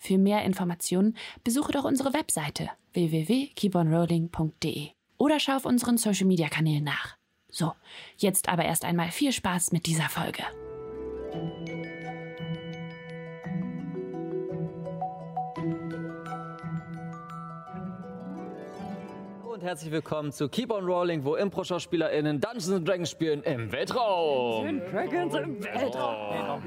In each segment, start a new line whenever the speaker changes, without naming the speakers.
Für mehr Informationen besuche doch unsere Webseite www.keeponrolling.de E oder schau auf unseren Social Media Kanälen nach. So, jetzt aber erst einmal viel Spaß mit dieser Folge.
Und herzlich willkommen zu Keep on Rolling, wo Impro-SchauspielerInnen Dungeons and Dragons spielen im Weltraum.
Dragons im Weltraum.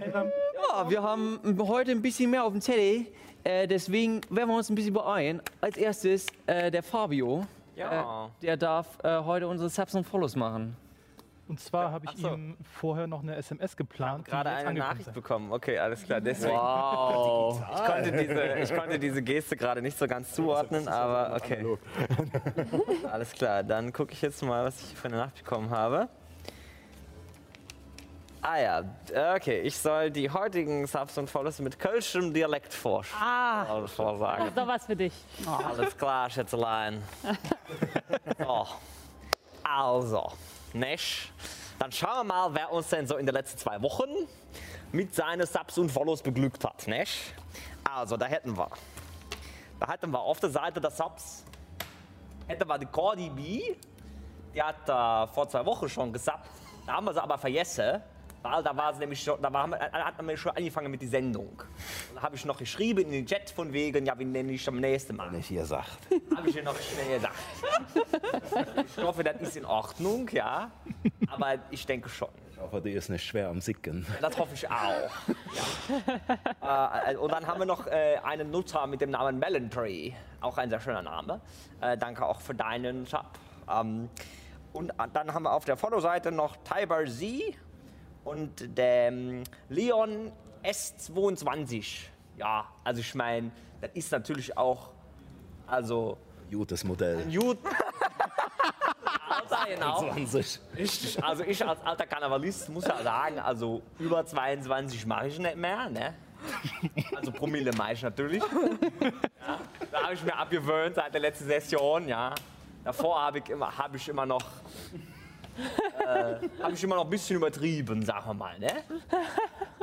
Ja, wir haben heute ein bisschen mehr auf dem Zettel, äh, deswegen werden wir uns ein bisschen beeilen. Als erstes äh, der Fabio,
Ja.
der darf äh, heute unsere Subs und Follows machen.
Und zwar habe ich
ach so.
ihm vorher noch eine SMS geplant. die
gerade
jetzt
eine
angekommen
Nachricht
sei.
bekommen. Okay, alles klar. Deswegen.
Wow.
Ich, konnte diese, ich konnte diese Geste gerade nicht so ganz zuordnen, aber okay. Alles klar, dann gucke ich jetzt mal, was ich hier für eine Nachricht bekommen habe. Ah ja, okay, ich soll die heutigen Subs und Follows mit kölschem Dialekt vor ah. vorsagen.
So was für dich.
Alles klar, Schätzelein. So. Also, nicht? Dann schauen wir mal, wer uns denn so in den letzten zwei Wochen mit seinen Subs und Follows beglückt hat, nicht? Also, da hätten wir. Da hätten wir auf der Seite der Subs, hätten wir die Cordy B. Die hat äh, vor zwei Wochen schon gesubbt. Da haben wir sie aber vergessen. Weil da war sie nämlich schon, da war, hat man nämlich schon angefangen mit der Sendung. Und da habe ich noch geschrieben in den Chat von wegen, ja, wir nennen dich am nächsten Mal.
Nicht ihr sagt.
Habe ich dir noch schnell gesagt. Ich hoffe, das ist in Ordnung, ja. Aber ich denke schon.
Ich hoffe, die ist nicht schwer am Sicken.
Das hoffe ich auch. Ja. Äh, und dann haben wir noch äh, einen Nutzer mit dem Namen Melantree. Auch ein sehr schöner Name. Äh, danke auch für deinen Sub. Ähm, und äh, dann haben wir auf der Follow-Seite noch Tiber Z und dem Leon S22. Ja, also ich meine, das ist natürlich auch. Also,
Gutes Modell.
Jut. Alter, genau.
20.
Ich, also ich als alter Karnevalist muss ja sagen, also über 22 mache ich nicht mehr, ne? Also Promille mache ich natürlich. Ja, da habe ich mir abgewöhnt seit der letzten Session, ja. Davor habe ich immer, habe ich immer noch, äh, habe ich immer noch ein bisschen übertrieben, sagen wir mal, ne?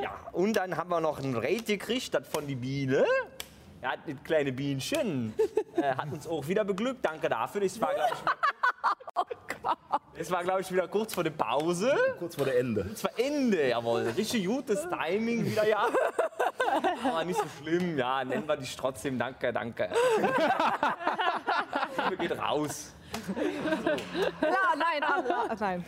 Ja, und dann haben wir noch ein Raid gekriegt, das von die Biene. Ja, das kleine Bienchen äh, hat uns auch wieder beglückt. Danke dafür. Das war, glaube ich, das war, glaub ich, wieder kurz vor der Pause.
Kurz vor der Ende.
Das war Ende, jawohl. Richtig gutes Timing wieder, ja. Aber nicht so schlimm, ja. Nennen wir dich trotzdem. Danke, danke. Liebe geht raus.
Ja, nein, ah, nein.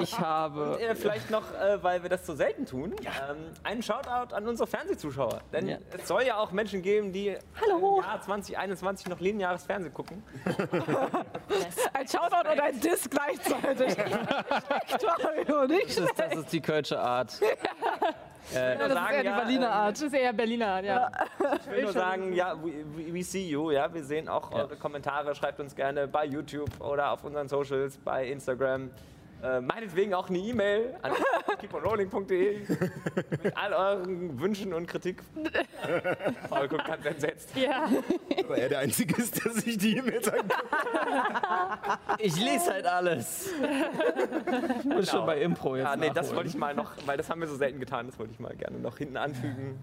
Ich habe.
Äh, vielleicht noch, äh, weil wir das so selten tun, ähm, einen Shoutout an unsere Fernsehzuschauer. Denn
Ja.
es soll ja auch Menschen geben, die im Jahr 2021 noch lineares Fernsehen gucken. Äh,
Ein Shoutout und ein Diss gleichzeitig. Schlecht, Mario, nicht
Das
schlecht.
ist, das ist die kölsche Art.
Ja,
Das ist eher die Berliner Art.
Das ist eher Berliner Art, ja.
Ich will nur sagen, ja, we, we- we see you, ja, wir sehen auch eure Kommentare, schreibt uns gerne bei YouTube oder auf unseren Socials, bei Instagram. Äh, meinetwegen auch eine E-Mail an keeponrolling.de mit all euren Wünschen und Kritik. Paul guckt ganz entsetzt.
ja.
Weil er der Einzige ist, der sich die E-Mails anguckt.
Ich lese halt alles. Ich bin schon bei Impro jetzt.
Ah, nee, das
nachholen.
wollte ich mal noch, weil das haben wir so selten getan, das wollte ich mal gerne noch hinten anfügen.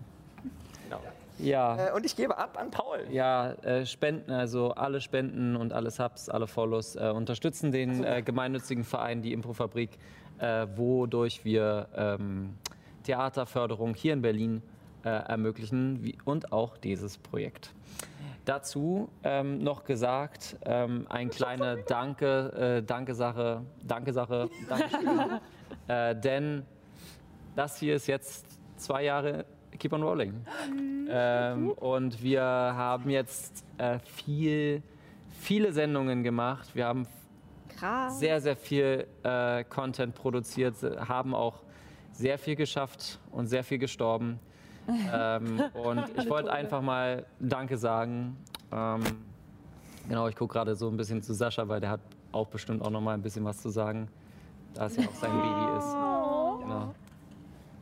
Genau.
Ja.
Äh, und ich gebe ab an Paul.
Ja, äh, Spenden, also alle Spenden und alle Subs, alle Follows äh, unterstützen den äh, gemeinnützigen Verein, die Improfabrik, äh, wodurch wir ähm, Theaterförderung hier in Berlin äh, ermöglichen wie, und auch dieses Projekt. Dazu ähm, noch gesagt, ähm, ein kleiner Danke, äh, Danke-Sache, Danke-Sache, Dankeschön. äh, denn das hier ist jetzt zwei Jahre Keep on Rolling. Ähm, und wir haben jetzt äh, viel, viele Sendungen gemacht. Wir haben
Krass.
sehr, sehr viel äh, Content produziert, se- haben auch sehr viel geschafft und sehr viel gestorben. ähm, und ich wollte einfach mal Danke sagen. Ähm, genau, ich gucke gerade so ein bisschen zu Sascha, weil der hat auch bestimmt auch noch mal ein bisschen was zu sagen, da es ja auch sein Baby ist. Genau.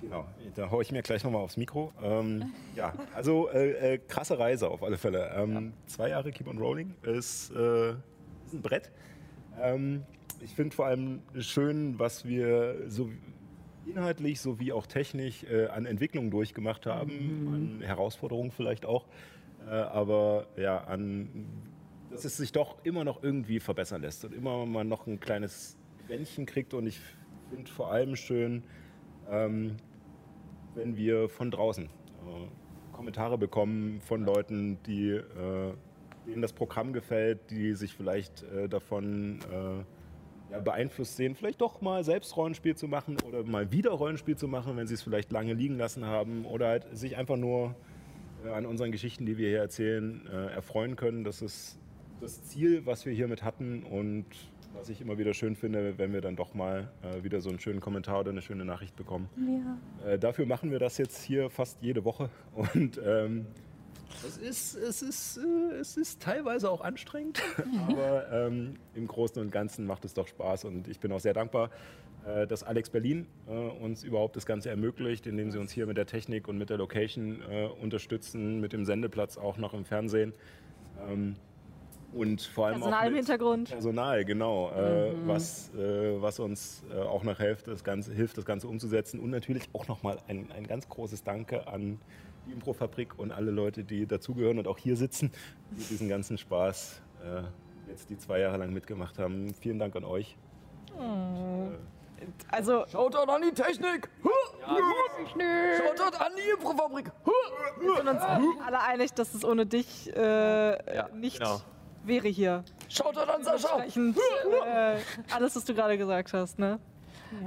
Genau, da haue ich mir gleich nochmal aufs Mikro. Ähm, ja, also äh, äh, krasse Reise auf alle Fälle. Ähm, Zwei Jahre Keep on Rolling ist, äh, ist ein Brett. Ähm, ich finde vor allem schön, was wir so inhaltlich sowie auch technisch äh, an Entwicklungen durchgemacht haben, an Herausforderungen vielleicht auch, äh, aber ja, an, dass es sich doch immer noch irgendwie verbessern lässt und immer mal noch ein kleines Bändchen kriegt und ich finde vor allem schön, ähm, wenn wir von draußen äh, Kommentare bekommen von Leuten, die äh, denen das Programm gefällt, die sich vielleicht äh, davon äh, ja, beeinflusst sehen, vielleicht doch mal selbst Rollenspiel zu machen oder mal wieder Rollenspiel zu machen, wenn sie es vielleicht lange liegen lassen haben oder halt sich einfach nur äh, an unseren Geschichten, die wir hier erzählen, äh, erfreuen können. Das ist das Ziel, was wir hiermit hatten und was ich immer wieder schön finde, wenn wir dann doch mal äh, wieder so einen schönen Kommentar oder eine schöne Nachricht bekommen. Äh, dafür machen wir das jetzt hier fast jede Woche und ähm, es ist, es, ist, äh, es ist teilweise auch anstrengend, aber ähm, im Großen und Ganzen macht es doch Spaß und ich bin auch sehr dankbar, äh, dass Alex Berlin äh, uns überhaupt das Ganze ermöglicht, indem sie uns hier mit der Technik und mit der Location äh, unterstützen, mit dem Sendeplatz auch noch im Fernsehen. Ähm, und vor allem
Personal
auch
im
mit
Hintergrund. Mhm.
Personal, genau, äh, was, äh, was uns äh, auch noch hilft das, Ganze, hilft, das Ganze umzusetzen. Und natürlich auch nochmal ein, ein ganz großes Danke an die Improfabrik und alle Leute, die dazugehören und auch hier sitzen, die diesen ganzen Spaß äh, jetzt die zwei Jahre lang mitgemacht haben. Vielen Dank an euch.
Also,
Shoutout an die Technik! Shoutout an die Improfabrik!
wir sind uns alle einig, dass es ohne dich äh, nicht
genau.
wäre hier.
Shoutout an
Oh.
Sascha!
Entsprechend äh, alles, was du gerade gesagt hast, ne?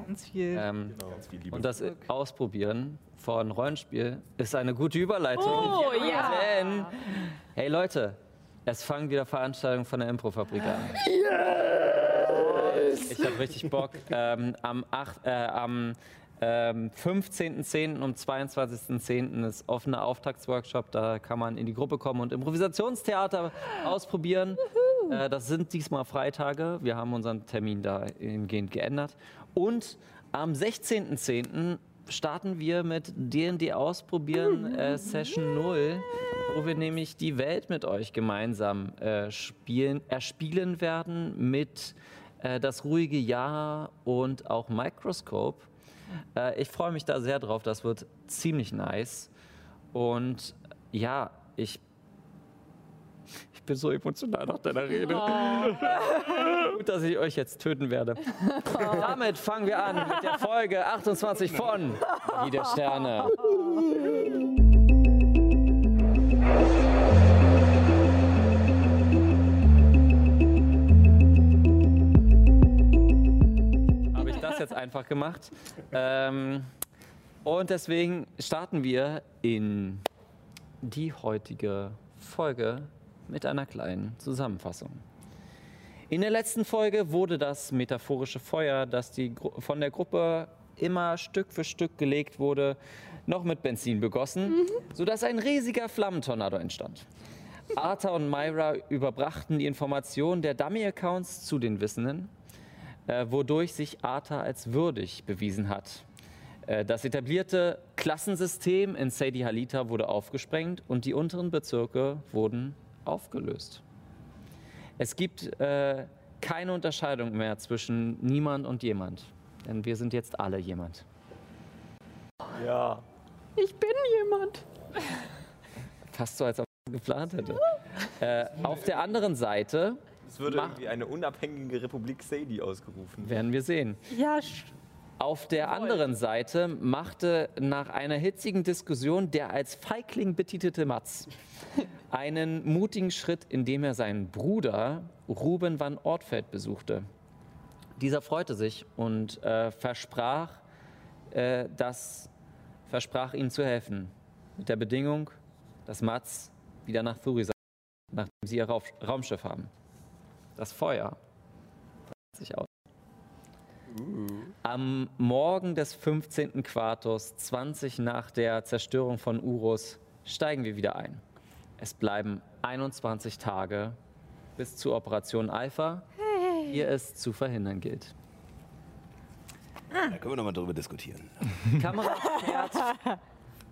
Ganz viel.
Ähm,
Ganz viel Liebe.
und das Ausprobieren von Rollenspiel ist eine gute Überleitung.
Oh, ja.
Denn, hey Leute, es fangen wieder Veranstaltungen von der Improfabrik an. Ich habe richtig Bock. ähm, am acht- äh, am ähm, 15.10. und 22.10. ist offener Auftaktsworkshop. Da kann man in die Gruppe kommen und Improvisationstheater ausprobieren. Äh, das sind diesmal Freitage. Wir haben unseren Termin da hingehend geändert. Und am 16.10. starten wir mit D&D Ausprobieren äh, Session 0, wo wir nämlich die Welt mit euch gemeinsam äh, spielen, erspielen werden mit äh, das ruhige Jahr und auch Microscope. Äh, ich freue mich da sehr drauf. Das wird ziemlich nice. Und äh, ja, ich, ich bin so emotional nach deiner Rede. Gut, dass ich euch jetzt töten werde. Damit fangen wir an mit der Folge 28 von Die der Sterne. habe ich das jetzt einfach gemacht. Ähm, und deswegen starten wir in die heutige Folge mit einer kleinen Zusammenfassung. In der letzten Folge wurde das metaphorische Feuer, das die Gru von der Gruppe immer Stück für Stück gelegt wurde, noch mit Benzin begossen, sodass ein riesiger Flammentornado entstand. Arthur und Myra überbrachten die Informationen der Dummy-Accounts zu den Wissenden äh, wodurch sich Arta als würdig bewiesen hat. Äh, Das etablierte Klassensystem in Sadie Halita wurde aufgesprengt und die unteren Bezirke wurden aufgelöst. Es gibt äh, keine Unterscheidung mehr zwischen niemand und jemand, denn wir sind jetzt alle jemand.
Ja.
Ich bin jemand.
Fast so, als ob ich es geplant hätte. Äh, auf der anderen Seite
Es würde irgendwie eine unabhängige Republik Sadie ausgerufen.
werden wir sehen.
Ja,
Auf der anderen Seite machte nach einer hitzigen Diskussion der als Feigling betitelte Matz einen mutigen Schritt, indem er seinen Bruder Ruben van Ortfeld besuchte. Dieser freute sich und äh, versprach, äh, dass, versprach ihm zu helfen. Mit der Bedingung, dass Matz wieder nach Thurisat, nachdem sie ihr Rauf- Raumschiff haben. Das Feuer breitet sich aus. Am Morgen des 15. Quartus, 20 nach der Zerstörung von Urus, steigen wir wieder ein. Es bleiben 21 Tage bis zur Operation Alpha, die es zu verhindern gilt.
Da können wir nochmal drüber diskutieren.
Kamera fährt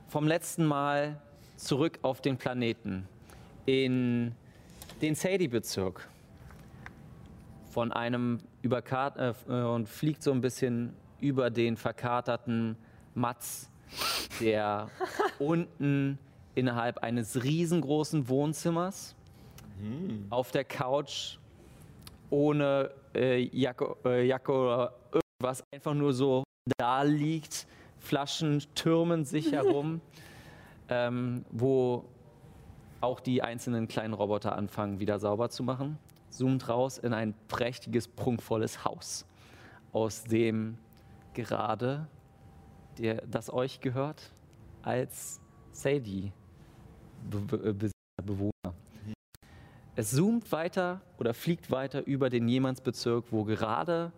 vom letzten Mal zurück auf den Planeten in den Sadie-Bezirk von einem überkat äh, f- äh, und fliegt so ein bisschen über den verkaterten Matz, der unten innerhalb eines riesengroßen Wohnzimmers auf der Couch ohne äh, Jacke, äh, Jacke oder irgendwas einfach nur so da liegt, Flaschen türmen sich herum, ähm, wo auch die einzelnen kleinen Roboter anfangen, wieder sauber zu machen. Zoomt raus in ein prächtiges, prunkvolles Haus, aus dem gerade der, das euch gehört als Sadie Be Be Be Bewohner. Es zoomt weiter oder fliegt weiter über den Jemandsbezirk, wo gerade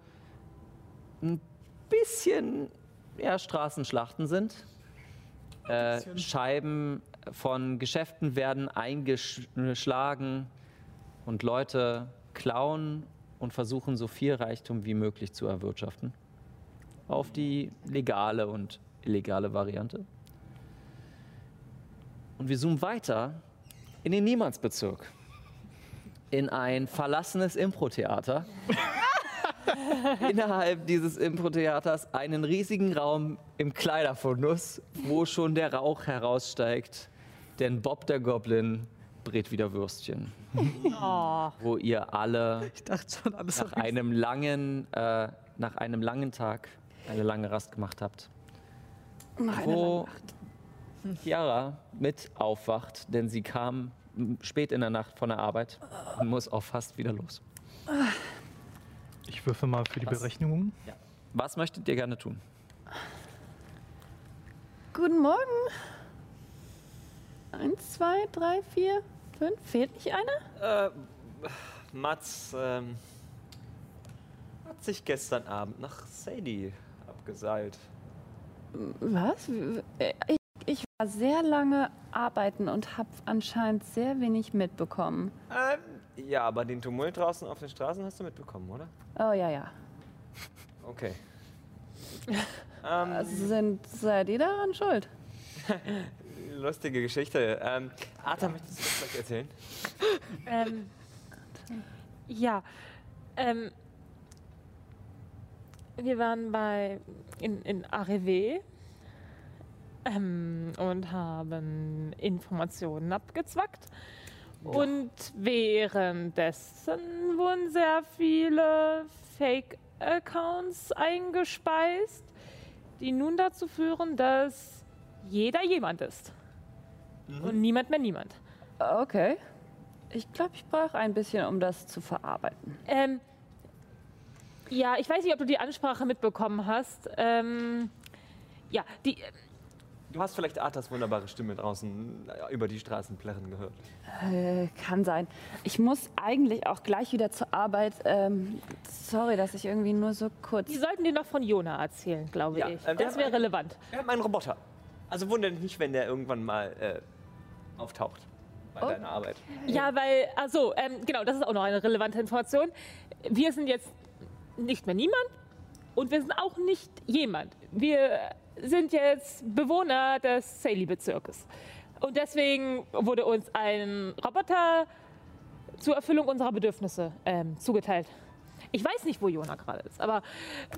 bisschen ja, Straßenschlachten sind. Äh, Scheiben von Geschäften werden eingeschlagen und Leute klauen und versuchen, so viel Reichtum wie möglich zu erwirtschaften. Auf die legale und illegale Variante. Und wir zoomen weiter in den Niemandsbezirk. In ein verlassenes Impro-Theater innerhalb dieses Impro-Theaters einen riesigen Raum im Kleiderfundus, wo schon der Rauch heraussteigt, denn Bob der Goblin brät wieder Würstchen. Wo ihr alle
Ich dachte schon, alles
nach einem langen, äh, nach einem langen Tag eine lange Rast gemacht habt. wo Chiara mit aufwacht, denn sie kam m, spät in der Nacht von der Arbeit und muss auch fast wieder los.
Ich würfe mal für die
Was?
Berechnungen.
Was möchtet ihr gerne tun?
Guten Morgen. Eins, zwei, drei, vier, fünf. Fehlt nicht einer?
Mats ähm, hat sich gestern Abend nach Sadie abgeseilt.
Was? Äh, Ich, ich war sehr lange arbeiten und habe anscheinend sehr wenig mitbekommen.
Ähm, ja, aber den Tumult draußen auf den Straßen hast du mitbekommen, oder?
Oh ja, ja.
Okay.
Also sind seid ihr daran schuld?
Lustige Geschichte. Ähm, Arthur, möchtest du das gleich erzählen?
Ähm, ja. Ähm, wir waren bei in, in Arrivé ähm, und haben Informationen abgezwackt. Und währenddessen wurden sehr viele Fake-Accounts eingespeist, die nun dazu führen, dass jeder jemand ist. Und niemand mehr niemand.
Okay. Ich glaube, ich brauche ein bisschen, um das zu verarbeiten.
Ähm, ja, ich weiß nicht, ob du die Ansprache mitbekommen hast. Ähm, ja, die,
Du hast vielleicht Arthurs wunderbare Stimme draußen äh, über die Straßen plärren gehört.
Äh, kann sein. Ich muss eigentlich auch gleich wieder zur Arbeit. Ähm, sorry, dass ich irgendwie nur so kurz.
die sollten dir noch von Jona erzählen, glaube
Ja,
ich.
ähm,
das
wir
wäre
haben-
relevant.
Wir haben einen Roboter. Also wundere dich nicht, wenn der irgendwann mal äh, auftaucht bei
Oh.
deiner Arbeit.
Ja, weil, also ähm, genau, das ist auch noch eine relevante Information. Wir sind jetzt nicht mehr niemand und wir sind auch nicht jemand. Wir sind jetzt Bewohner des Saley-Bezirkes. Und deswegen wurde uns ein Roboter zur Erfüllung unserer Bedürfnisse ähm, zugeteilt. Ich weiß nicht, wo Jona gerade ist, aber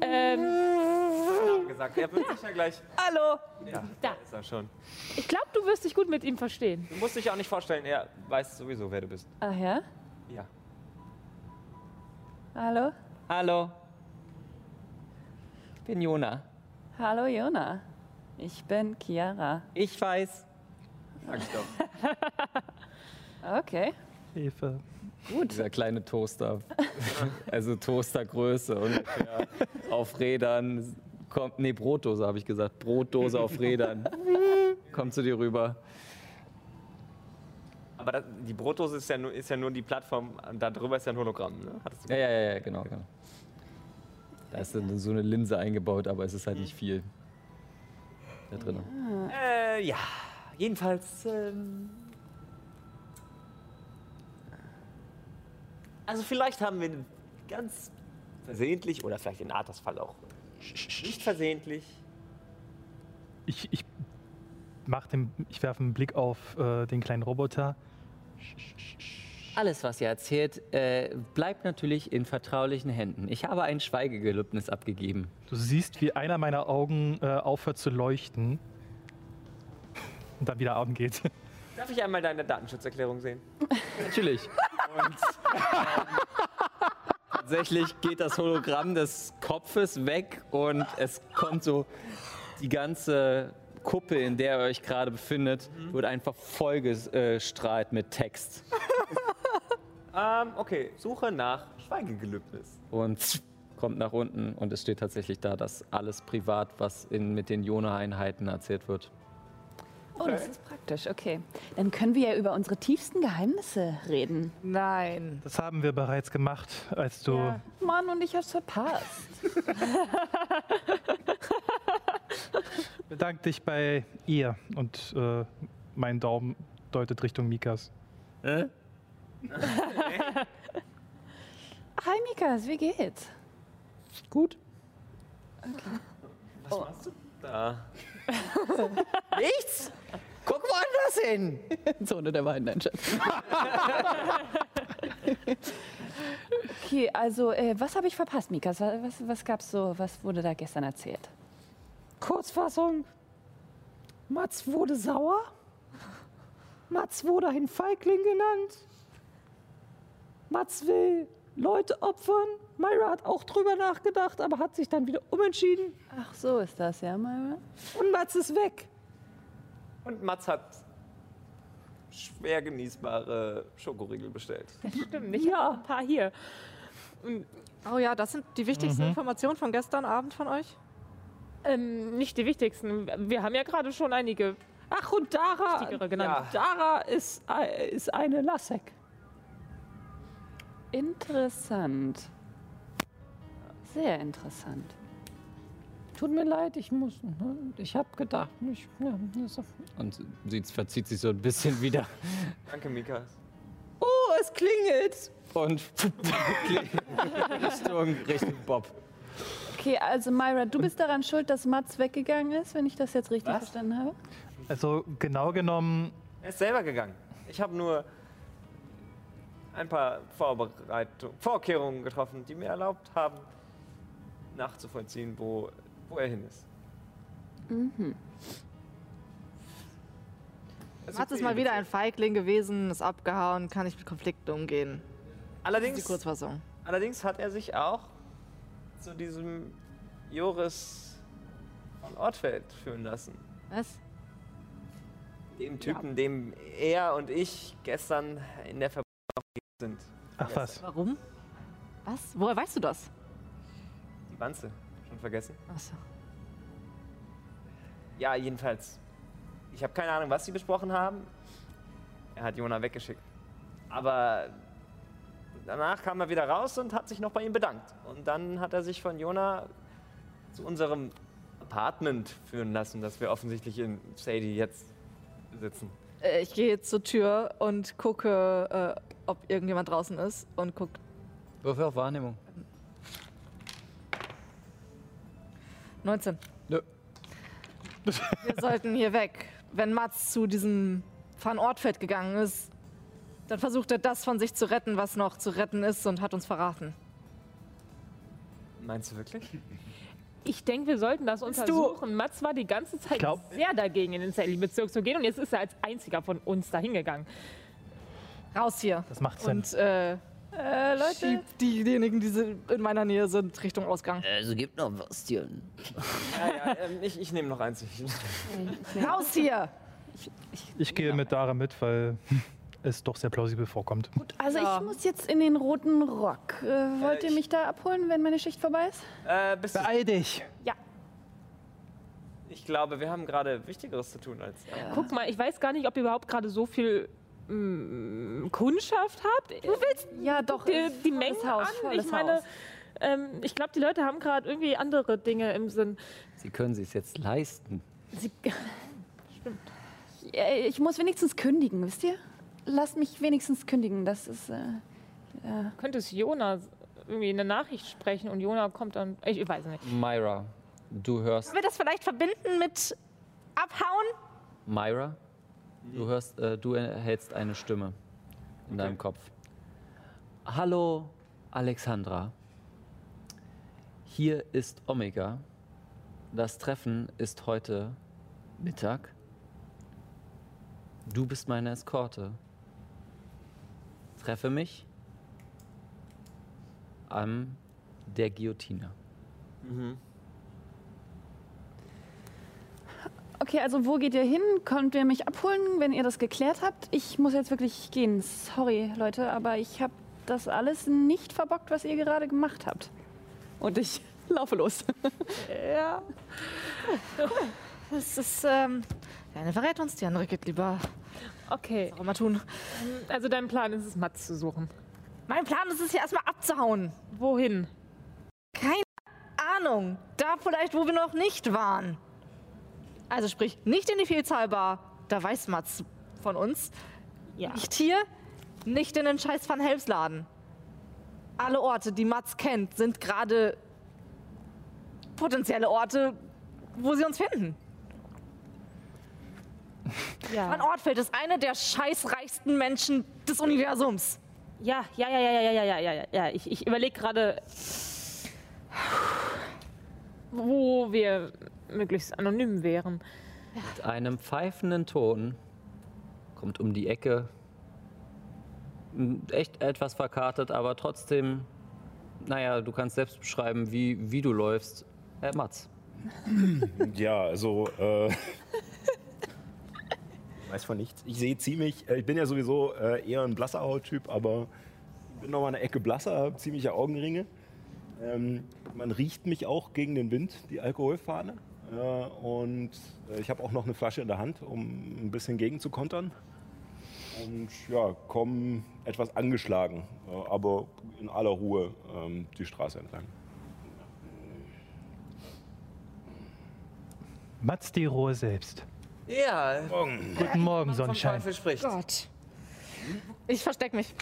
ähm,
Ich hab gesagt, er wird sicher gleich.
hallo.
Ja,
Da.
ist er schon.
Ich glaube, du wirst dich gut mit ihm verstehen.
Du musst dich auch nicht vorstellen, er weiß sowieso, wer du bist.
Ach ja?
Ja.
Hallo?
Hallo. Ich bin Jona.
Hallo, Jona. Ich bin Chiara.
Ich weiß.
Sag ich doch.
Okay.
Hilfe.
Dieser kleine Toaster. also Toastergröße ungefähr. auf Rädern. Kommt, nee, Brotdose habe ich gesagt. Brotdose auf Rädern. Kommt zu dir rüber.
Aber das, die Brotdose ist ja, nur, ist ja nur die Plattform, da drüber ist ja ein Hologramm, ne? Hattest du
Ja, ja, ja, ja, genau. genau. Da ist dann so eine Linse eingebaut, aber es ist halt nicht viel da drin.
Äh, ja. Jedenfalls. Ähm, also, vielleicht haben wir ganz versehentlich oder vielleicht in Arthas Fall auch nicht versehentlich.
Ich, ich mach den, ich werfe einen Blick auf äh, den kleinen Roboter.
Alles, was ihr erzählt, äh, bleibt natürlich in vertraulichen Händen. Ich habe ein Schweigegelübnis abgegeben.
Du siehst, wie einer meiner Augen äh, aufhört zu leuchten und dann wieder angeht.
Darf ich einmal deine Datenschutzerklärung sehen?
Natürlich. Und, ähm, tatsächlich geht das Hologramm des Kopfes weg und es kommt so die ganze Kuppel, in der ihr euch gerade befindet, wird einfach vollgestrahlt mit Text.
Ähm, okay. Suche nach Schweigegelübnis.
und kommt nach unten und es steht tatsächlich da, dass alles privat, was in, mit den Jona-Einheiten erzählt wird.
Oh, das ist praktisch, okay. Dann können wir ja über unsere tiefsten Geheimnisse reden.
Nein.
Das haben wir bereits gemacht, als du.
Ja.
Mann, und ich hab's verpasst.
Bedank dich bei ihr und äh, mein Daumen deutet Richtung Mikas.
Hi, Mikas, wie geht's?
Gut.
Da.
Nichts? Guck woanders hin.
Zone der beiden Einschätzung.
Okay, also, äh, was habe ich verpasst, Mikas? Wa- Was, was gab's so, was wurde da gestern erzählt?
Kurzfassung. Mats wurde sauer. Mats wurde ein Feigling genannt. Mats will Leute opfern. Myra hat auch drüber nachgedacht, aber hat sich dann wieder umentschieden.
Ach, so ist das, ja, mal.
Und Mats ist weg.
Und Mats hat schwer genießbare Schokoriegel bestellt.
Stimmt, ich ja. ein paar hier.
Oh ja, das sind die wichtigsten Informationen von gestern Abend von euch.
Ähm, nicht die wichtigsten. Wir haben ja gerade schon einige
Ach, und
Ah,
Dara.
wichtigere genannt.
Dara ist, ei- äh, ist eine Lassek.
Interessant. Sehr interessant.
Tut mir leid, ich muss. ne? Ich habe gedacht, ich, ja, das ist-
Und sie verzieht sich so ein bisschen wieder
Danke, Mika.
oh, es klingelt.
und Richtung, Richtung Bob.
Okay, also Myra, du bist daran schuld, dass Mats weggegangen ist, wenn ich das jetzt richtig verstanden habe?
Also genau genommen,
Er ist selber gegangen. Ich habe nur ein paar Vorbereitung, Vorkehrungen getroffen, die mir erlaubt haben, nachzuvollziehen, wo, wo er hin ist. Mhm.
Mats ist mal wieder ein Feigling gewesen, ist abgehauen, kann nicht mit Konflikten umgehen. Das ist die
Allerdings,
Kurzfassung.
allerdings hat er sich auch zu diesem Joris von Ortfeld führen lassen.
Was?
Dem Typen, dem er und ich gestern in der Fabrik sind.
ach was,
Warum? Was? Woher weißt du das?
Die Wanze. Schon vergessen?
Achso.
Ja, jedenfalls. Ich habe keine Ahnung, was sie besprochen haben. Er hat Jona weggeschickt. Aber danach kam er wieder raus und hat sich noch bei ihm bedankt. Und dann hat er sich von Jona zu unserem Apartment führen lassen, das wir offensichtlich in Sadie jetzt besitzen.
Äh, Ich gehe jetzt zur Tür und gucke, äh, ob irgendjemand draußen ist und guck.
Würfel auf Wahrnehmung.
19.
Nö.
Wir sollten hier weg. Wenn Mats zu diesem Van Ortfeld gegangen ist, dann versucht er das von sich zu retten, was noch zu retten ist und hat uns verraten.
Meinst du wirklich?
Ich denke, wir sollten das untersuchen. Mats war die ganze Zeit
glaub-
sehr dagegen, in den Sally-Bezirk zu gehen. Und jetzt ist er als einziger von uns dahin gegangen.
Raus hier.
das macht Sinn.
Und äh, äh, Leute. schieb diejenigen, die si- in meiner Nähe sind, Richtung Ausgang.
Also gibt noch Würstchen.
Ja, ja, ähm, ich, ich nehme noch eins.
Raus hier!
Ich gehe mit Dara mit, weil es doch sehr plausibel vorkommt.
Also
Ja.
ich muss jetzt in den roten Rock. Äh, wollt ihr
ich-
mich da abholen, wenn meine Schicht vorbei ist?
Äh, bist du,
Beeil dich!
ich glaube, wir haben gerade Wichtigeres zu tun als.
Guck mal, ich weiß gar nicht, ob ihr überhaupt gerade so viel mm, Kundschaft habt. Du willst
Ja, doch.
die,
ist
die
volles
Mengen
Haus,
an.
volles
Ich meine,
Haus.
Ähm, ich glaube, die Leute haben gerade irgendwie andere Dinge im Sinn.
Sie können sich jetzt leisten.
Sie,
Ich, äh, ich muss wenigstens kündigen, wisst ihr? Lasst mich wenigstens kündigen. Das ist. Äh, ja.
könntest Jona irgendwie eine Nachricht sprechen und Jona kommt dann. Ich weiß nicht.
Myra, du hörst.
Können wir das vielleicht verbinden mit abhauen?
Myra, du hörst, äh, du erhältst eine Stimme in deinem Kopf. Hallo, Alexandra. Hier ist Omega. Das Treffen ist heute Mittag. Du bist meine Eskorte. Treffe mich an der Guillotine.
Okay, also wo geht ihr hin? Könnt ihr mich abholen, wenn ihr das geklärt habt? Ich muss jetzt wirklich gehen. Sorry, Leute, aber ich habe das alles nicht verbockt, was ihr gerade gemacht habt. Und ich laufe los.
Ja. Das ist, ähm, der eine verrät uns, die andere geht lieber.
Okay.
Mal tun.
Also dein Plan ist es, Mats zu suchen.
Mein Plan ist es ja erstmal abzuhauen.
Wohin?
Keine Ahnung. Da vielleicht, wo wir noch nicht waren. Also sprich, nicht in die Vielzahlbar. Da weiß Mats von uns.
Ja.
Nicht hier, nicht in den scheiß Van Helmsladen. Alle Orte, die Mats kennt, sind gerade potenzielle Orte, wo sie uns finden.
Ja.
Van Ortfeld ist einer der scheißreichsten Menschen des Universums.
Ja, ja, ja, ja, ja, ja, ja, ja, ja, ja. Ich, ich überlege gerade, wo wir möglichst anonym wären.
Mit einem pfeifenden Ton kommt um die Ecke. m, Echt etwas verkartet, aber trotzdem, naja, du kannst selbst beschreiben, wie, wie du läufst. Äh, Mats.
Ja, also. Äh, weiß von nichts. Ich sehe ziemlich. Äh, ich bin ja sowieso äh, eher ein blasser Hauttyp, aber bin noch mal eine Ecke blasser, habe ziemliche Augenringe. Ähm, man riecht mich auch gegen den Wind, die Alkoholfahne. Äh, und äh, ich habe auch noch eine Flasche in der Hand, um ein bisschen gegen zu kontern. Und ja, kommen etwas angeschlagen, äh, aber in aller Ruhe ähm, die Straße entlang.
Mats die Ruhe selbst.
Ja.
Morgen.
Guten
Mann
Morgen,
vom
Sonnenschein.
Teufel spricht.
Gott. Ich versteck mich.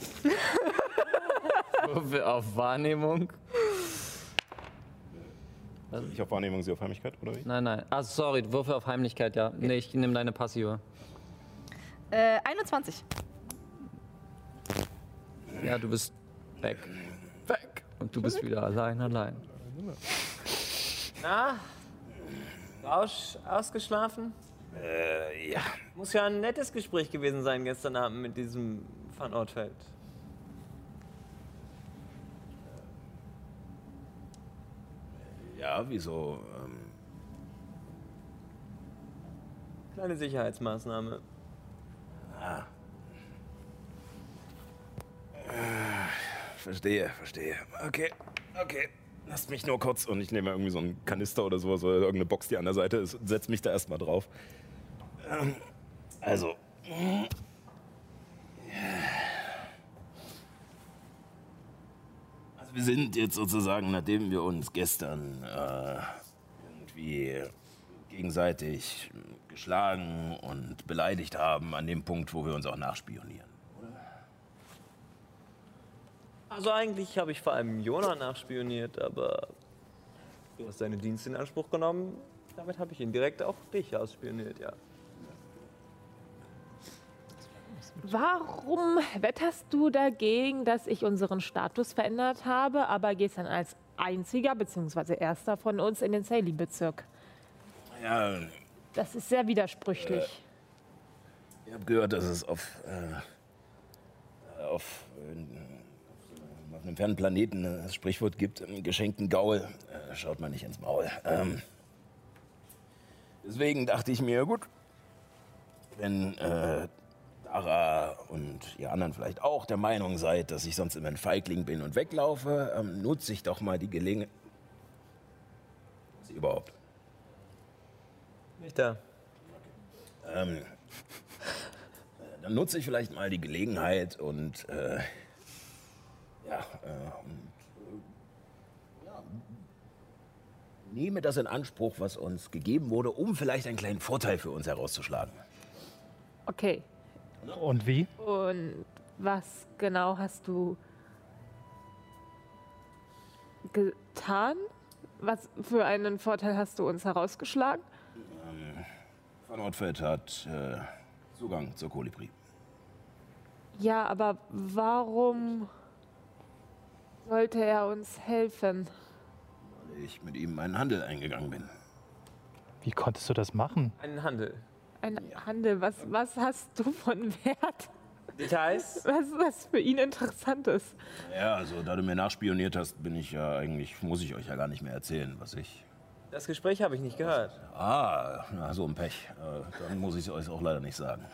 Würfel auf Wahrnehmung.
Also
Ich auf Wahrnehmung, Sie auf Heimlichkeit, oder wie?
Nein, nein. Ah, sorry, Würfel auf Heimlichkeit, ja. Nee, ich nehme deine passive.
Äh, 21.
Ja, du bist weg. Weg. Und du bist wieder allein, allein.
Na? Aus, ausgeschlafen?
Äh, ja.
Muss ja ein nettes Gespräch gewesen sein gestern Abend mit diesem Van Ortfeld.
Ja, wieso? Ähm,
Kleine Sicherheitsmaßnahme.
ah. äh, verstehe, verstehe. Okay, okay.
Lasst mich nur kurz und ich nehme irgendwie so einen Kanister oder sowas oder irgendeine Box, die an der Seite ist und setze mich da erstmal drauf. Ähm, also,
Also wir sind jetzt sozusagen, nachdem wir uns gestern äh, irgendwie gegenseitig geschlagen und beleidigt haben, an dem Punkt, wo wir uns auch nachspionieren.
Also eigentlich habe ich vor allem Jona nachspioniert, aber du hast deine Dienste in Anspruch genommen. Damit habe ich indirekt auch dich ausspioniert, ja.
Warum wetterst du dagegen, dass ich unseren Status verändert habe, aber gehst dann als einziger bzw. erster von uns in den Saley-Bezirk?
Ja,
Das ist sehr widersprüchlich.
ich habe gehört, dass es auf, äh, auf, äh, auf einem fernen Planeten das Sprichwort gibt, im geschenkten Gaul äh, schaut man nicht ins Maul. Ähm, deswegen dachte ich mir, gut, wenn äh, Dara und ihr anderen vielleicht auch der Meinung seid, dass ich sonst immer ein Feigling bin und weglaufe, ähm, nutze ich doch mal die Gelegenheit. Was überhaupt?
Nicht da.
Ähm, äh, dann nutze ich vielleicht mal die Gelegenheit und äh, ähm, ja, äh, und, äh, nehme das in Anspruch, was uns gegeben wurde, um vielleicht einen kleinen Vorteil für uns herauszuschlagen.
Okay.
Und wie?
Und was genau hast du getan? Was für einen Vorteil hast du uns herausgeschlagen?
Ähm, Van Ortfeld hat äh, Zugang zur Kolibri.
Ja, aber warum sollte er uns helfen?
weil Ich mit ihm einen Handel eingegangen bin.
Wie konntest du das machen?
Ein Handel.
Ein Handel, was, was hast du von Wert?
Details?
Was, was für ihn interessant ist.
Ja, also da du mir nachspioniert hast, bin ich ja eigentlich, muss ich euch ja gar nicht mehr erzählen, was ich.
Das Gespräch habe ich nicht gehört.
Ah, na, so ein Pech. Äh, dann muss ich es euch auch leider nicht sagen.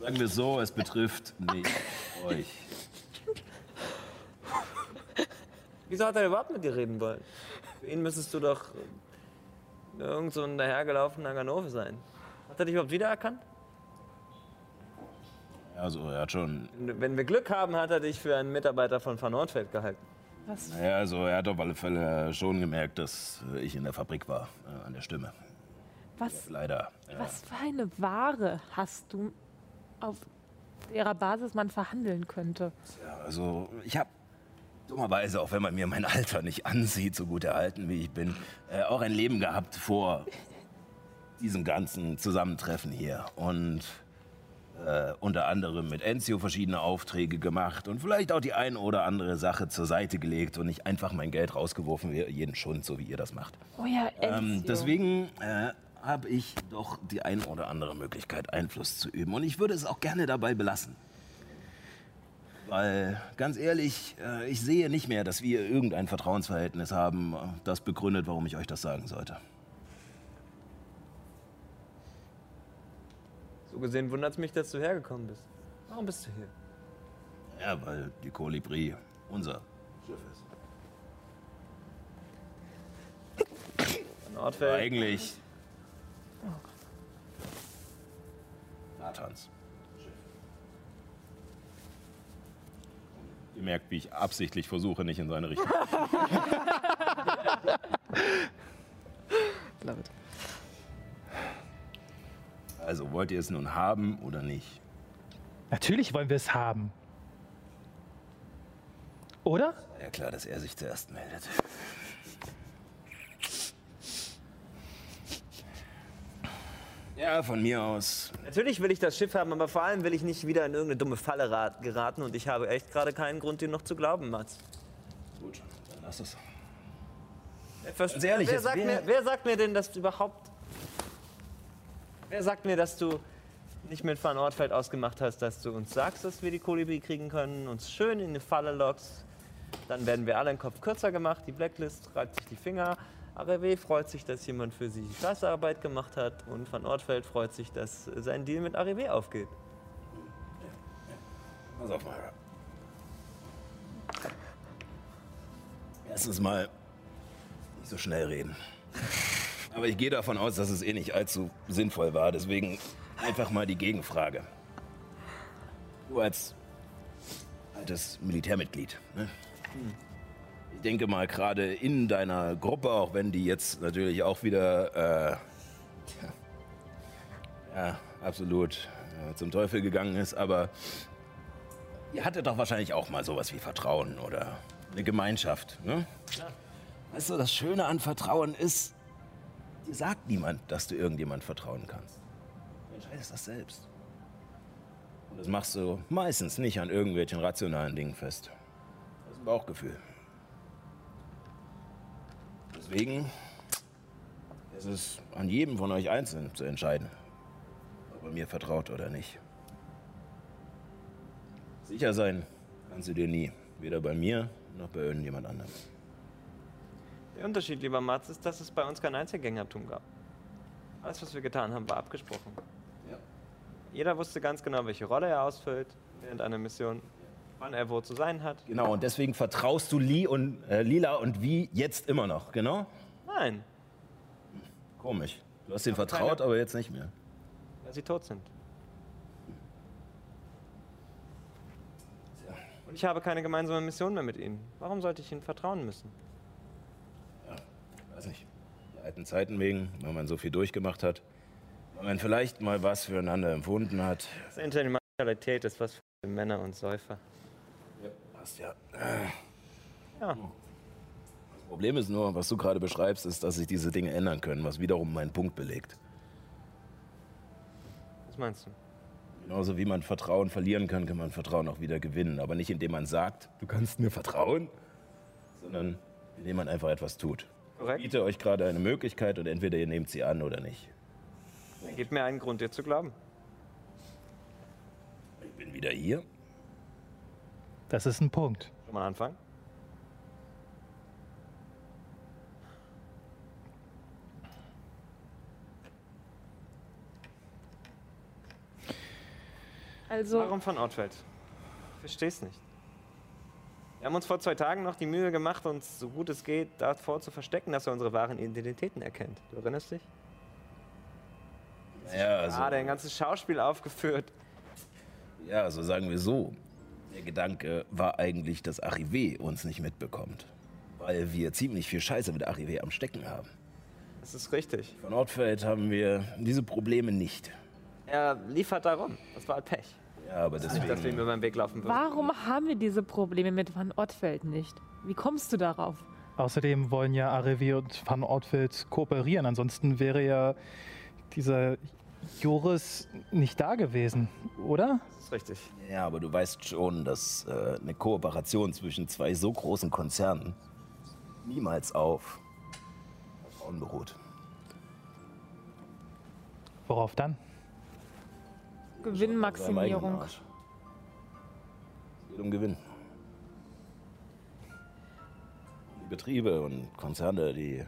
Sagen wir es so, es betrifft nicht euch.
Wieso hat er überhaupt mit dir reden wollen? Für ihn müsstest du doch äh, irgend so ein dahergelaufener Ganove sein. Hat er dich überhaupt wiedererkannt?
Also er hat schon
Wenn wenn wir Glück haben, hat er dich für einen Mitarbeiter von Van Nordfeld gehalten.
Was?
Naja, also er hat auf alle Fälle schon gemerkt, dass äh, ich in der Fabrik war, äh, an der Stimme.
Was,
Leider. Ja.
was für eine Ware hast du, auf derer Basis man verhandeln könnte?
Ja, also ich habe dummerweise, auch wenn man mir mein Alter nicht ansieht, so gut erhalten wie ich bin, äh, auch ein Leben gehabt vor diesem ganzen Zusammentreffen hier. Und äh, unter anderem mit Enzio verschiedene Aufträge gemacht und vielleicht auch die ein oder andere Sache zur Seite gelegt und nicht einfach mein Geld rausgeworfen wie jeden Schund, so wie ihr das macht.
Oh ja,
Ähm, deswegen äh, habe ich doch die ein oder andere Möglichkeit, Einfluss zu üben. Und ich würde es auch gerne dabei belassen. Weil, ganz ehrlich, äh, ich sehe nicht mehr, dass wir irgendein Vertrauensverhältnis haben, äh, das begründet, warum ich euch das sagen sollte.
So gesehen wundert es mich, dass du hergekommen bist. Warum bist du hier?
Ja, weil die Kolibri unser Schiff ist.
Van Nordfeld?
Eigentlich. Nathans. Ihr merkt, wie ich absichtlich versuche, nicht in seine Richtung.
Love it.
Also wollt ihr es nun haben oder nicht?
Natürlich wollen wir es haben. Oder?
Ja klar, dass er sich zuerst meldet. Ja, von mir aus.
Natürlich will ich das Schiff haben, aber vor allem will ich nicht wieder in irgendeine dumme Falle rat- geraten und ich habe echt gerade keinen Grund, dir noch zu glauben, Mats.
Gut, dann lass es.
Ganz
ehrlich,
wer,
jetzt
sagt mir,
wer-
wer sagt mir denn, dass du überhaupt. Wer sagt mir, dass du nicht mit Van Ortfeld ausgemacht hast, dass du uns sagst, dass wir die Kolibri kriegen können, uns schön in eine Falle lockst? Dann werden wir alle einen Kopf kürzer gemacht, die Blacklist reibt sich die Finger. ARW freut sich, dass jemand für sie die Scheißarbeit gemacht hat und Van Ortfeld freut sich, dass sein Deal mit ARW aufgeht.
Pass auf, Mara. Erstens mal nicht so schnell reden. Aber ich gehe davon aus, dass es eh nicht allzu sinnvoll war. Deswegen einfach mal die Gegenfrage. Du als altes Militärmitglied. Ne? Ich denke mal, gerade in deiner Gruppe, auch wenn die jetzt natürlich auch wieder äh, ja, absolut äh, zum Teufel gegangen ist, aber Ihr hattet doch wahrscheinlich auch mal sowas wie Vertrauen oder eine Gemeinschaft, ne? Weißt du, das Schöne an Vertrauen ist, dir sagt niemand, dass du irgendjemand vertrauen kannst. Du entscheidest das selbst. Und das machst du meistens nicht an irgendwelchen rationalen Dingen fest. Das ist ein Bauchgefühl. Deswegen ist es an jedem von euch Einzelnen zu entscheiden, ob er mir vertraut oder nicht. Sicher sein kannst du dir nie. Weder bei mir noch bei irgendjemand anderem.
Der Unterschied, lieber Mats, ist, dass es bei uns kein Einzelgängertum gab. Alles, was wir getan haben, war abgesprochen. Jeder wusste ganz genau, welche Rolle er ausfüllt während einer Mission, wann er wo zu sein hat.
Genau, und deswegen vertraust du Lee und, äh, Lila und wie jetzt immer noch, genau?
Nein,
Komisch. Du hast ihnen
Aber
vertraut,
keine-
aber jetzt nicht mehr.
weil sie tot sind. Und ich habe keine gemeinsame Mission mehr mit ihnen. Warum sollte ich ihnen vertrauen müssen?
alten Zeiten wegen, weil man so viel durchgemacht hat, weil man vielleicht mal was füreinander empfunden hat.
Das Internationalität ist was für Männer und Säufer.
Ja, passt ja. Hm. Das Problem ist nur, was du gerade beschreibst, ist, dass sich diese Dinge ändern können, was wiederum meinen Punkt belegt.
Was meinst du?
Genauso wie man Vertrauen verlieren kann, kann man Vertrauen auch wieder gewinnen. Aber nicht indem man sagt, du kannst mir vertrauen, sondern indem man einfach etwas tut. Ich biete euch gerade eine Möglichkeit und entweder ihr nehmt sie an oder nicht.
Gib mir einen Grund, dir zu glauben.
Ich bin wieder hier.
Das ist ein Punkt.
Schon mal anfangen?
Also.
Warum von Outfeld? Ich versteh's nicht. Wir haben uns vor zwei Tagen noch die Mühe gemacht, uns so gut es geht davor zu verstecken, dass er unsere wahren Identitäten erkennt. Du erinnerst dich?
Ja, also,
Ah, der ein ganzes Schauspiel aufgeführt.
ja, also sagen wir so. Der Gedanke war eigentlich, dass Arrivé uns nicht mitbekommt. Weil wir ziemlich viel Scheiße mit Arrivé am Stecken haben.
Das ist richtig.
Von Nordfeld haben wir diese Probleme nicht.
Er liefert darum. Das war halt Pech.
Ja, aber
Das ist nicht, dass wir ihm
deswegen.
über den Weg laufen würden.
Warum haben wir diese Probleme mit Van Ortfeld nicht? Wie kommst du darauf?
Außerdem wollen ja Arevi und Van Ortfeld kooperieren. Ansonsten wäre ja dieser Joris nicht da gewesen, oder?
Das ist richtig.
Ja, aber du weißt schon, dass äh, eine Kooperation zwischen zwei so großen Konzernen niemals auf Vertrauen beruht.
Worauf dann?
Seinem eigenen
Gewinnmaximierung.
Arsch. Es geht um Gewinn. Die Betriebe und Konzerne, die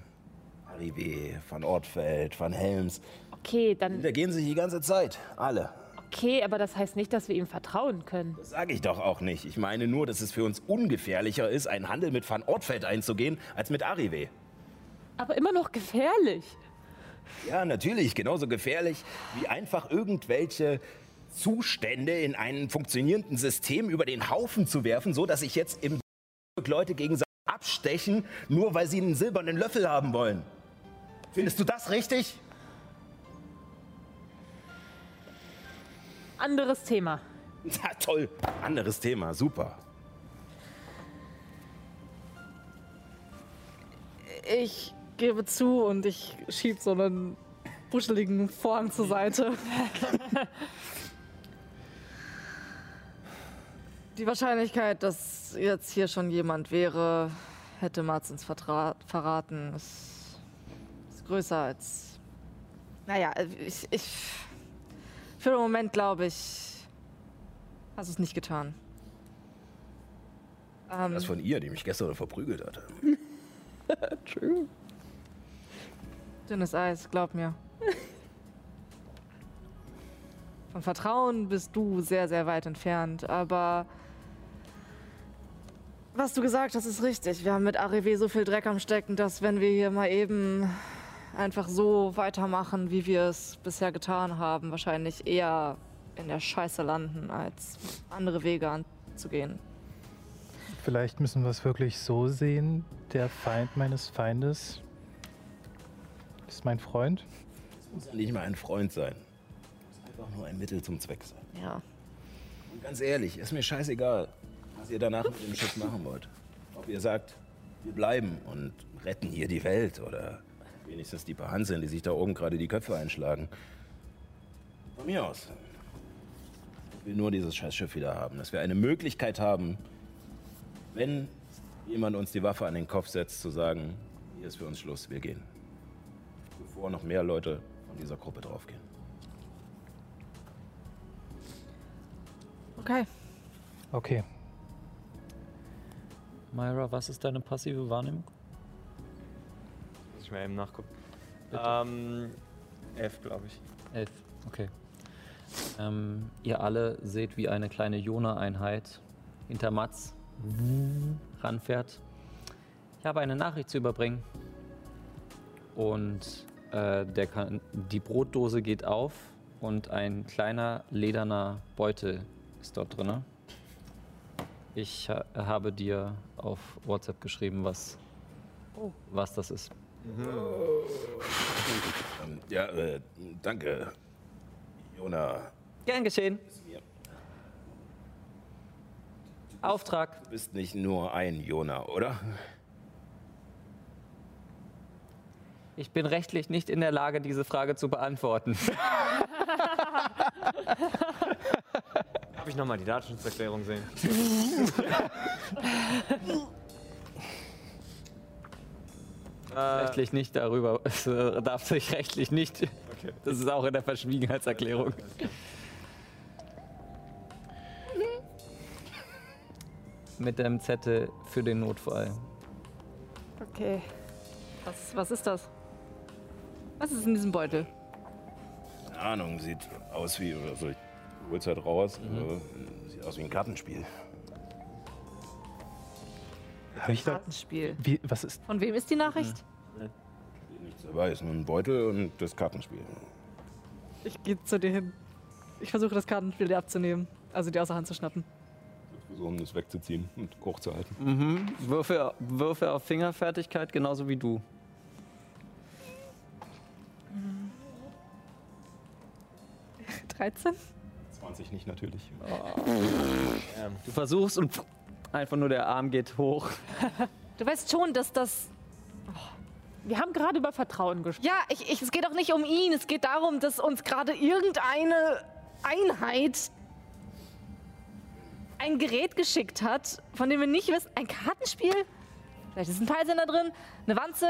Arrivé, Van Ortfeld, Van Helms,
Okay,
die
dann.
hintergehen sich die ganze Zeit. Alle.
Okay, aber das heißt nicht, dass wir ihm vertrauen können.
Das sage ich doch auch nicht. Ich meine nur, dass es für uns ungefährlicher ist, einen Handel mit Van Ortfeld einzugehen, als mit Arrivé.
Aber immer noch gefährlich.
Ja, natürlich, genauso gefährlich wie einfach irgendwelche Zustände in einem funktionierenden System über den Haufen zu werfen, so dass sich jetzt im Leute gegenseitig abstechen, nur weil sie einen silbernen Löffel haben wollen. Findest du das richtig?
Anderes Thema.
Na toll, anderes Thema, super.
Ich gebe zu und ich schieb so einen buscheligen Vorhang zur Seite. Die Wahrscheinlichkeit, dass jetzt hier schon jemand wäre, hätte Marz uns vertra- verraten, ist, ist größer als. Naja, ich, ich. Für den Moment glaube ich, hast du es nicht getan. Ähm,
Das von ihr, die mich gestern verprügelt hatte.
True. Dünnes Eis, glaub mir. Vom Vertrauen bist du sehr, sehr weit entfernt, aber was du gesagt hast, ist richtig. Wir haben mit Arrivé so viel Dreck am Stecken, dass wenn wir hier mal eben einfach so weitermachen, wie wir es bisher getan haben, wahrscheinlich eher in der Scheiße landen, als andere Wege anzugehen.
Vielleicht müssen wir es wirklich so sehen. Der Feind meines Feindes ist mein Freund.
Es muss ja nicht mal ein Freund sein. Es muss einfach nur ein Mittel zum Zweck sein.
Ja.
Und ganz ehrlich, ist mir scheißegal, was ihr danach mit dem Schiff machen wollt. Ob ihr sagt, wir bleiben und retten hier die Welt oder wenigstens die paar Hanseln, die sich da oben gerade die Köpfe einschlagen. Von mir aus. Ich will nur dieses Scheißschiff wieder haben, dass wir eine Möglichkeit haben, wenn jemand uns die Waffe an den Kopf setzt, zu sagen, hier ist für uns Schluss, wir gehen. Bevor noch mehr Leute von dieser Gruppe draufgehen.
Okay.
Okay.
Myra, was ist deine passive Wahrnehmung?
Muss ich mal eben nachgucken. Ähm, elf, glaube ich.
Elf, okay. Ähm, ihr alle seht, wie eine kleine Jona-Einheit hinter Mats ranfährt. Ich habe eine Nachricht zu überbringen. Und äh, der kann, die Brotdose geht auf und ein kleiner lederner Beutel ist dort drin. Ich ha habe dir auf WhatsApp geschrieben, was, was das ist.
Ähm, ja, äh, danke, Jona.
Gern geschehen. Auftrag.
Du bist nicht nur ein Jona, oder?
Ich bin rechtlich nicht in der Lage, diese Frage zu beantworten.
Darf ich nochmal die Datenschutzerklärung sehen? Äh,
rechtlich nicht darüber. Es äh, darf sich rechtlich nicht. Das ist auch in der Verschwiegenheitserklärung. Mhm. Mit dem Zettel für den Notfall.
Okay. Was, was ist das? Was ist in diesem Beutel?
Keine Ahnung, sieht aus wie oder so. Ich hol's halt raus. Äh, Sieht aus wie ein Kartenspiel.
Hab ich da,
Kartenspiel.
wie, was ist
Von wem ist die Nachricht?
Nichts dabei, ist nur ein Beutel und das Kartenspiel.
Ich gehe zu dir hin. Ich versuche das Kartenspiel dir abzunehmen. Also dir aus der Hand zu schnappen.
So, um das wegzuziehen und hochzuhalten.
Mhm. Würfe, Würfe auf Fingerfertigkeit, genauso wie du.
Mhm. 13?
20 nicht natürlich.
Du versuchst und einfach nur der Arm geht hoch.
Du weißt schon, dass das.
Oh, Wir haben gerade über Vertrauen gesprochen.
Ja, ich, ich, es geht auch nicht um ihn. Es geht darum, dass uns gerade irgendeine Einheit ein Gerät geschickt hat, von dem wir nicht wissen. Ein Kartenspiel? Vielleicht ist ein Peilsender drin, eine Wanze.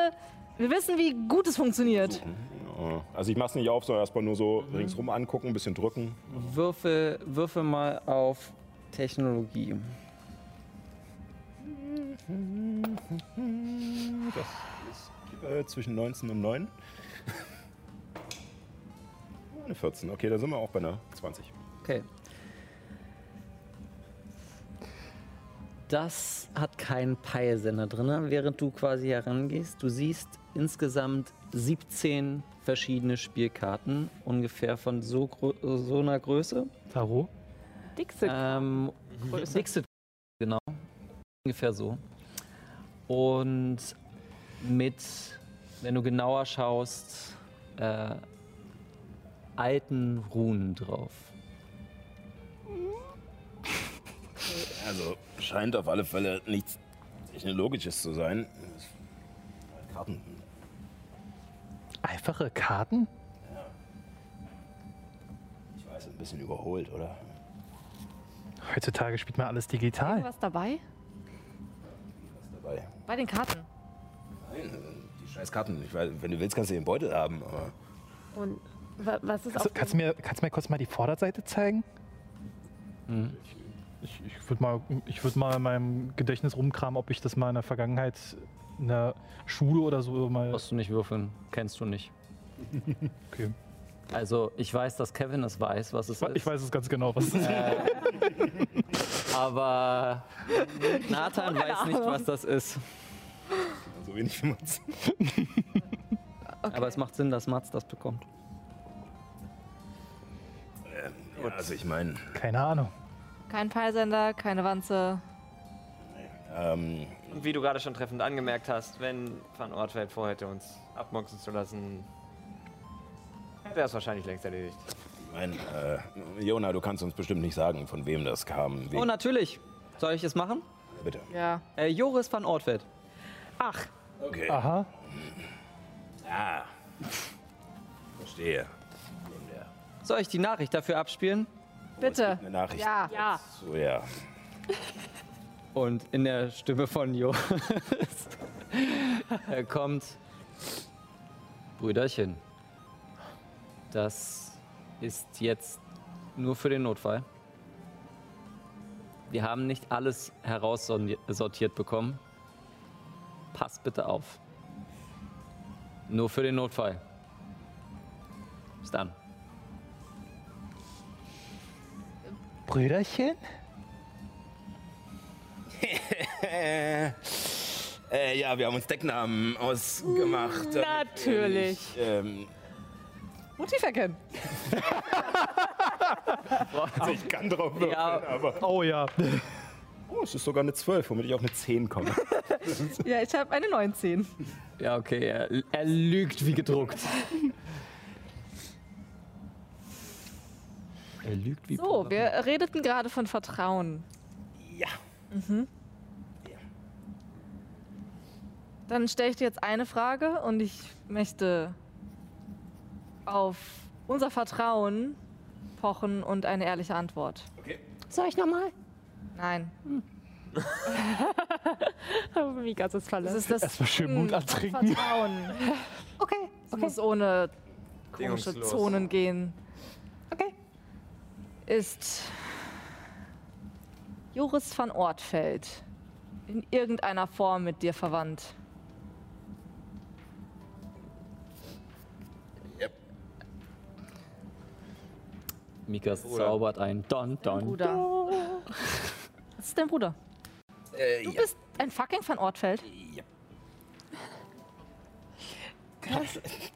Wir wissen, wie gut es funktioniert.
Ja. Also ich mach's nicht auf, sondern erstmal nur so
Mhm.
ringsrum angucken, ein bisschen drücken.
Würfe, würfe mal auf Technologie.
Das ist äh, zwischen 19 und 9. Eine 14. Okay, da sind wir auch bei einer 20.
Okay. Das hat keinen Peilsender drin, während du quasi herangehst. Du siehst insgesamt 17 verschiedene Spielkarten, ungefähr von so, gro- so einer Größe.
Tarot?
Dixit.
Ähm,
Größe.
Dixit, genau. Ungefähr so. Und mit, wenn du genauer schaust, äh, alten Runen drauf.
Also scheint auf alle Fälle nichts Technologisches zu sein. halt Karten.
Einfache Karten?
Ich weiß, ein bisschen überholt, oder?
Heutzutage spielt man alles digital.
Was dabei?
Was dabei?
Bei den Karten.
Nein, äh, die scheiß Karten. Ich weiß, wenn du willst, kannst du den Beutel haben. Aber
Und wa- was ist
Kannst, du-
auf
kannst, du
dem-
mir, kannst du mir kurz mal die Vorderseite zeigen?
Mhm.
Ich, ich würde mal, ich würd mal in meinem Gedächtnis rumkramen, ob ich das mal in der Vergangenheit in der Schule oder so mal.
Musst du nicht würfeln, kennst du nicht.
Okay.
Also ich weiß, dass Kevin es weiß, was es
Ich, we-
ist.
ich weiß es ganz genau, was das ist.
Aber Nathan
keine
weiß nicht,
Ahnung.
was das ist.
So wenig wie man's.
Aber es macht Sinn, dass Mats das bekommt.
ja, also ich meine,
Keine Ahnung.
Kein Peilsender, keine Wanze.
ähm,
Und wie du gerade schon treffend angemerkt hast, wenn Van Ortwelt vorhätte, uns abmoxen zu lassen, hätte er es wahrscheinlich längst erledigt.
ich mein, äh, Jona, du kannst uns bestimmt nicht sagen, von wem das kam.
Oh,
Wegen,
natürlich. Soll ich es machen?
bitte.
Ja.
Äh, Joris van Ortwed.
Ach,
Okay.
Aha.
Ah. Verstehe.
Soll ich die Nachricht dafür abspielen?
Bitte.
Eine Nachricht.
Ah.
Ja.
Ja,
So, ja.
Und in der Stimme von Joris äh, kommt Brüderchen. Das ist jetzt nur für den Notfall. Wir haben nicht alles heraussortiert bekommen. Passt bitte auf. Nur für den Notfall. Bis dann.
Brüderchen?
Äh, ja, wir haben uns Decknamen ausgemacht. damit wir
Natürlich.
nicht, ähm,
Motiv erkennen.
Also
Ich kann drauf würfeln,
Ja.
aber
Oh ja.
Oh, es ist sogar eine 12, womit ich auf eine 10 komme.
Ja, ich habe eine 19.
Ja, okay, er, er lügt wie gedruckt. er lügt wie
So, wir redeten gerade von Vertrauen.
Ja.
Mhm. Dann stelle ich dir jetzt eine Frage und ich möchte auf unser Vertrauen pochen und eine ehrliche Antwort.
Okay.
Soll ich nochmal? Nein.
Mikas ist verletzt.
Das ist das
Erstmal schön
Ding
Mut antrinken.
Vertrauen. Okay. Es muss ohne komische
Bedingungslos.
Zonen gehen. Okay. Ist Joris van Ortfeld in irgendeiner Form mit dir verwandt?
Mikas zaubert ein Don Don.
Bruder. Das ist dein Bruder.
Äh,
Du bist ein fucking van Ortfeld.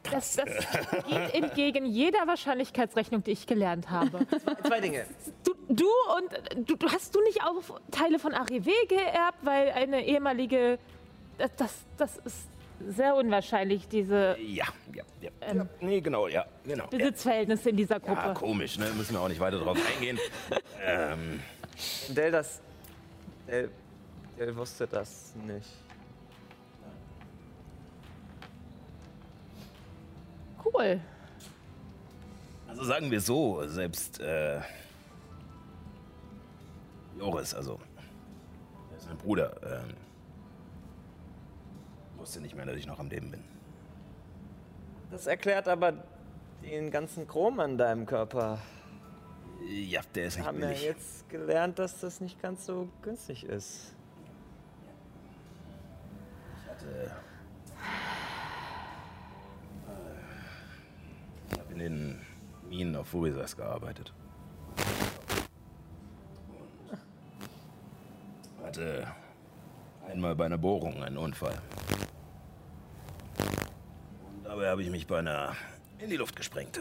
Das, das, das geht entgegen jeder Wahrscheinlichkeitsrechnung, die ich gelernt habe.
Zwei Dinge.
Du, du und du, du hast du nicht auch Teile von Arrivé geerbt, weil eine ehemalige. Das, das, das ist sehr unwahrscheinlich, diese
Ja, ja, ja.
Ähm.
ja. Nee, genau, ja, genau. Ja.
Besitzverhältnisse in dieser Gruppe.
Ja, komisch, ne? Müssen wir auch nicht weiter drauf eingehen. ähm,
Del, das. Del, Del wusste das nicht.
cool.
also sagen wir so, selbst äh, Joris, also sein Bruder, ähm, wusste nicht mehr, dass ich noch am Leben bin.
Das erklärt aber den ganzen Chrom an deinem Körper.
Ja, der ist nicht
Haben wir
billig.
jetzt gelernt, dass das nicht ganz so günstig ist.
Ich hatte. Ich habe in den Minen auf Furisas gearbeitet. Und hatte einmal bei einer Bohrung einen Unfall. Und dabei habe ich mich bei einer in die Luft gesprengt.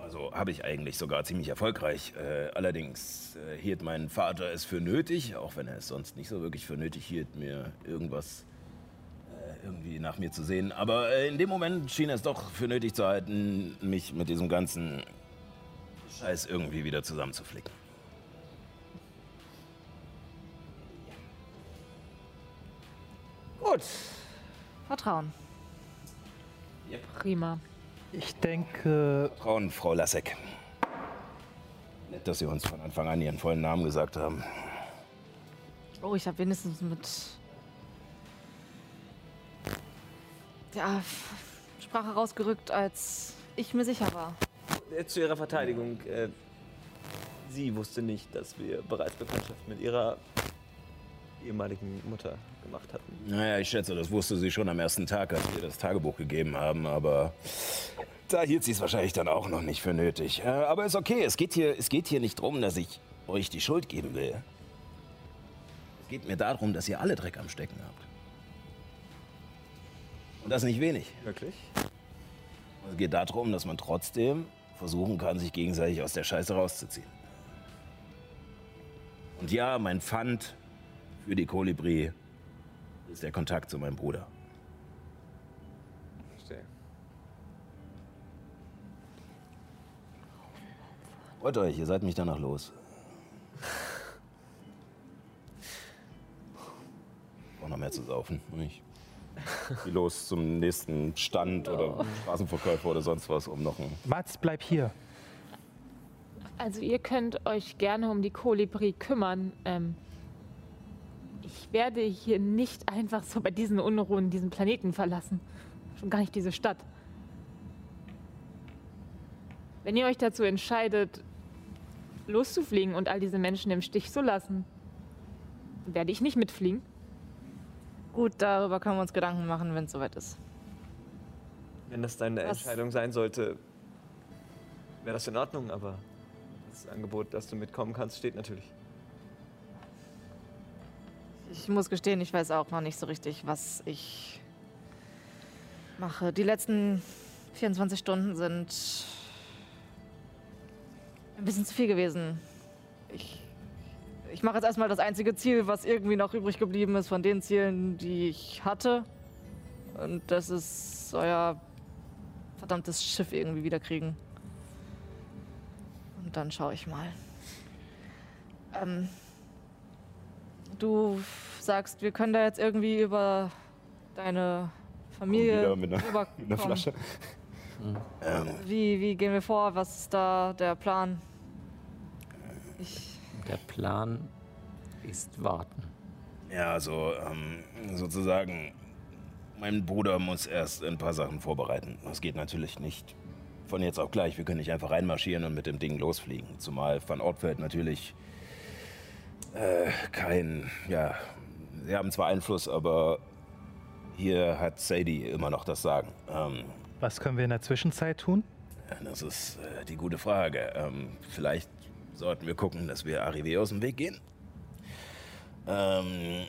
Also habe ich eigentlich sogar ziemlich erfolgreich. Äh, allerdings äh, hielt mein Vater es für nötig, auch wenn er es sonst nicht so wirklich für nötig hielt, mir irgendwas äh, irgendwie nach mir zu sehen. Aber äh, in dem Moment schien er es doch für nötig zu halten, mich mit diesem ganzen Scheiß irgendwie wieder zusammenzuflicken.
Gut.
Vertrauen.
Prima.
Ich denke,
Frauen, Frau Lassek. Nett, dass Sie uns von Anfang an Ihren vollen Namen gesagt haben.
Oh, ich habe wenigstens mit ja, F- Sprache rausgerückt, als ich mir sicher war.
Äh, Zu ihrer Verteidigung. Äh, sie wusste nicht, dass wir bereits Bekanntschaft mit ihrer ehemaligen Mutter gemacht hatten.
Naja, ich schätze, das wusste sie schon am ersten Tag, als wir das Tagebuch gegeben haben, aber da hielt sie es wahrscheinlich dann auch noch nicht für nötig. Äh, aber ist okay, es geht, hier, es geht hier nicht drum, dass ich euch die Schuld geben will. Es geht mir darum, dass ihr alle Dreck am Stecken habt. Und das nicht wenig.
Wirklich?
Es geht darum, dass man trotzdem versuchen kann, sich gegenseitig aus der Scheiße rauszuziehen. Und ja, mein Pfand für die Kolibri ist der Kontakt zu meinem Bruder.
Verstehe.
Freut euch, ihr seid mich danach los. Auch noch mehr zu saufen. Nicht?
Geh los zum nächsten Stand oder Straßenverkäufer oder sonst was, um noch ein.
Mats, bleib hier.
Also ihr könnt euch gerne um die Kolibri kümmern. Ähm, ich werde hier nicht einfach so bei diesen Unruhen diesen Planeten verlassen. Schon gar nicht diese Stadt. Wenn ihr euch dazu entscheidet, loszufliegen und all diese Menschen im Stich zu lassen, werde ich nicht mitfliegen.
Gut, darüber können wir uns Gedanken machen, wenn es soweit ist.
Wenn das deine
Was?
Entscheidung sein sollte, wäre das in Ordnung, aber das Angebot, dass du mitkommen kannst, steht natürlich.
Ich muss gestehen, ich weiß auch noch nicht so richtig, was ich mache. Die letzten 24 Stunden sind ein bisschen zu viel gewesen. Ich, Ich mache jetzt erstmal das einzige Ziel, was irgendwie noch übrig geblieben ist von den Zielen, die ich hatte. Und das ist euer verdammtes Schiff irgendwie wiederkriegen. Und dann schaue ich mal. Ähm, du sagst, wir können da jetzt irgendwie über deine Familie
wieder mit einer-
rüberkommen.
mit einer Flasche. Ähm,
Wie, wie gehen wir vor? Was ist da der Plan? Ich,
Der Plan ist warten.
Ja, also ähm, sozusagen, mein Bruder muss erst ein paar Sachen vorbereiten. Das geht natürlich nicht von jetzt auf gleich. Wir können nicht einfach reinmarschieren und mit dem Ding losfliegen. Zumal Van Ortfeld natürlich äh, kein, ja, sie haben zwar Einfluss, aber hier hat Sadie immer noch das Sagen. Ähm,
Was können wir in der Zwischenzeit tun?
das ist äh, die gute Frage. Ähm, vielleicht sollten wir gucken, dass wir Arrivé aus dem Weg gehen. Ähm,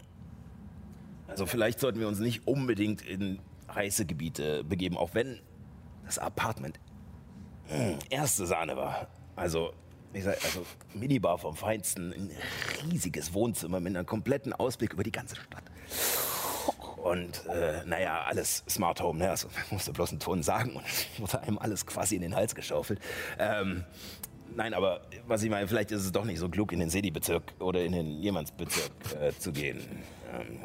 also vielleicht sollten wir uns nicht unbedingt in heiße Gebiete begeben, auch wenn das Apartment mh, erste Sahne war. Also, ich sag, also Minibar vom Feinsten, ein riesiges Wohnzimmer mit einem kompletten Ausblick über die ganze Stadt. Und äh, naja, alles Smart Home, ne? also, musste bloß einen Ton sagen und wurde einem alles quasi in den Hals geschaufelt. Ähm, nein, aber was ich meine, vielleicht ist es doch nicht so klug, in den Sedi-Bezirk oder in den Jemandsbezirk äh, zu gehen. Ähm,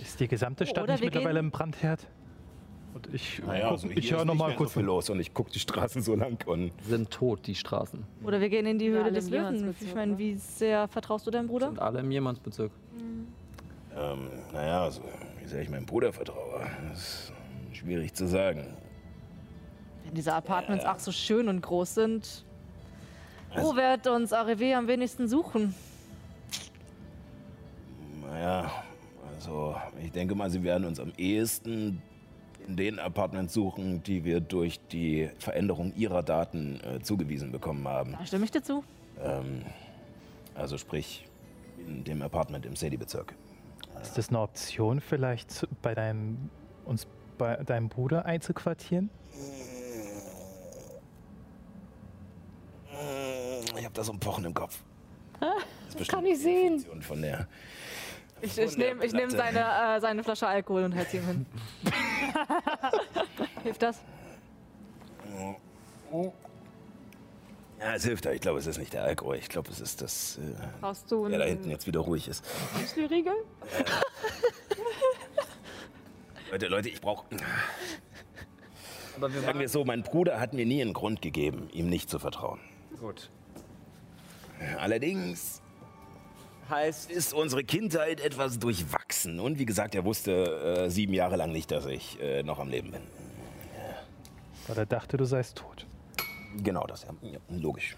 Ist die gesamte Stadt
Oder
nicht
wir gehen-
mittlerweile im Brandherd? Und ich,
naja,
guck-
also hier
ich höre
ist nicht
nochmal
mehr
kurz.
so viel los und ich gucke die Straßen so lang und
sind tot die Straßen.
oder wir gehen in die
Ja,
Höhle
alle
des
im
Löwen.
Jemandsbezirk,
Ich meine, wie sehr vertraust du deinem Bruder?
Und alle im Jemandsbezirk.
Ähm, naja, also, wie sehr ich meinem Bruder vertraue, ist schwierig zu sagen.
Wenn diese Apartments
Ja.
ach so schön und groß sind, wo wird uns Arrivé am wenigsten suchen?
Naja, also, ich denke mal, sie werden uns am ehesten in den Apartments suchen, die wir durch die Veränderung ihrer Daten äh, zugewiesen bekommen haben.
Da stimme ich dir zu.
Ähm, also, sprich, in dem Apartment im Sadie-Bezirk.
Ist das eine Option, vielleicht zu- bei deinem, uns bei deinem Bruder einzuquartieren?
Mm, Ich habe da so ein Pochen im Kopf.
Ah, Das kann ich sehen.
Und von der.
Ich, ich nehme ich nehm
Platte.
seine, äh, seine Flasche Alkohol und halte sie ihm hin. Hilft das?
Ja, es hilft, aber ich glaube, es ist nicht der Alkohol. Ich glaube, es ist das. Äh,
Brauchst du
der da
einen-
hinten jetzt wieder ruhig ist.
Müsli-Riegel?
Leute, Leute, ich brauche. Sagen wir es so, mein Bruder hat mir nie einen Grund gegeben, ihm nicht zu vertrauen.
Gut.
Allerdings heißt ist unsere Kindheit etwas durchwachsen. Und wie gesagt, er wusste äh, sieben Jahre lang nicht, dass ich äh, noch am Leben bin.
Weil er dachte, du seist tot.
Genau das, ja. ja logisch.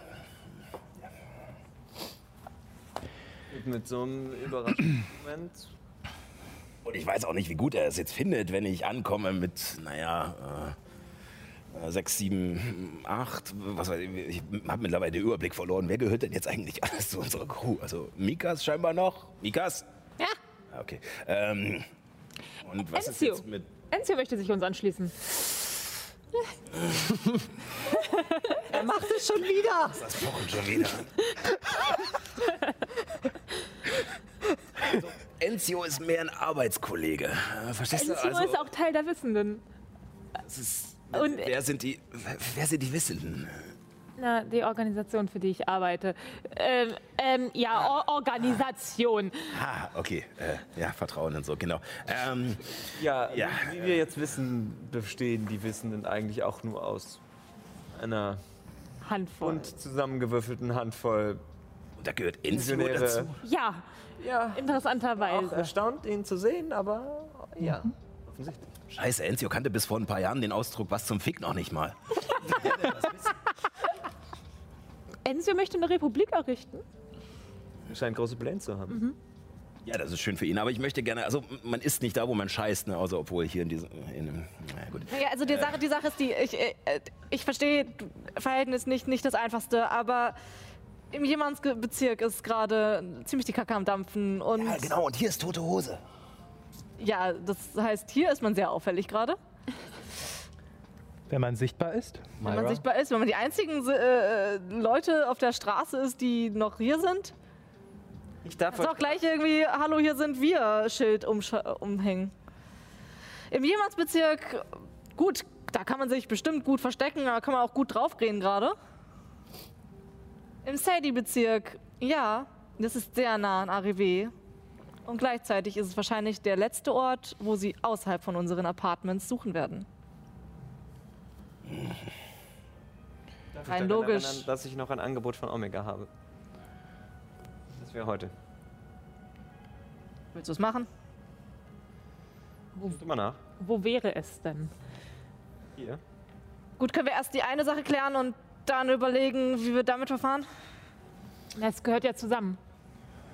Mit so einem Überraschungsmoment.
Und ich weiß auch nicht, wie gut er es jetzt findet, wenn ich ankomme mit, naja, äh, 6, 7, 8. Was weiß ich ich habe mittlerweile den Überblick verloren. Wer gehört denn jetzt eigentlich alles zu unserer Crew? Also Mikas scheinbar noch. Mikas?
Ja.
Ah, Okay. Ähm, und was ist
Enzio.
jetzt mit.
Enzio möchte sich uns anschließen.
Er macht es schon wieder.
Das pochen schon wieder. also, Enzio ist mehr ein Arbeitskollege. Äh, Verstehst
Enzio
du? Also,
ist auch Teil der Wissenden.
es ist,
Und-
wer, sind die, wer, wer sind die Wissenden?
Na, die Organisation, für die ich arbeite. Ähm, ähm, ja, Or Organisation.
Ah, okay. Äh, ja, Vertrauen und so, genau. Ähm,
Ja,
Ja.
wie wir jetzt wissen, bestehen die Wissenden eigentlich auch nur aus einer
Handvoll.
und zusammengewürfelten Handvoll.
Da gehört Insul dazu?
Ja,
ja.
äh,
Auch
interessanterweise.
erstaunt, ihn zu sehen, aber ja,
Mhm.
offensichtlich.
Scheiße, Enzio kannte bis vor ein paar Jahren den Ausdruck was zum Fick noch nicht mal.
Enzio möchte eine Republik errichten.
Scheint große Pläne zu haben.
Mhm.
Ja, das ist schön für ihn, aber ich möchte gerne, also man ist nicht da, wo man scheißt, ne? also obwohl hier in diesem, in dem, naja gut.
Naja, also die
Äh,
Sache, die Sache ist die, ich, äh, ich verstehe, du- Verhältnis nicht, nicht das Einfachste, aber im Jemandsbezirk ist gerade ziemlich die Kacke am Dampfen. Und ja,
genau, und hier ist tote Hose.
Ja, das heißt, hier ist man sehr auffällig gerade.
Wenn man sichtbar ist?
Wenn man sichtbar ist, wenn man die einzigen äh, äh, Leute auf der Straße ist, die noch hier sind.
Ich darf
Kannst auch gleich irgendwie Hallo, hier sind wir Schild umscha- umhängen. Im Jemandsbezirk, gut, da kann man sich bestimmt gut verstecken, da kann man auch gut draufgehen gerade. Im Sadie-Bezirk, ja, das ist sehr nah an Arrivé. Und gleichzeitig ist es wahrscheinlich der letzte Ort, wo sie außerhalb von unseren Apartments suchen werden.
Darf ich
Rein
daran
logisch.
erinnern, dass ich noch ein Angebot von Omega habe. Das wäre heute.
Willst du es machen?
Guckt immer nach.
Wo wäre es denn?
Hier.
Gut, können wir erst die eine Sache klären und dann überlegen, wie wir damit verfahren?
Das gehört ja zusammen.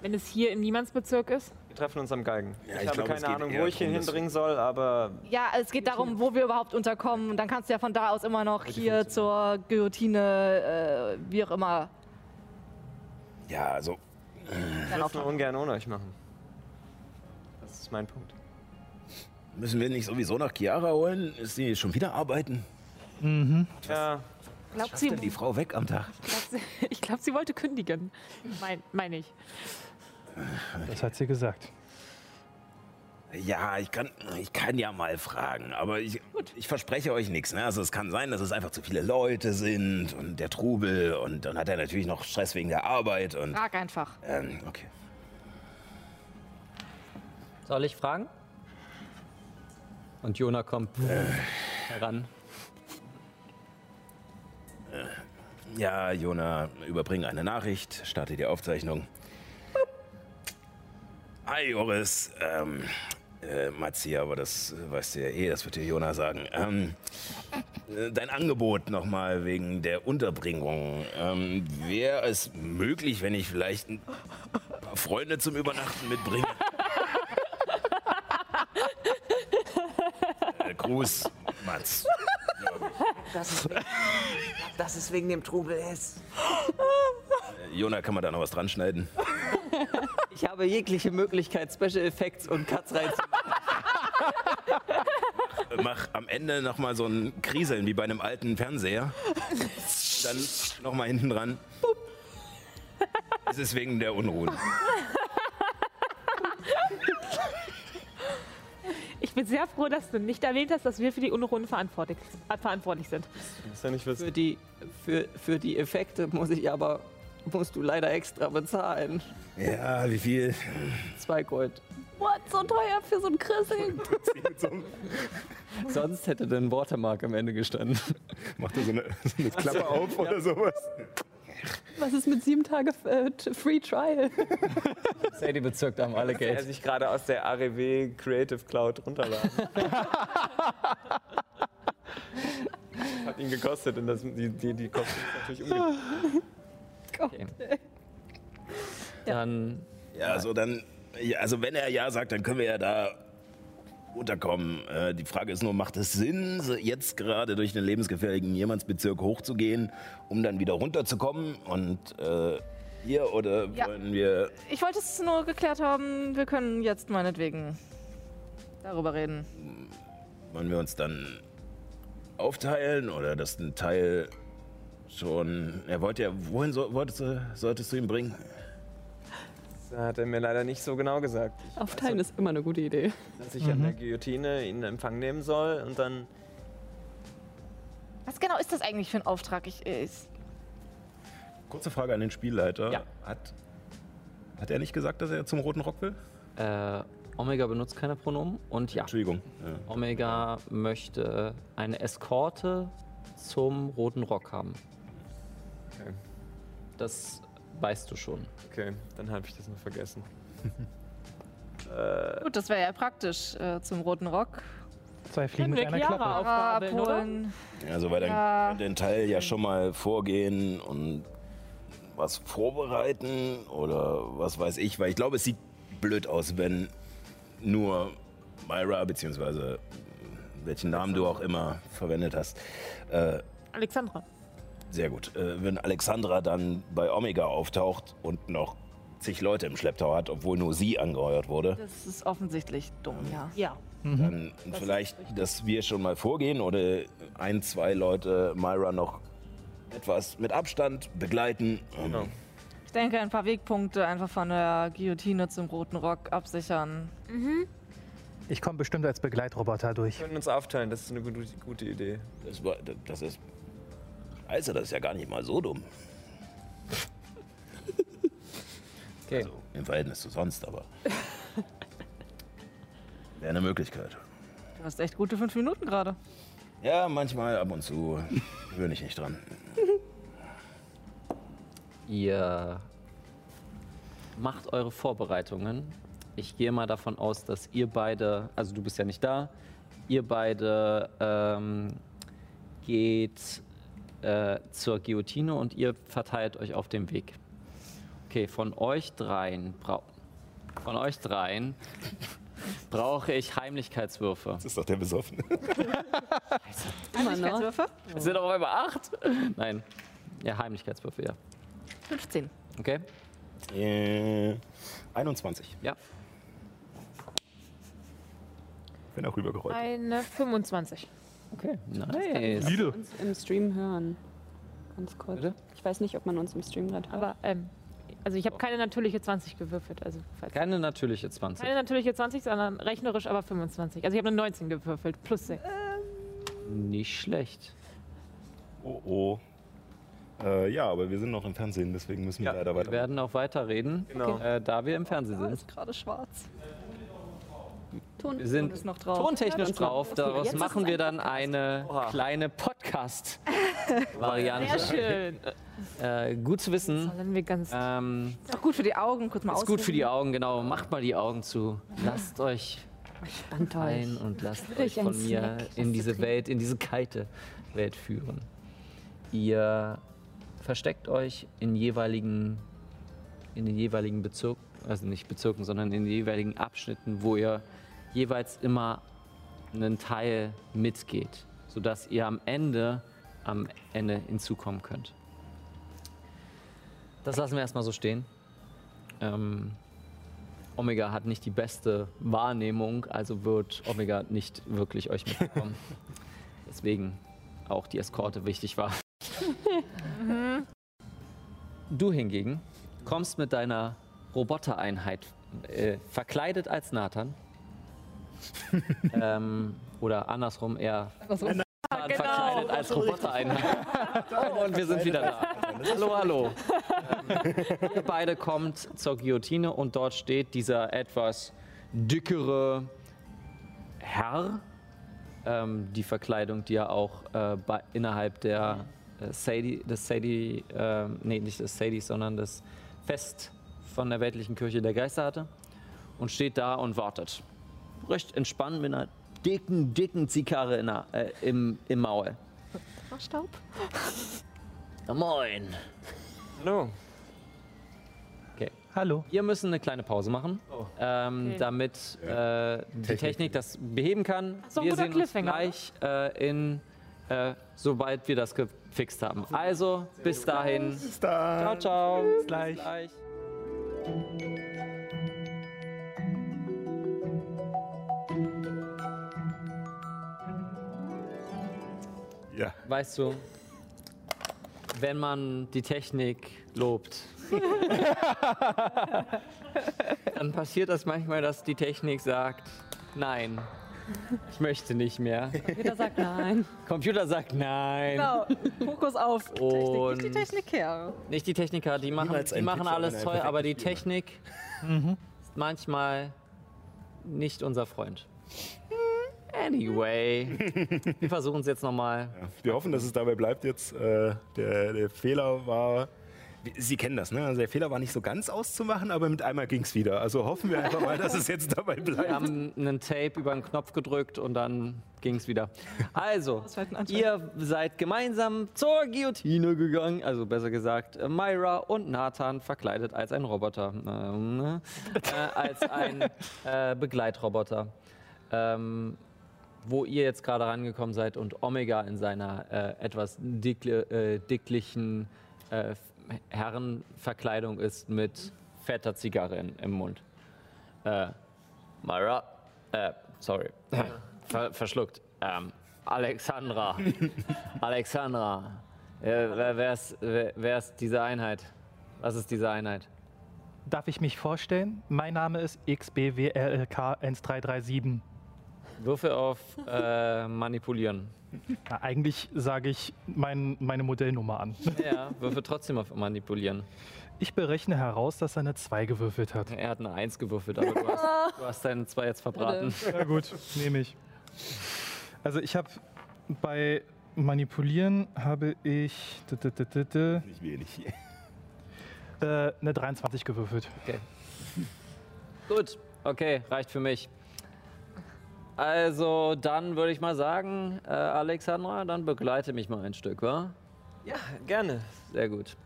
Wenn es hier im Niemandsbezirk ist.
Wir treffen uns am Galgen. ich
ich
habe
glaube, es
keine
geht
Ahnung,
eher
wo ich ihn
drum, dass-
hinbringen soll, aber
Ja, also es geht darum, wo wir überhaupt unterkommen. Und dann kannst du ja von da aus immer noch hier zur Guillotine, äh, wie auch immer.
Ja, also. Ich würde es nur ungern ohne euch machen. Das ist mein Punkt.
Müssen wir nicht sowieso nach Chiara holen? Ist sie schon wieder arbeiten?
Mhm.
Ja.
Glaubt
Schafft
sie-
denn die Frau weg am Tag?
Ich glaube, sie wollte kündigen. Mein, meine ich.
Das hat sie gesagt.
Ja, ich kann, ich kann ja mal fragen, aber ich, ich verspreche euch nichts. Ne? Also es kann sein, dass es einfach zu viele Leute sind und der Trubel und dann hat er natürlich noch Stress wegen der Arbeit und
Frag einfach.
ähm, okay.
Soll ich fragen? Und Jona kommt
Äh.
heran.
Ja, Jona, überbringe eine Nachricht, starte die Aufzeichnung. Hi, Joris. Ähm, äh, Matzia, aber das äh, weißt du ja eh, das wird dir Jona sagen. Ähm, äh, dein Angebot nochmal wegen der Unterbringung. Ähm, Wäre es möglich, wenn ich vielleicht ein paar Freunde zum Übernachten mitbringe? äh, Gruß, Mats.
Das ist, wegen, das ist wegen dem Trubel ist.
Äh, Jona, kann man da noch was dran schneiden?
Ich habe jegliche Möglichkeit, Special Effects und Cuts reinzumachen.
mach am Ende nochmal so ein Kriseln wie bei einem alten Fernseher. Dann nochmal hinten dran. Es ist wegen der Unruhen.
Ich bin sehr froh, dass du nicht erwähnt hast, dass wir für die Unruhen verantwortlich, äh, verantwortlich sind.
Für die, für, für die Effekte muss ich aber, musst du leider extra bezahlen.
Ja, wie viel?
Zwei Gold.
What, so teuer für so ein Krisseln?
Sonst hätte dann Watermark am Ende gestanden.
Macht er so eine, Klappe auf oder sowas?
Was ist mit sieben Tage äh, t- Free Trial?
Sadie bezirkt am alle Geld. Er sich gerade aus der AREW Creative Cloud runterladen. Hat ihn gekostet und das, die, die, die Kosten ist natürlich umgekehrt.
Dann.
Ja, also dann. Ja, also wenn er ja sagt, dann können wir ja da unterkommen. Äh, die Frage ist nur, macht es Sinn, so jetzt gerade durch den lebensgefährlichen Jemandsbezirk hochzugehen, um dann wieder runterzukommen? Und äh, hier oder
Ja.
wollen wir
Ich wollte es nur geklärt haben, wir können jetzt meinetwegen darüber reden.
Wollen wir uns dann aufteilen oder dass ein Teil schon. Er wollte ja. Wohin so, wolltest du, solltest du ihn bringen?
Das hat er mir leider nicht so genau gesagt. Ich
Aufteilen ist immer eine gute Idee.
dass ich an
Mhm.
der Guillotine ihn in Empfang nehmen soll und dann
Was genau ist das eigentlich für ein Auftrag? Ich, äh, ich,
Kurze Frage an den Spielleiter. Hat, hat er nicht gesagt, dass er zum Roten Rock will?
Äh, Omega benutzt keine Pronomen und ja.
Entschuldigung. äh,
Omega möchte eine Eskorte zum Roten Rock haben.
Okay.
Das weißt du schon.
Okay, dann habe ich das noch vergessen.
gut, das wäre ja praktisch äh, zum Roten Rock.
Zwei
Fliegen mit einer Klappe.
aufgabeln, oder?
Also, weil dann
Ja.
könnte ein Teil ja schon mal vorgehen und was vorbereiten oder was weiß ich, weil ich glaube, es sieht blöd aus, wenn nur Myra, beziehungsweise welchen Namen du auch immer verwendet hast, äh,
Alexandra.
Sehr gut. Äh, wenn Alexandra dann bei Omega auftaucht und noch zig Leute im Schlepptau hat, obwohl nur sie angeheuert wurde,
Das ist offensichtlich dumm, ja.
Ja.
dann vielleicht, dass wir schon mal vorgehen oder ein, zwei Leute Myra noch etwas mit Abstand begleiten. Ähm,
Genau.
denke, ein paar Wegpunkte einfach von der Guillotine zum roten Rock absichern.
Mhm.
Ich komme bestimmt als Begleitroboter durch.
Wir können uns aufteilen, das ist eine gute, gute Idee.
Das, war, das ist. Also, das ist ja gar nicht mal so dumm.
Okay.
Also, im Verhältnis zu sonst, aber. Wäre eine Möglichkeit.
Du hast echt gute fünf Minuten gerade.
Ja, manchmal ab und zu gewöhne ich nicht dran.
Ihr macht eure Vorbereitungen. Ich gehe mal davon aus, dass ihr beide, also du bist ja nicht da, ihr beide ähm, geht äh, zur Guillotine und ihr verteilt euch auf dem Weg. Okay, von euch dreien, brau- von euch dreien brauche ich Heimlichkeitswürfe. Das
ist doch der Besoffene.
Heimlichkeitswürfe?
Es sind auf einmal acht. Nein. Ja, Heimlichkeitswürfe, ja.
15.
Okay.
Äh, 21.
Ja.
Bin auch rübergerollt.
Eine 25.
Okay,
Nice.
Lieder.
uns im Stream hören. Ganz kurz. Ich weiß nicht, ob man uns im Stream gerade hört.
Aber, ähm, also ich habe keine natürliche 20 gewürfelt. Also falls
Keine natürliche 20.
keine natürliche 20, sondern rechnerisch aber 25. Also ich habe eine 19 gewürfelt, plus 6.
Nicht schlecht.
Oh oh. Äh, ja, aber wir sind noch im Fernsehen, deswegen müssen wir leider
Wir
weiter.
werden auch weiterreden,
Genau.
äh, da wir im Fernsehen sind.
Gerade schwarz. Ton
Wir sind
Ton ist noch drauf.
tontechnisch
Ja,
drauf. Daraus
Jetzt ist
machen
es
wir dann eine kleine Podcast-Variante.
Sehr schön.
Äh, gut zu wissen. ähm,
Ist auch gut für die Augen, kurz mal
ist gut für
ausruhen.
die Augen, genau. Macht mal die Augen zu. Lasst euch
Entspannt
ein
euch.
und lasst
Würde
euch
ich einen
von mir
Snack
in diese Welt, in diese kalte Welt führen. Ihr versteckt euch in jeweiligen, in den jeweiligen Bezirk, also nicht Bezirken, sondern in den jeweiligen Abschnitten, wo ihr jeweils immer einen Teil mitgeht, sodass ihr am Ende, am Ende hinzukommen könnt. Das lassen wir erstmal so stehen. Ähm, Omega hat nicht die beste Wahrnehmung, also wird Omega nicht wirklich euch mitbekommen. Deswegen auch die Eskorte wichtig war.
Mhm.
Du hingegen kommst mit deiner Robotereinheit äh, verkleidet als Nathan. ähm, oder andersrum eher
Andersrum.
Nathan verkleidet als Robotereinheit. Oh, und wir sind wieder da. Hallo, hallo. ähm, ihr beide kommt zur Guillotine und dort steht dieser etwas dickere Herr. Ähm, die Verkleidung, die er auch äh, bei, innerhalb der äh, Sadie, des Sadie, ähm, nee, nicht des Sadie, sondern des Fest von der weltlichen Kirche der Geister hatte. Und steht da und wartet. Recht entspannt mit einer dicken, dicken Zigarre in der, äh, im, im Maul.
Ach, Staub.
Na moin. Hallo. Okay.
Hallo.
Wir müssen eine kleine Pause machen, ähm,
Okay.
damit äh, die Technik. das beheben kann.
So ein
wir
guter
sehen uns
Cliffhanger,
gleich äh, in, äh, sobald wir das gefixt haben. Also, bis dahin. Bis Ciao,
dann.
ciao. Bis
gleich.
gleich.
Ja.
Weißt du, wenn man die Technik lobt, dann passiert das manchmal, dass die Technik sagt, nein, ich möchte nicht mehr.
Jeder sagt nein.
Computer sagt nein.
Genau. Fokus auf
Genau.
Und
Technik. Nicht die Technik her.
nicht die Techniker, die machen,
Niemals
die
ein
machen
Pixel
alles
in einem
toll, aber die
perfekten
Technik ist manchmal nicht unser Freund. Anyway, wir versuchen es jetzt nochmal.
Wir hoffen, dass es dabei bleibt jetzt. Äh, der, der Fehler war. Sie kennen das, ne? Also der Fehler war nicht so ganz auszumachen, aber mit einmal ging es wieder. Also hoffen wir einfach mal, dass es jetzt dabei bleibt.
Wir haben einen Tape über einen Knopf gedrückt und dann ging es wieder. Also, ihr seid gemeinsam zur Guillotine gegangen. Also besser gesagt, äh, Myra und Nathan verkleidet als ein Roboter. Ähm, ne? äh, als ein äh, Begleitroboter. Ähm, wo ihr jetzt gerade rangekommen seid und Omega in seiner äh, etwas dickle, äh, dicklichen äh, F- Herrenverkleidung ist mit fetter Zigarre in, im Mund. Äh, Myra, äh, sorry, Ver, verschluckt. Ähm, Alexandra, Alexandra, äh, wer, wer, ist, wer, wer ist diese Einheit? Was ist diese Einheit?
Darf ich mich vorstellen? Mein Name ist XBWLK1337.
Würfe auf äh, Manipulieren.
Na, eigentlich sage ich mein, meine Modellnummer an.
Ja, Würfe trotzdem auf Manipulieren.
Ich berechne heraus, dass er eine 2 gewürfelt hat.
Er hat eine 1 gewürfelt, aber du hast, du hast deine 2 jetzt verbraten.
Na gut, nehme ich. Also ich habe bei Manipulieren habe ich d- d- d- d- d-
Nicht wenig.
äh, eine 23 gewürfelt.
Okay. Gut, okay, reicht für mich. Also, dann würde ich mal sagen, äh, Alexandra, dann begleite mich mal ein Stück, wa?
Ja, gerne.
Sehr gut.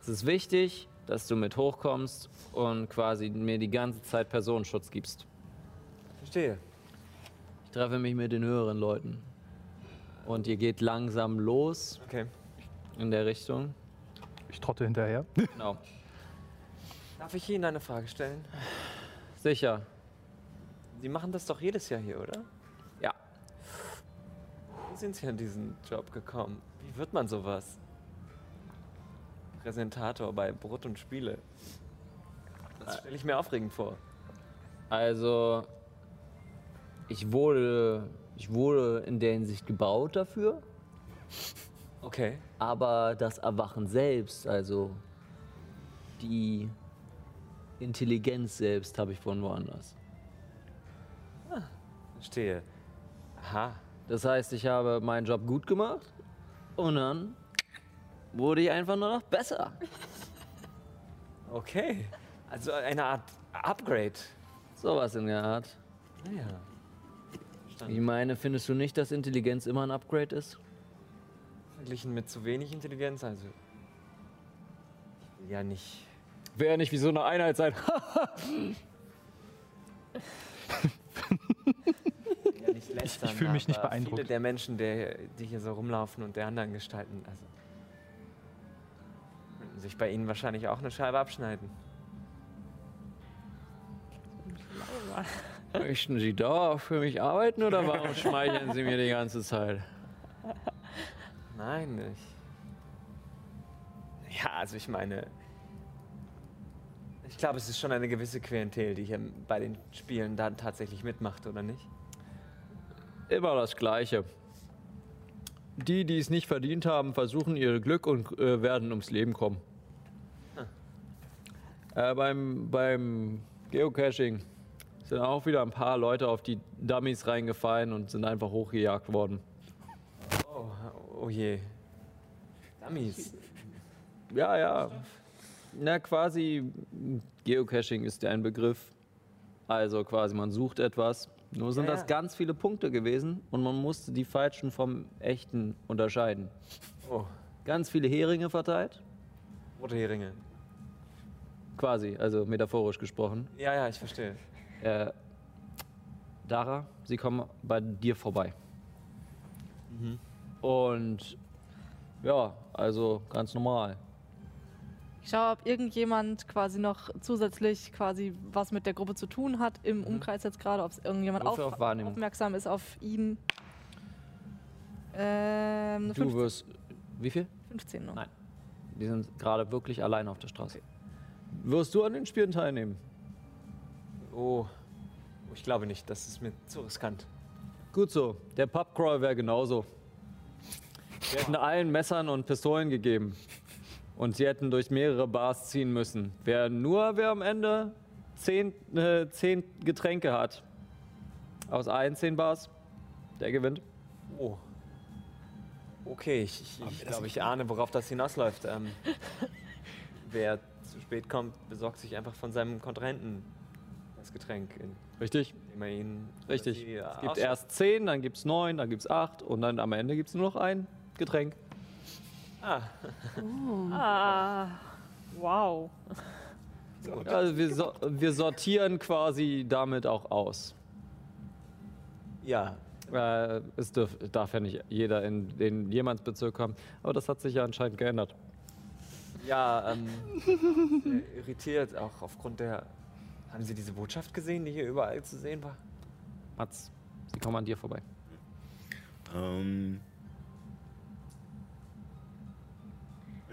Es ist wichtig, dass du mit hochkommst und quasi mir die ganze Zeit Personenschutz gibst.
Verstehe.
Ich treffe mich mit den höheren Leuten. Und ihr geht langsam los.
Okay.
In der Richtung.
Ich trotte hinterher.
Genau.
Darf ich Ihnen eine Frage stellen?
Sicher.
Sie machen das doch jedes Jahr hier, oder?
Ja.
Wie sind Sie an diesen Job gekommen? Wie wird man sowas? Präsentator bei Brot und Spiele. Das stelle ich mir aufregend vor.
Also, ich wurde, ich wurde in der Hinsicht gebaut dafür.
Okay.
Aber das Erwachen selbst, also die Intelligenz selbst, habe ich von woanders.
Verstehe. Aha.
Das heißt, ich habe meinen Job gut gemacht und dann wurde ich einfach nur noch besser.
Okay. Also eine Art Upgrade.
Sowas in der Art.
Naja.
Ich meine, findest du nicht, dass Intelligenz immer ein Upgrade ist?
Verglichen mit zu wenig Intelligenz, also. Ich will ja nicht.
Wäre nicht wie so eine Einheit sein.
ich will ja nicht lästern,
fühl mich nicht
aber Viele
beeindruckt.
der Menschen, der, die hier so rumlaufen und der anderen Gestalten, also. Könnten sich bei ihnen wahrscheinlich auch eine Scheibe abschneiden.
Möchten Sie da für mich arbeiten oder warum schmeicheln Sie mir die ganze Zeit?
Nein, ich. Ja, also ich meine. Ich glaube, es ist schon eine gewisse Klientel, die hier bei den Spielen dann tatsächlich mitmacht, oder nicht?
Immer das Gleiche. Die, die es nicht verdient haben, versuchen ihr Glück und äh, werden ums Leben kommen.
Hm.
Äh, beim, beim Geocaching sind auch wieder ein paar Leute auf die Dummies reingefallen und sind einfach hochgejagt worden.
Oh, oh je. Dummies.
Ja, ja. Na, quasi Geocaching ist ja ein Begriff. Also quasi man sucht etwas. Nur sind
Ja,
das
ja.
ganz viele Punkte gewesen und man musste die falschen vom echten unterscheiden.
Oh.
Ganz viele Heringe verteilt,
Rote Heringe.
quasi, also metaphorisch gesprochen.
Ja, ja, ich verstehe.
Äh, Dara, sie kommen bei dir vorbei. Mhm. Und ja, also ganz normal.
Ich schaue, ob irgendjemand quasi noch zusätzlich quasi was mit der Gruppe zu tun hat im Umkreis jetzt gerade, ob es irgendjemand auf,
Würfel Mhm. auf Wahrnehmung.
aufmerksam ist auf ihn. Ähm, eine
Du
15,
wirst. Wie viel?
15 nur.
Nein. Die sind gerade wirklich allein auf der Straße. Wirst du an den Spielen teilnehmen?
Oh. Ich glaube nicht, das ist mir zu riskant.
Gut so. Der Pubcrawl wäre genauso. Wir hätten allen Messern und Pistolen gegeben. Und sie hätten durch mehrere Bars ziehen müssen. Wer nur, wer am Ende zehn, äh, zehn Getränke hat, aus allen zehn Bars, der gewinnt.
Oh. Okay, ich, ich, ich glaube, ich ahne, worauf das hinausläuft. Ähm, wer zu spät kommt, besorgt sich einfach von seinem Kontrahenten das Getränk. In,
Richtig.
Indem er ihn
Richtig.
sie, äh,
es gibt
ausschenkt.
erst zehn, dann gibt es neun, dann gibt es acht und dann am Ende gibt es nur noch ein Getränk.
Ah.
Ah, wow.
Also wir, so, wir sortieren quasi damit auch aus.
Ja.
Äh, es dürf, darf ja nicht jeder in den Jemandsbezirk kommen. Aber das hat sich ja anscheinend geändert.
Ja, ähm, sehr irritiert auch aufgrund der. Haben Sie diese Botschaft gesehen, die hier überall zu sehen war?
Mats, sie kommen an dir vorbei.
Ähm,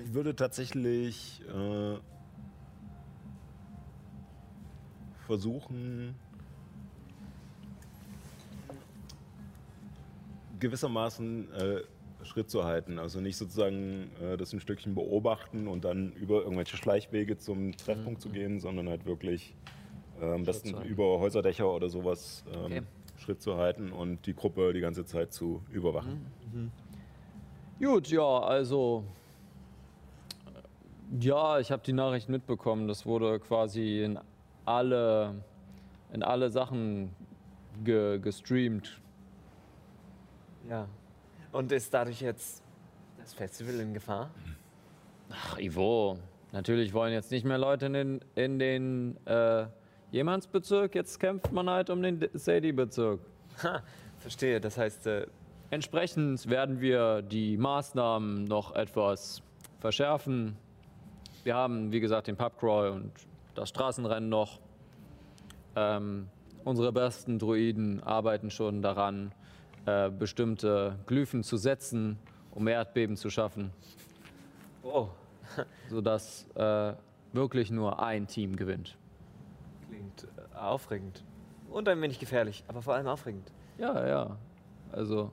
ich würde tatsächlich äh, versuchen, gewissermaßen äh, Schritt zu halten. Also nicht sozusagen äh, das ein Stückchen beobachten und dann über irgendwelche Schleichwege zum Treffpunkt zu gehen, sondern halt wirklich äh, am besten
zu halten.
über Häuserdächer oder sowas ähm,
Okay.
Schritt zu halten und die Gruppe die ganze Zeit zu überwachen.
Gut, ja, also. äh, Ja, ich habe die Nachricht mitbekommen. Das wurde quasi in alle, in alle Sachen ge gestreamt.
Ja. Und ist dadurch jetzt das Festival in Gefahr?
Ach, Ivo, natürlich wollen jetzt nicht mehr Leute in den, in den äh, Jemandsbezirk. Jetzt kämpft man halt um den Sadie-Bezirk.
Ha, verstehe. Das heißt, äh,
Entsprechend werden wir die Maßnahmen noch etwas verschärfen. Wir haben, wie gesagt, den Pubcrawl und das Straßenrennen noch. Ähm, unsere besten Druiden arbeiten schon daran, äh, bestimmte Glyphen zu setzen, um Erdbeben zu schaffen.
Oh.
Sodass äh, wirklich nur ein Team gewinnt.
klingt äh, aufregend. Und ein wenig gefährlich, aber vor allem aufregend.
Ja, ja. Also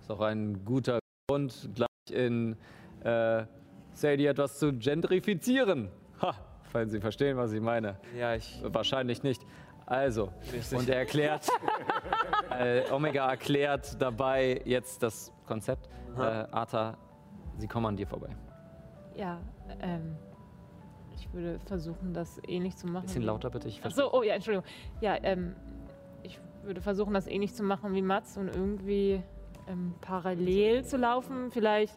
ist auch ein guter Grund, gleich in äh, Sadie etwas zu gentrifizieren. Ha, falls Sie verstehen, was ich meine.
Ja, ich.
Wahrscheinlich nicht. Also, und er erklärt, äh, Omega erklärt dabei jetzt das Konzept. Äh, Arta, sie kommen an dir vorbei.
Ja, ähm, ich würde versuchen, das ähnlich zu machen.
Bisschen
wie-
lauter bitte, ich
Ach so, oh ja, Entschuldigung. Ja, ähm, ich würde versuchen, das ähnlich zu machen wie Mats und irgendwie ähm, parallel zu laufen, vielleicht.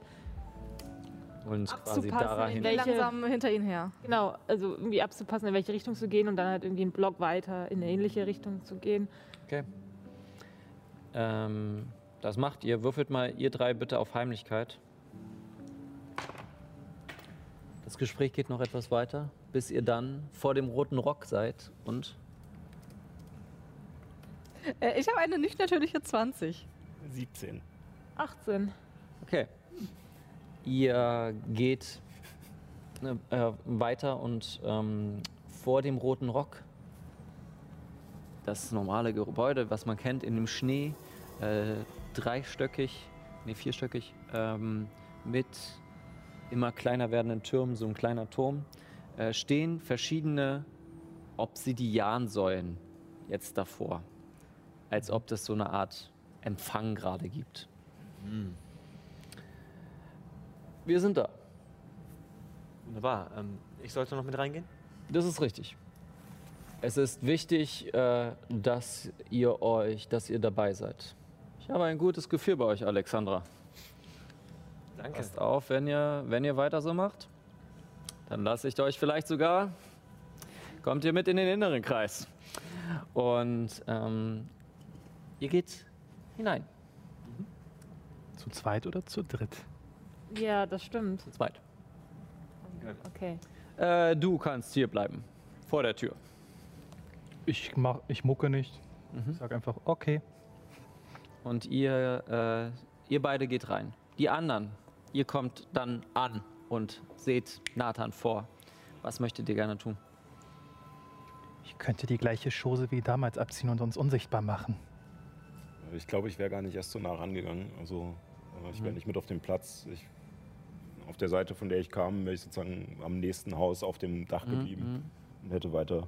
Und quasi
Abzupassen,
dahin.
in welche-
Langsam hinter ihnen her.
Genau, also irgendwie abzupassen, in welche Richtung zu gehen und dann halt irgendwie einen Block weiter in eine ähnliche Richtung zu gehen.
Okay. Ähm, das macht ihr. Würfelt mal ihr drei bitte auf Heimlichkeit. Das Gespräch geht noch etwas weiter, bis ihr dann vor dem roten Rock seid und
Äh, ich habe eine nicht natürliche 20.
Mhm.
17.
18.
Okay. Ihr geht äh, äh, weiter und ähm, vor dem Roten Rock, das normale Gebäude, was man kennt, in dem Schnee, äh, dreistöckig, nee, vierstöckig, ähm, mit immer kleiner werdenden Türmen, so ein kleiner Turm, äh, stehen verschiedene Obsidiansäulen jetzt davor. Als ob das so eine Art Empfang gerade gibt. Wir sind da.
Wunderbar. Ähm, ich sollte noch mit reingehen?
Das ist richtig. Es ist wichtig, äh, dass ihr euch, dass ihr dabei seid. Ich habe ein gutes Gefühl bei euch, Alexandra.
Danke.
Passt auf, wenn ihr, wenn ihr weiter so macht, dann lasse ich euch vielleicht sogar. Kommt ihr mit in den inneren Kreis. Und ähm, ihr geht hinein.
Zu zweit oder zu dritt?
Ja, das stimmt. Zu
zweit.
Okay.
Äh, du kannst hier bleiben. Vor der Tür.
Ich, mach, ich mucke nicht. Ich sag einfach, okay.
Und ihr, äh, ihr beide geht rein. Die anderen, ihr kommt dann an und seht Nathan vor. Was möchtet ihr gerne tun?
Ich könnte die gleiche Chose wie damals abziehen und uns unsichtbar machen.
Ich glaube, ich wäre gar nicht erst so nah rangegangen. Also äh, ich wäre
Mhm.
nicht mit auf dem Platz. Ich, auf der Seite, von der ich kam, wäre ich sozusagen am nächsten Haus auf dem Dach
Mhm,
geblieben und hätte weiter.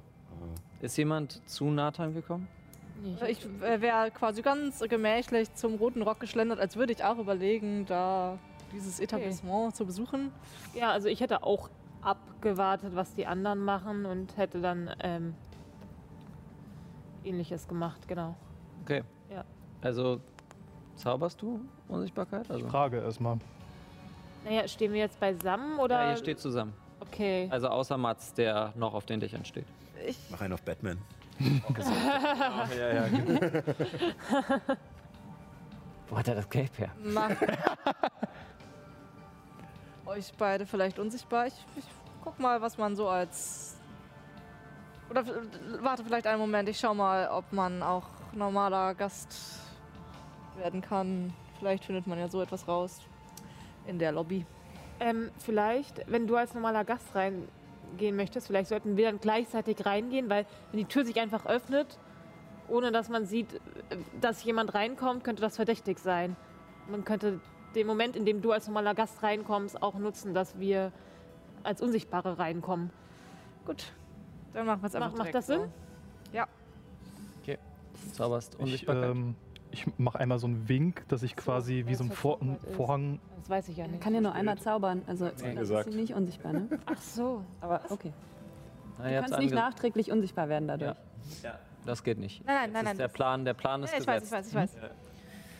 äh,
Ist jemand zu Nathan gekommen?
Ich äh, wäre quasi ganz gemächlich zum Roten Rock geschlendert, als würde ich auch überlegen, da dieses Etablissement zu besuchen.
Ja, also ich hätte auch abgewartet, was die anderen machen und hätte dann ähm, ähnliches gemacht, genau.
Okay.
Ja.
Also zauberst du Unsichtbarkeit? Also,
Ich frage erstmal.
Naja, stehen wir jetzt beisammen oder?
ja, ihr steht zusammen.
Okay.
Also außer Mats, der noch auf den Dächern steht.
Ich
Mach einen auf Batman.
ja, ja,
Wo hat er das Cape her?
Mach euch beide vielleicht unsichtbar. Ich, ich guck mal, was man so als. Oder f- warte vielleicht einen Moment, ich schau mal, ob man auch normaler Gast werden kann. Vielleicht findet man ja so etwas raus in der Lobby.
Ähm, vielleicht, wenn du als normaler Gast rein gehen möchtest. Vielleicht sollten wir dann gleichzeitig reingehen, weil wenn die Tür sich einfach öffnet, ohne dass man sieht, äh, dass jemand reinkommt, könnte das verdächtig sein. Man könnte den Moment, in dem du als normaler Gast reinkommst, auch nutzen, dass wir als Unsichtbare reinkommen. Gut.
Dann machen wir es einfach
Macht, macht
direkt
das Sinn?
Ja.
Okay.
Zauberst
Ich,
Unsichtbarkeit.
ähm, ich mache einmal so einen Wink, dass ich quasi wie so ein Vor
ist.
Vorhang.
Das weiß ich ja nicht.
Kann ja nur einer zaubern. Also dann
gesagt.
ist sie nicht unsichtbar, ne?
Ach so.
Aber okay.
Na,
du
ihr
kannst
habt's
nicht
ange-
nachträglich unsichtbar werden dadurch.
Das geht nicht.
Nein, nein,
Jetzt
nein,
ist
nein,
Der
das-
Plan, der Plan ist
Nein, ich weiß,
gesetzt. Mhm.
ich weiß, ich weiß.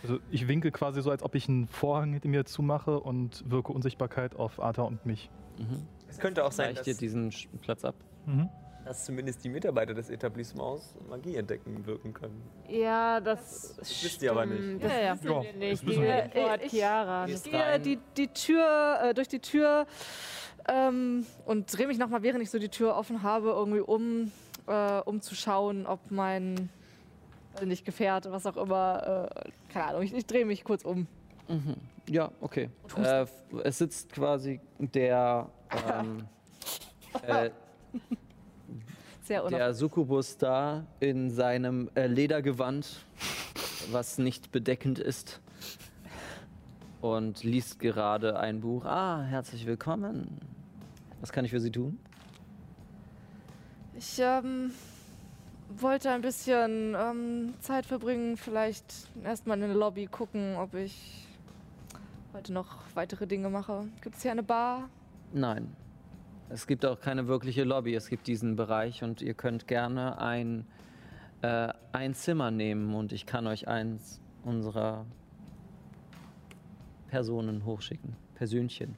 Also ich winke quasi so, als ob ich einen Vorhang hinter mir zumache und wirke Unsichtbarkeit auf Arthur und mich.
Es könnte auch sein,
Weicht
dass,
ihr
diesen Platz ab.
Mhm.
dass zumindest die Mitarbeiter des Etablissements Magie entdecken wirken können.
Ja, das, das
wisst ihr aber nicht.
Das
Ja, ja.
wissen
Ja,
wir
das
nicht.
wissen wir
Wir
nicht.
vor Chiara.
Ich Also gehe äh,
rein.
die, die Tür, äh, durch die Tür ähm, und drehe mich nochmal, während ich so die Tür offen habe, irgendwie um, äh, um zu schauen, ob mein also nicht Gefährte, was auch immer, äh, keine Ahnung, ich, ich drehe mich kurz um.
Mhm. Ja, okay. Äh, f- es sitzt quasi der, ähm, äh,
Sehr
der Succubus da in seinem äh, Ledergewand, was nicht bedeckend ist, und liest gerade ein Buch. Ah, herzlich willkommen. Was kann ich für Sie tun?
Ich ähm, wollte ein bisschen ähm, Zeit verbringen, vielleicht erstmal in der Lobby gucken, ob ich heute noch weitere Dinge mache. Gibt es hier eine Bar?
Nein. Es gibt auch keine wirkliche Lobby. Es gibt diesen Bereich und ihr könnt gerne ein, äh, ein Zimmer nehmen und ich kann euch eins unserer Personen hochschicken. Persönchen.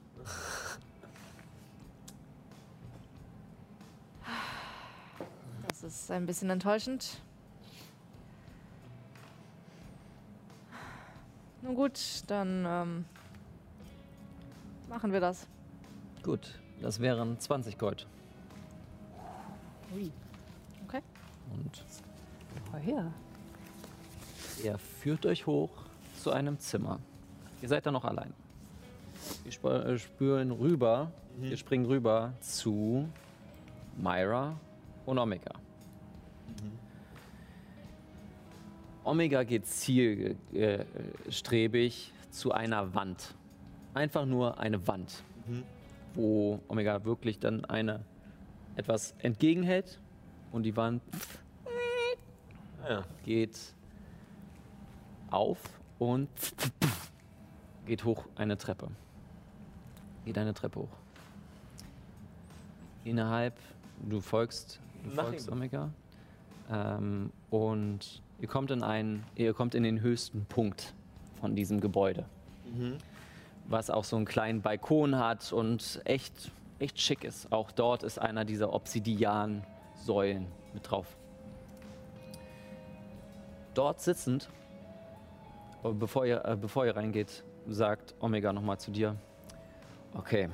Das ist ein bisschen enttäuschend. Nun gut, dann ähm, machen wir das.
Gut, das wären 20 Gold.
Okay.
Und
Woher?
er führt euch hoch zu einem Zimmer. Ihr seid da noch allein. Wir sp- äh, spüren rüber, wir springen rüber zu Myra und Omega. Omega geht zielstrebig zu einer Wand. Einfach nur eine Wand,
Mhm.
wo Omega wirklich dann eine etwas entgegenhält und die Wand geht auf und geht hoch eine Treppe. Geht eine Treppe hoch. Innerhalb, du folgst, du
Nach
folgst
ihm.
Omega. Ähm, und ihr kommt, in einen, ihr kommt in den höchsten Punkt von diesem Gebäude.
Mhm.
Was auch so einen kleinen Balkon hat und echt, echt schick ist. Auch dort ist einer dieser Obsidian-Säulen mit drauf. Dort sitzend, aber bevor ihr, äh, bevor ihr reingeht, sagt Omega nochmal zu dir: Okay,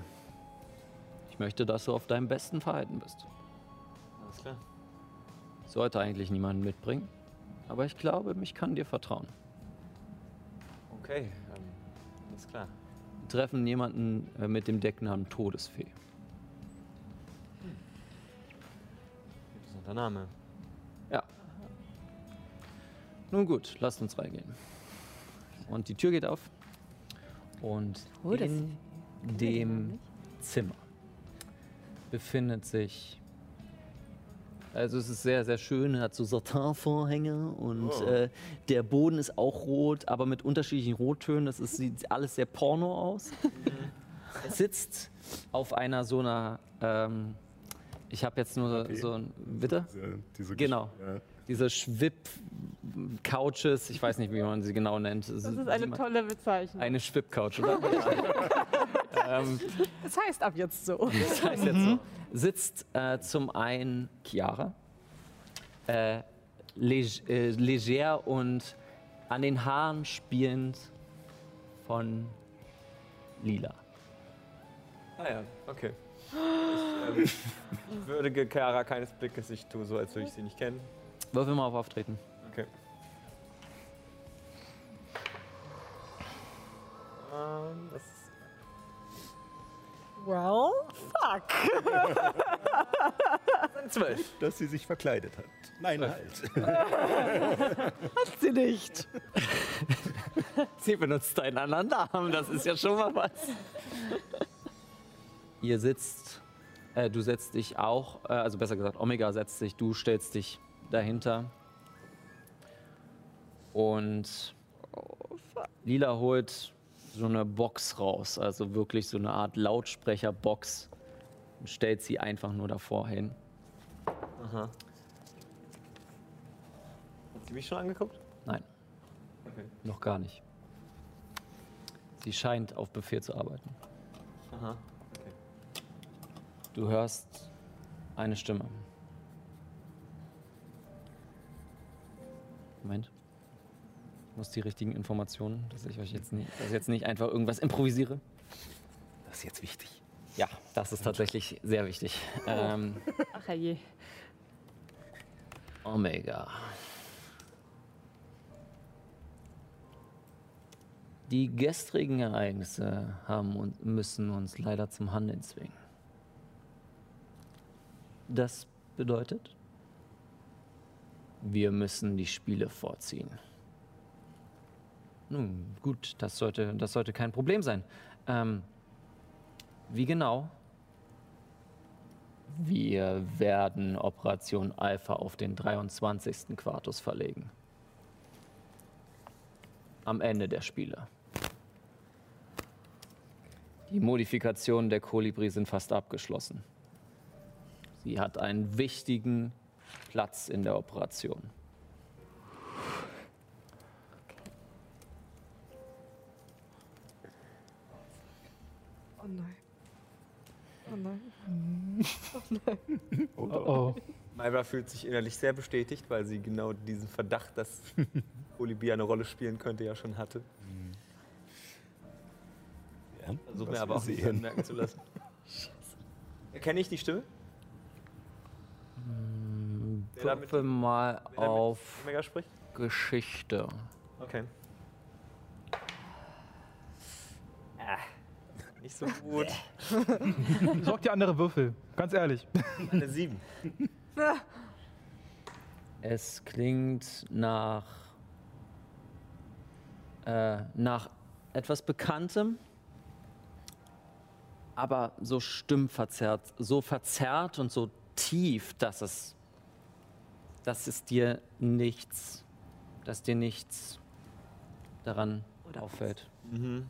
ich möchte, dass du auf deinem besten Verhalten bist.
Alles klar.
Sollte eigentlich niemanden mitbringen, aber ich glaube, mich kann dir vertrauen.
Okay, ähm, alles klar.
Wir treffen jemanden äh, mit dem Decknamen Todesfee.
Interessanter Name.
Ja. Nun gut, lasst uns reingehen. Und die Tür geht auf. Und
Oh,
in dem Zimmer befindet sich. Also es ist sehr, sehr schön, hat so Satin-Vorhänge und
Oh.
äh, der Boden ist auch rot, aber mit unterschiedlichen Rottönen. Das ist, sieht alles sehr porno aus. Er sitzt auf einer so einer, ähm, ich habe jetzt nur so ein, bitte? genau, diese Schwipp-Couches, ich weiß nicht, wie man sie genau nennt.
Das ist eine tolle Bezeichnung.
Eine Schwipp-Couch, oder? ähm,
Das heißt ab jetzt so.
das heißt jetzt so. Sitzt äh, zum einen Chiara, äh, leg äh, leger und an den Haaren spielend von Lila.
Ah ja, okay. Ich ähm, würdige Chiara keines Blickes, ich tue so, als würde ich sie nicht kennen.
Würfel mal auf Auftreten.
Okay. Ähm, das ist
Well, fuck.
Zwölf. Dass sie sich verkleidet hat. Nein, halt.
Hat sie nicht.
Sie benutzt einen anderen Namen, das ist ja schon mal was.
Ihr sitzt, äh, du setzt dich auch, äh, also besser gesagt, Omega setzt sich, du stellst dich dahinter. Und Lila holt so eine Box raus, also wirklich so eine Art Lautsprecherbox und stellt sie einfach nur davor hin.
Aha. Hat sie mich schon angeguckt?
Nein.
Okay.
Noch gar nicht. Sie scheint auf Befehl zu arbeiten.
Aha.
Du hörst eine Stimme. Moment. Ich muss die richtigen Informationen, dass ich euch jetzt nicht, dass ich jetzt nicht einfach irgendwas improvisiere.
Das ist jetzt wichtig. Oh.
Ja, das ist tatsächlich sehr wichtig. Ähm,
Ach je.
Omega. Die gestrigen Ereignisse haben und müssen uns leider zum Handeln zwingen. Das bedeutet, wir müssen die Spiele vorziehen. Nun gut, das sollte, das sollte kein Problem sein. Ähm, wie genau? Wir werden Operation Alpha auf den 23. Quartus verlegen. Am Ende der Spiele. Die Modifikationen der Kolibri sind fast abgeschlossen. Sie hat einen wichtigen Platz in der Operation.
Oh nein. Oh nein.
Oh nein.
Oh oh. Mayra fühlt sich innerlich sehr bestätigt, weil sie genau diesen Verdacht, dass Olivia eine Rolle spielen könnte, ja schon hatte. Versuche mir aber auch nicht anmerken zu lassen. Erkenne ich die Stimme?
Würfel mal
mit
auf
Omega spricht?
Geschichte.
Okay. Ah, nicht so gut.
Sorg dir oh. andere Würfel, ganz ehrlich.
Eine 7.
Es klingt nach, äh, nach etwas Bekanntem, aber so stimmverzerrt, so verzerrt und so tief, dass es, dass es dir nichts, dass dir nichts daran auffällt.
Mhm.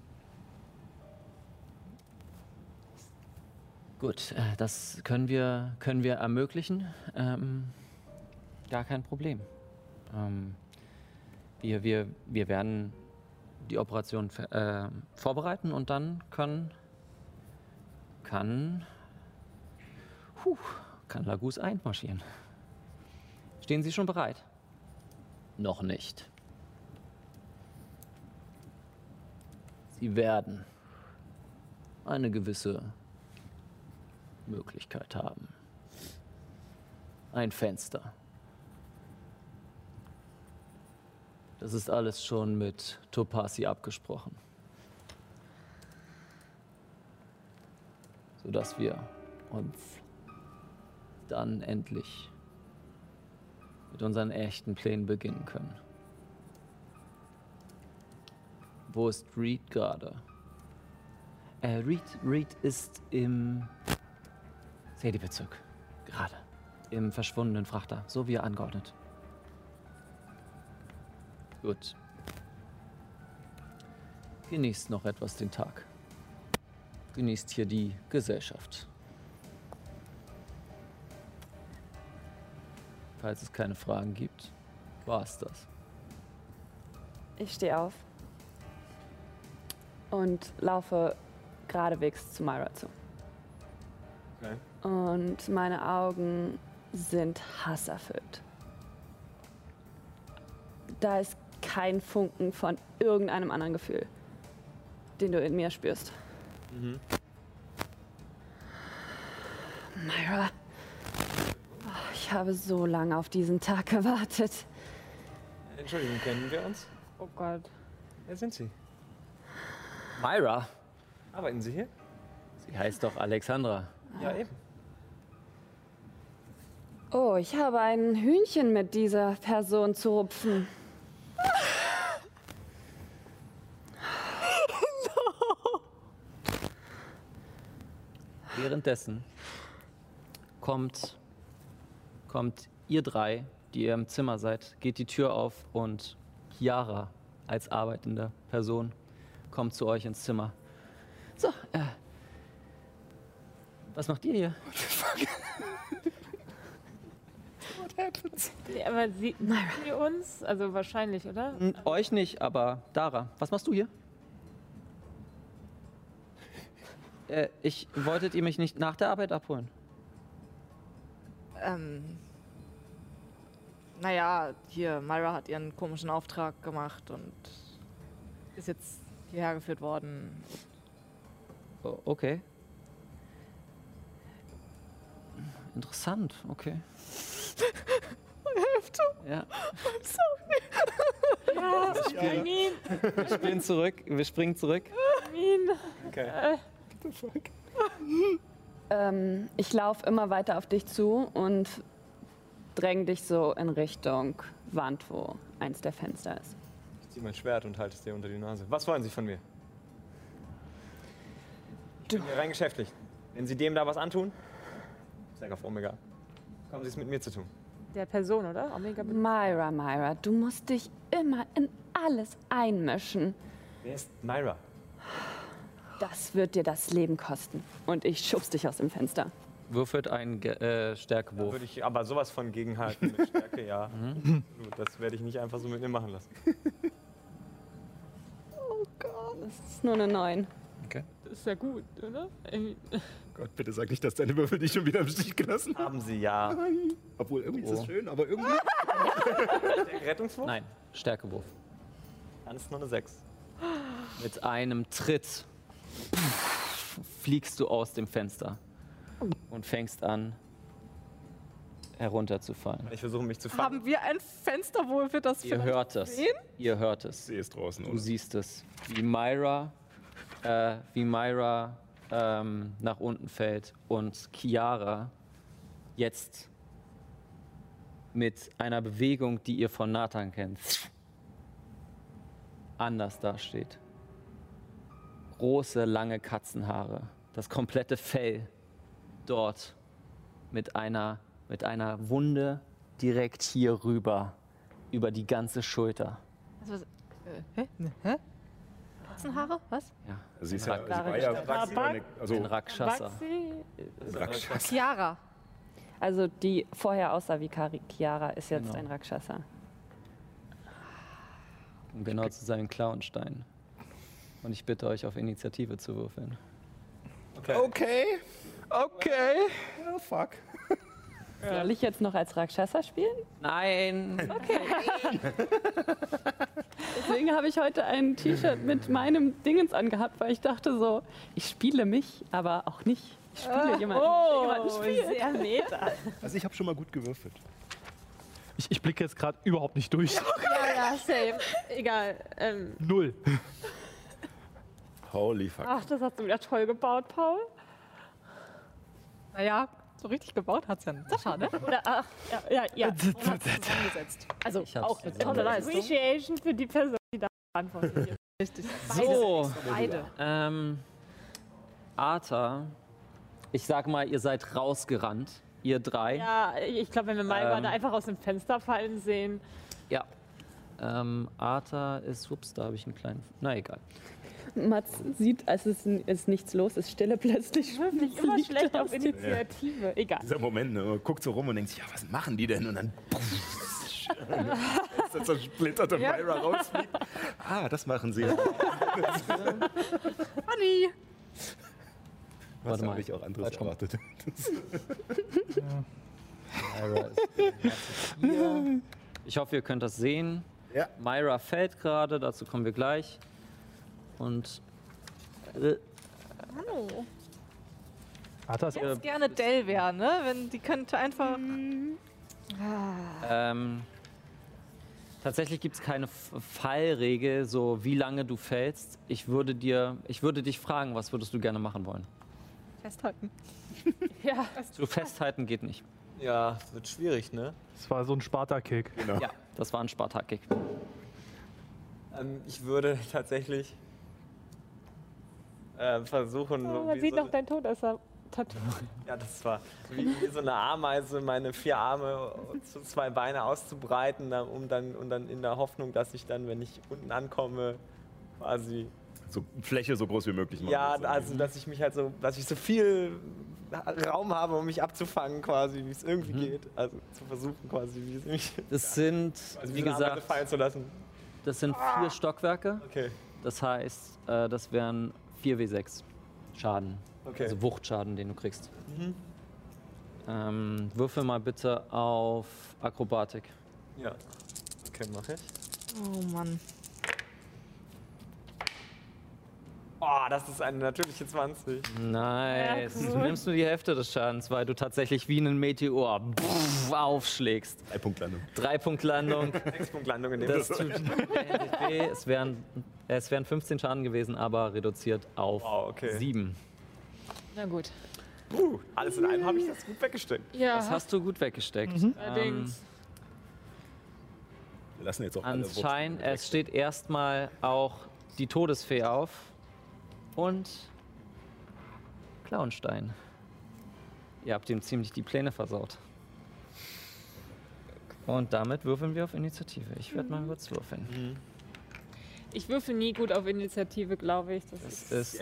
Gut, äh, das können wir, können wir ermöglichen. Ähm, gar kein Problem. Ähm, wir, wir, wir werden die Operation ver- äh, vorbereiten und dann können, kann, puh, kann Lagus einmarschieren. Stehen Sie schon bereit? Noch nicht. Sie werden eine gewisse Möglichkeit haben. Ein Fenster. Das ist alles schon mit Topasi abgesprochen. Sodass wir uns dann endlich mit unseren echten Plänen beginnen können. Wo ist Reed gerade? Äh, Reed, Reed ist im Sedi-Bezirk. Gerade. Im verschwundenen Frachter, so wie er angeordnet. Gut. Genießt noch etwas den Tag. Genießt hier die Gesellschaft. Falls es keine Fragen gibt, war's das.
Ich stehe auf und laufe geradewegs zu Myra zu.
Okay.
Und meine Augen sind hasserfüllt. Da ist kein Funken von irgendeinem anderen Gefühl, den du in mir spürst.
Mhm.
Myra, oh, ich habe so lange auf diesen Tag gewartet.
Entschuldigung, kennen wir uns?
Oh Gott.
Wer sind Sie?
Myra,
Arbeiten Sie hier? Ah.
sie heißt doch Alexandra.
Ja, eben.
Oh, ich habe ein Hühnchen mit dieser Person zu rupfen.
Währenddessen kommt, kommt ihr drei, die ihr im Zimmer seid, geht die Tür auf und Chiara als arbeitende Person kommt zu euch ins Zimmer. So, äh, was macht ihr hier?
Ja, aber sie, sehen wir uns? Also wahrscheinlich, oder?
N- Euch nicht, aber Dara, was machst du hier? Äh, ich wolltet ihr mich nicht nach der Arbeit abholen?
Ähm, naja, hier, Myra hat ihren komischen Auftrag gemacht und ist jetzt hierher geführt worden.
O- Oh, Okay. Interessant, okay.
Hälfte.
Ja.
I'm sorry.
Ja,
Ich bin-
Armin,
Wir springen zurück. Wir springen zurück.
Armin.
Okay.
Ähm, ich laufe immer weiter auf dich zu und dränge dich so in Richtung Wand, wo eins der Fenster ist.
Ich ziehe mein Schwert und halte es dir unter die Nase. Was wollen Sie von mir? Ich bin hier rein geschäftlich. Wenn Sie dem da was antun, Sag auf Omega, haben Sie es mit mir zu tun.
Der Person, oder? Omega
Myra, Myra, du musst dich immer in alles einmischen.
Wer ist Myra?
Das wird dir das Leben kosten. Und ich schubst dich aus dem Fenster.
Würfelt einen Ge äh,
Da
Stärkewurf.
würde ich aber sowas von gegenhalten mit Stärke, ja. Absolut. Das werde ich nicht einfach so mit mir machen lassen.
Das ist nur eine 9.
Okay.
Das ist ja gut, oder? Irgendwie-
Oh Gott, bitte sag nicht, dass deine Würfel dich schon wieder im Stich gelassen haben.
Haben sie ja.
Obwohl, irgendwie ist
Oh.
es schön, aber irgendwie.
Rettungswurf?
Nein, Stärkewurf.
Dann ist nur eine 6.
Mit einem Tritt fliegst du aus dem Fenster und fängst an, herunterzufallen.
Ich versuche mich zu
Haben wir ein Fenster wohl für das
Ihr
vielleicht
hört es.
sehen?
Ihr hört es.
Sie ist draußen,
Du
oder?
siehst es. Wie Myra, äh, wie Myra ähm, nach unten fällt und Chiara jetzt mit einer Bewegung, die ihr von Nathan kennt, anders dasteht. Große, lange Katzenhaare, das komplette Fell dort mit einer, mit einer Wunde direkt hier rüber, über die ganze Schulter.
Also, was, äh, hä? Ne, hä? Katzenhaare? Was?
Ja,
Sie ist
ein
ja,
Rak-
sie war ja
Rakshasa.
eine, also
ein Rakshasa.
Maxi?
Rakshasa.
Chiara.
Also die vorher aussah wie Kari Chiara ist jetzt
Genau.
ein Rakshasa.
Um genau zu sein, Clownstein. Und ich bitte euch, auf Initiative zu würfeln.
Okay.
Okay.
Ja, fuck.
Ähm.
Soll ich jetzt noch als Rakshasa spielen?
Nein!
Okay. Deswegen habe ich heute ein T-Shirt mit meinem Dingens angehabt, weil ich dachte so, ich spiele mich, aber auch nicht. Ich spiele
Ah.
jemanden.
Oh.
der jemanden spielt.
sehr meta.
Also ich habe schon mal gut gewürfelt.
Ich, ich blicke jetzt gerade überhaupt nicht durch.
Ja, ja, safe. Egal. Ähm,
Null.
Holy fuck.
ach, das hast du wieder toll gebaut, Paul.
Naja, so richtig gebaut hat's ja nicht. Sascha, ne?
Oder, ach, ja, ja. ja.
Und hat's zusammengesetzt. Also
Ich hab's
auch eine tolle
zusammen-
Ah,
Leistung.
Appreciation für die Person, die da verantwortlich ist.
Richtig.
So,
Beide.
ähm, Arta, ich sag mal, ihr seid rausgerannt, ihr drei.
Ja, ich glaube, wenn wir Malwa
Ähm.
da einfach aus dem Fenster fallen sehen.
Ja. Ähm, Arta ist, ups, da habe ich einen kleinen, na egal.
Mats sieht, es ist, ist nichts los, ist Stille plötzlich.
Wirklich immer
Liegt
schlecht
aus
auf
dem-
Initiative. Egal.
Dieser Moment, ne? man guckt so rum und denkt sich, ja, was machen die denn? Und dann. Ist das zersplitterte
Ja.
Myra rausfliegt. Ah, das machen sie.
Honey.
Was
Warte mal.
habe ich auch anderes
Falsch rum.
erwartet. Das-
Myra ist hier. Ich hoffe, ihr könnt das sehen.
Ja.
Myra fällt gerade, dazu kommen wir gleich. Und äh,
Hallo.
Arthas,
ihr
Jetzt gerne Dell wäre, ne? Wenn die könnte einfach.
Mhm.
Ähm, tatsächlich gibt es keine F- Fallregel, so wie lange du fällst. Ich würde dir, ich würde dich fragen, was würdest du gerne machen wollen?
Festhalten.
Ja.
Zu festhalten geht nicht.
Ja, wird schwierig, ne?
Das war so ein Sparta-Kick.
Genau.
Ja,
das war ein Spartak-Kick.
Ähm, ich würde tatsächlich äh, versuchen.
Oh,
so
man
wie
sieht
so
noch dein Todesser. Tattoo.
Ja, das war wie, wie so eine Ameise, meine vier Arme zu zwei Beine auszubreiten, da- um dann, und dann in der Hoffnung, dass ich dann, wenn ich unten ankomme, quasi.
So Fläche so groß wie möglich machen.
Ja, also dass ich mich halt so, dass ich so viel Raum habe, um mich abzufangen, quasi, wie es irgendwie
Mhm.
geht. Also zu versuchen, quasi, wie es mich.
Das sind,
Also
wie
wie eine Ameise
gesagt,
fallen zu lassen.
das sind vier Stockwerke.
Okay.
Das heißt, äh, das wären 4W6 Schaden.
Okay.
Also Wuchtschaden, den du kriegst.
Mhm.
Ähm, würfel mal bitte auf Akrobatik.
Ja. Okay, mach ich.
Oh Mann.
Oh, das ist eine natürliche 20.
Nice.
Ja,
Du
cool.
nimmst nur die Hälfte des Schadens, weil du tatsächlich wie ein Meteor pff, aufschlägst.
Drei Punkt Landung.
Drei Punkt Landung.
Sechs Punkt Landung in dem
Das
Fall.
tut richtig weh. es, wären, es wären 15 Schaden gewesen, aber reduziert auf sieben.
Na gut.
Puh, alles in allem habe ich das gut weggesteckt.
Ja.
Das hast du gut weggesteckt.
Mhm. Allerdings.
Wir lassen jetzt auch alle
Anscheinend, es steht erstmal auch die Todesfee auf und Klauenstein. Ihr habt ihm ziemlich die Pläne versaut. Und damit würfeln wir auf Initiative. Ich werde mal kurz würfeln.
Ich würfel nie gut auf Initiative, glaube ich. Das ist
Es ist,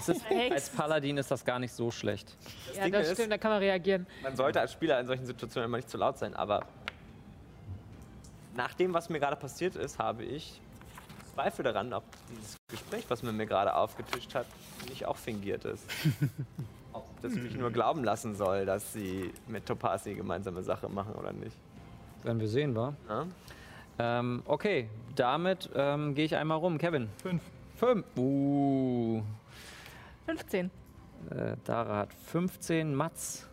es ist,
Hex.
als Paladin ist das gar nicht so schlecht.
ja,
Ding
das
ist-
stimmt, da kann man reagieren.
Man sollte als Spieler in solchen Situationen immer nicht zu laut sein, aber nach dem, was mir gerade passiert ist, habe ich Zweifel daran, ob dieses Gespräch, was man mir gerade aufgetischt hat, nicht auch fingiert ist. ob das mich nur glauben lassen soll, dass sie mit Topasi gemeinsame Sache machen oder nicht.
Werden wir sehen, wa? Ähm, okay, damit ähm, gehe ich einmal rum. Kevin. Fünf. Fünf. Uh.
15.
Äh, Dara hat 15, Mats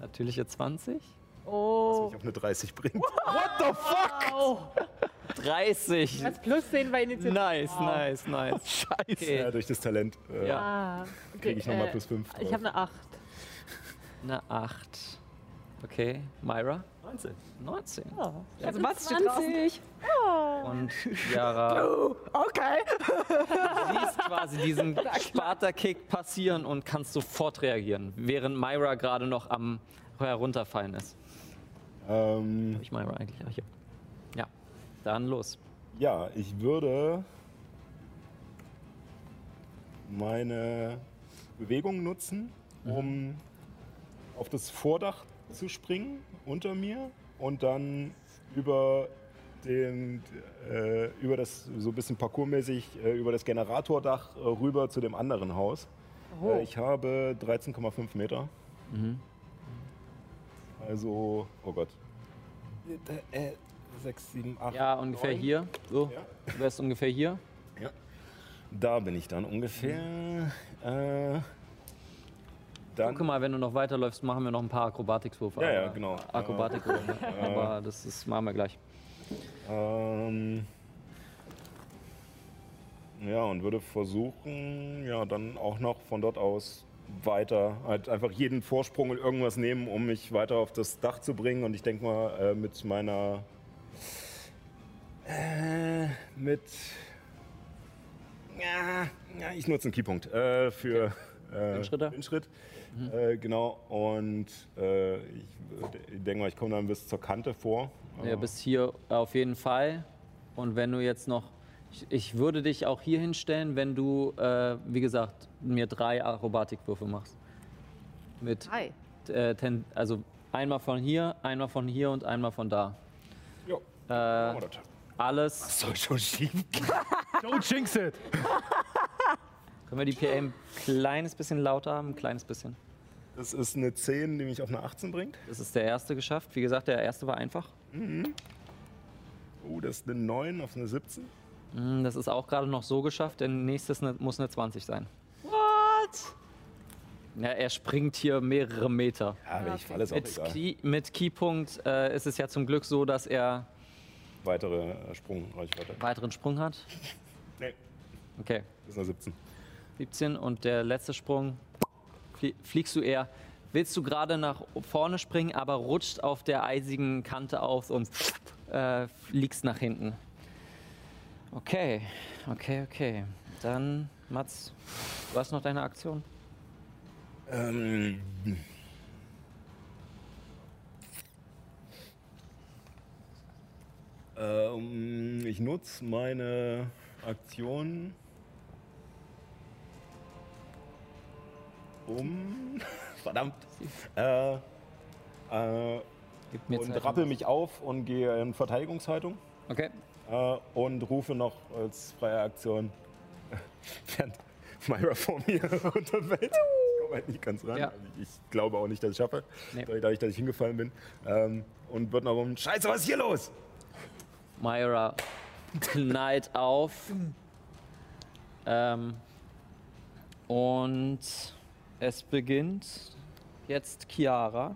natürliche 20.
Oh.
auf eine 30 bringen.
What the fuck? 30.
Das plus 10 bei Initiative.
Nice,
Wow.
nice, nice. Scheiße.
Ja, durch das Talent. Äh,
Ah,
Krieg ich nochmal plus 5.
Ich habe eine 8.
Eine 8. Okay, Myra.
19.
19.
Ich also Mats steht draußen.
Oh.
Oh,
Und Yara
Okay.
siehst quasi diesen Sparta-Kick passieren und kannst sofort reagieren, während Myra gerade noch am herunterfallen ist.
Ähm,
Hab ich Myra eigentlich? Ach, hier. Ja, dann los.
Ja, ich würde meine Bewegung nutzen,
Mhm.
um auf das Vordach zu springen unter mir und dann über den äh, über das so ein bisschen parkourmäßig äh, über das Generatordach äh, rüber zu dem anderen Haus.
Oh.
Äh, ich habe 13,5 Meter.
Mhm.
Also, oh Gott. Äh, 6, 7, 8.
Ja, ungefähr hier. So. Du wärst ungefähr hier.
Ja. Da bin ich dann ungefähr. Äh,
Guck mal, wenn du noch weiterläufst, machen wir noch ein paar Akrobatikswürfe.
Ja, ja,
Aber-
genau.
Akrobatik.
Äh,
aber das ist, machen wir gleich.
Ähm, ja, und würde versuchen, ja, dann auch noch von dort aus weiter, halt einfach jeden Vorsprung und irgendwas nehmen, um mich weiter auf das Dach zu bringen. Und ich denke mal, äh, mit meiner. Äh, mit. Ja, ja, ich nutze einen Keypunkt äh, für. Äh,
Windschritte?
Windschritt. Äh, genau, und äh, ich denke mal, ich komme dann bis zur Kante vor.
Ja,
Äh,
bis hier auf jeden Fall. Und wenn du jetzt noch. Ich, ich würde dich auch hier hinstellen, wenn du, äh, wie gesagt, mir drei Akrobatikwürfe machst. Mit.
Drei.
Äh, ten, also einmal von hier, einmal von hier und einmal von da.
Jo.
Äh, alles. Was
soll schon schief
Don't jinx it!
Können wir die PM ein kleines bisschen lauter haben? Ein kleines bisschen.
Das ist eine 10, die mich auf eine 18 bringt.
Das ist der erste geschafft. Wie gesagt, der erste war einfach.
Mhm. Oh, das ist eine 9 auf eine 17.
Mm, Das ist auch gerade noch so geschafft. Der nächste ist eine, muss eine 20 sein.
What?
Ja, er springt hier mehrere Meter.
Ja, wenn ich falle, ist auch
mit,
egal.
Key, mit Keypunkt äh, ist es ja zum Glück so, dass er
Weitere äh, Sprungreichweite.
weiteren Sprung hat.
Nee.
Okay.
Das ist eine 17.
17 und der letzte Sprung flie- fliegst du eher willst du gerade nach vorne springen, aber rutscht auf der eisigen Kante auf und äh, liegst nach hinten. Okay, okay, okay. Dann, Mats, du hast noch deine Aktion.
Ähm. Ähm, ich nutze meine Aktion, um. Verdammt. Äh, äh,
mir
und
Zeit,
rappel
Thomas.
mich auf und gehe in Verteidigungshaltung.
Okay.
Äh, und rufe noch als freie Aktion, während Myra vor mir unterfällt. Ich komme halt nicht ganz ran.
Ja.
Also ich glaube auch nicht, dass ich es schaffe, dadurch, dass ich hingefallen bin. Ähm, und wird noch um, Scheiße, was ist hier los?
Myra knallt auf. Ähm, und es beginnt jetzt Chiara.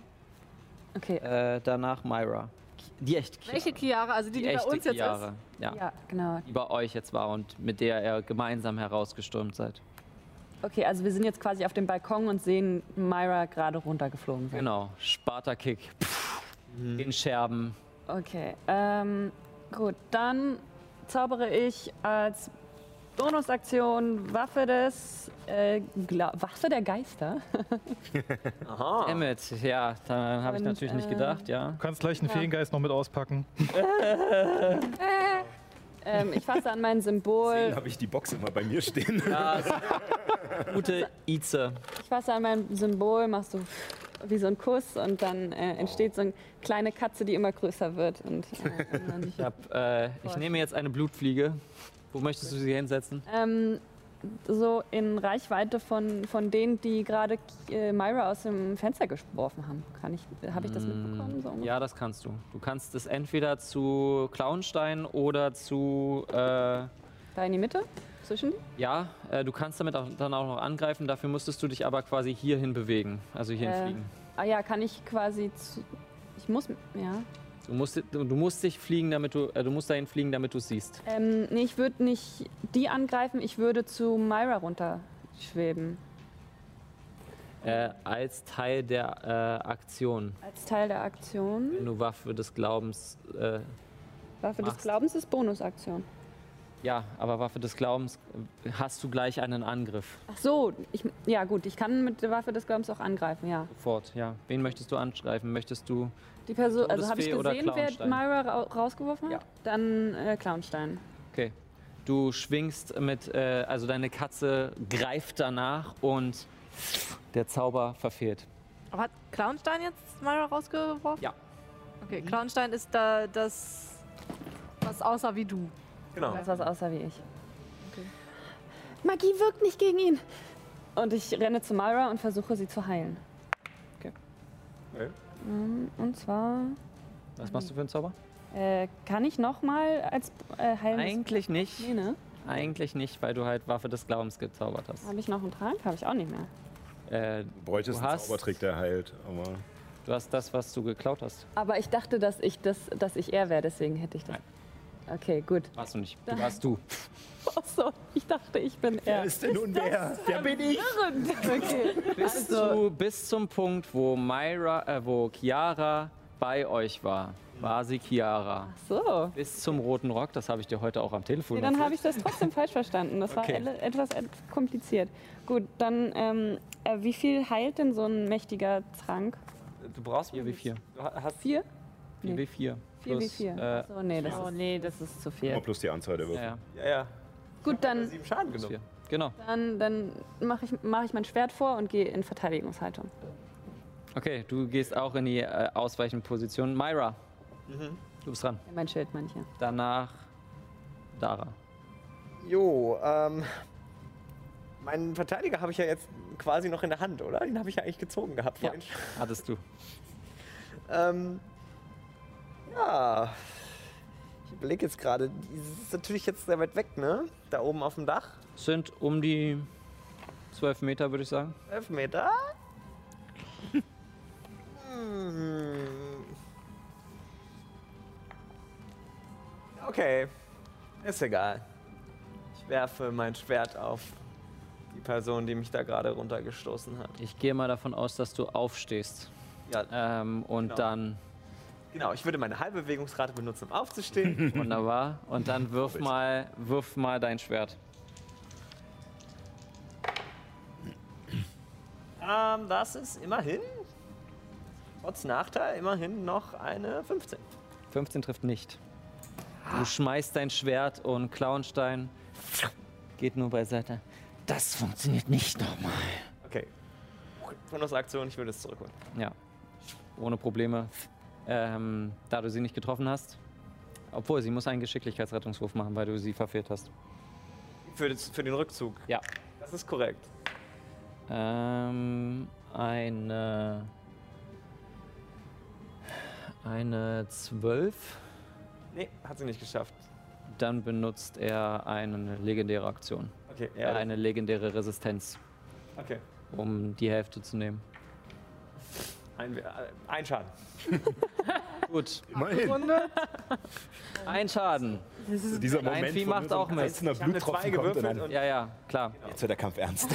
Okay.
Äh, danach Myra. Die echt Chiara.
Welche Chiara? Also die, die, bei
echte
uns jetzt
Chiara.
ist?
Ja.
genau.
Die bei euch jetzt war und mit der ihr gemeinsam herausgestürmt seid.
Okay, also wir sind jetzt quasi auf dem Balkon und sehen Myra gerade runtergeflogen sein.
Genau. Sparta-Kick. In Scherben.
Okay, ähm, gut, dann zaubere ich als Bonusaktion Waffe des äh, Gla Waffe der Geister.
Aha. Emmett, ja, daran habe ich
Und,
natürlich nicht
äh,
gedacht, ja.
Du kannst gleich einen
Ja.
Feengeist noch mit auspacken.
ähm, ich fasse an mein
Äh.
Symbol,
habe ich die Box immer bei mir stehen.
Gute Ize.
ich fasse an mein Symbol, machst du wie so einen Kuss und dann äh, entsteht so eine kleine Katze, die immer größer wird und äh, irgendwann-
Ich, hab, äh, ich nehme jetzt eine Blutfliege. Wo möchtest du sie hinsetzen?
Ähm, so in Reichweite von, von denen, die gerade äh, Myra aus dem Fenster geworfen haben. Kann ich, habe ich das mitbekommen? So
Ja, das kannst du. Du kannst es entweder zu Clownstein oder zu. Äh,
Da in die Mitte? Zwischen die?
ja, äh, du kannst damit auch, dann auch noch angreifen. Dafür müsstest du dich aber quasi hierhin bewegen. Also hierhin
Äh,
fliegen.
ah ja, kann ich quasi zu. Ich muss. Ja.
Du musst, du musst dich fliegen, damit du. Äh, du musst dahin fliegen, damit du es siehst.
Ähm, nee, ich würde nicht die angreifen, ich würde zu Myra runterschweben.
Äh, als Teil der äh, Aktion.
Als Teil der Aktion.
Wenn du Waffe des Glaubens. Äh,
Waffe des
Machst.
Glaubens ist Bonusaktion.
ja, aber Waffe des Glaubens äh, hast du gleich einen Angriff.
Ach so, ich, ja gut, ich kann mit der Waffe des Glaubens auch angreifen, ja.
Fort, ja. Wen möchtest du angreifen? Möchtest du.
Die Person, also habe ich
Todesfee oder
gesehen, wer
Clownstein?
Myra ra rausgeworfen hat? Dann äh, Clownstein.
Okay. Du schwingst mit, äh, also deine Katze greift danach und der Zauber verfehlt.
Aber hat Clownstein jetzt mal rausgeworfen?
Ja.
Mhm.
Okay, Clownstein ist da das, was aussah wie du.
Genau.
Also,
Das was aussah wie ich. Magie wirkt nicht gegen ihn. Und ich renne zu Myra und versuche sie zu heilen. Ähm, Und zwar
Was machst du für einen Zauber?
äh, kann ich nochmal als äh, heilen.
Eigentlich nicht.
Nee, ne?
Eigentlich nicht, weil du halt Waffe des Glaubens gezaubert hast.
Habe ich noch einen Trank? Habe ich auch nicht mehr.
Äh,
Bräuchtest
du
einen
hast,
Zaubertrick, der heilt. Aber
du hast das, was du geklaut hast.
Aber ich dachte, dass ich, das, dass ich er wäre, deswegen hätte ich das. Okay, gut.
Warst du nicht. Du warst du.
Ach so, ich dachte, ich bin er. Wer
ist denn nun wer?
Wer bin ich? Okay.
Bis, zu, bis zum Punkt, wo Myra, äh, wo Chiara bei euch war, war sie Chiara. Ach
so.
Bis zum roten Rock, das habe ich dir heute auch am Telefon
Nee, dann
erzählt.
habe ich das trotzdem falsch verstanden. Das
Okay.
war ele- etwas et- kompliziert. Gut, dann ähm, äh, wie viel heilt denn so ein mächtiger Trank?
Du brauchst
4W4.
Du ha- hast
Vier?
4W4.
4W4.
Äh,
Achso, nee, das ist, nee, das ist zu viel.
immer plus die Anzahl der Würfel.
Ja,
ja. ja.
Gut, dann,
Sieben Schaden
plus
genommen.
vier. Genau.
dann, dann mache ich, mach ich mein Schwert vor und gehe in Verteidigungshaltung.
Okay, du gehst auch in die äh, ausweichende Position. Myra, du bist dran.
Ja, Mein Schild, meine ich ja.
Danach Dara.
Jo, ähm. Meinen Verteidiger habe ich ja jetzt quasi noch in der Hand, oder? Den habe ich ja eigentlich gezogen gehabt
Ja,
vorhin.
hattest du.
Ähm, ja. Ich überlege jetzt gerade, es ist natürlich jetzt sehr weit weg, ne? Da oben auf dem Dach.
Sind um die 12 Meter, würde ich sagen.
11 Meter. Hm. Okay. Ist egal.
Ich werfe mein Schwert auf
die Person, die mich da gerade runtergestoßen hat.
Ich gehe mal davon aus, dass du aufstehst. Ja. Ähm, und
genau.
dann.
Genau, ich würde meine Halbbewegungsrate benutzen, um aufzustehen.
Wunderbar. Und dann wirf mal, wirf mal dein Schwert.
Ähm, das ist immerhin, trotz Nachteil, immerhin noch eine 15.
15 trifft nicht. Du schmeißt dein Schwert und Klauenstein geht nur beiseite. Das funktioniert nicht nochmal.
Okay. Bonusaktion, ich würde es zurückholen.
Ja, ohne Probleme. Ähm, da du sie nicht getroffen hast. Obwohl, sie muss einen Geschicklichkeitsrettungswurf machen, weil du sie verfehlt hast.
Für, das, für den Rückzug.
Ja.
Das ist korrekt.
Ähm, eine. Eine 12.
Nee, hat sie nicht geschafft.
Dann benutzt er eine legendäre Aktion.
Okay,
äh,
ja.
eine legendäre Resistenz,
Okay.
um die Hälfte zu nehmen.
Ein, äh, ein Schaden.
Gut.
Immerhin.
Ein Schaden.
Dieser
Ein
Moment,
Vieh
von
macht
so einem
auch mit.
einzelner
Ich hab eine
Bluttropfen
zwei
kommt und
gewürfelt
dann,
und-
Ja, ja, klar.
jetzt wird der Kampf ernst.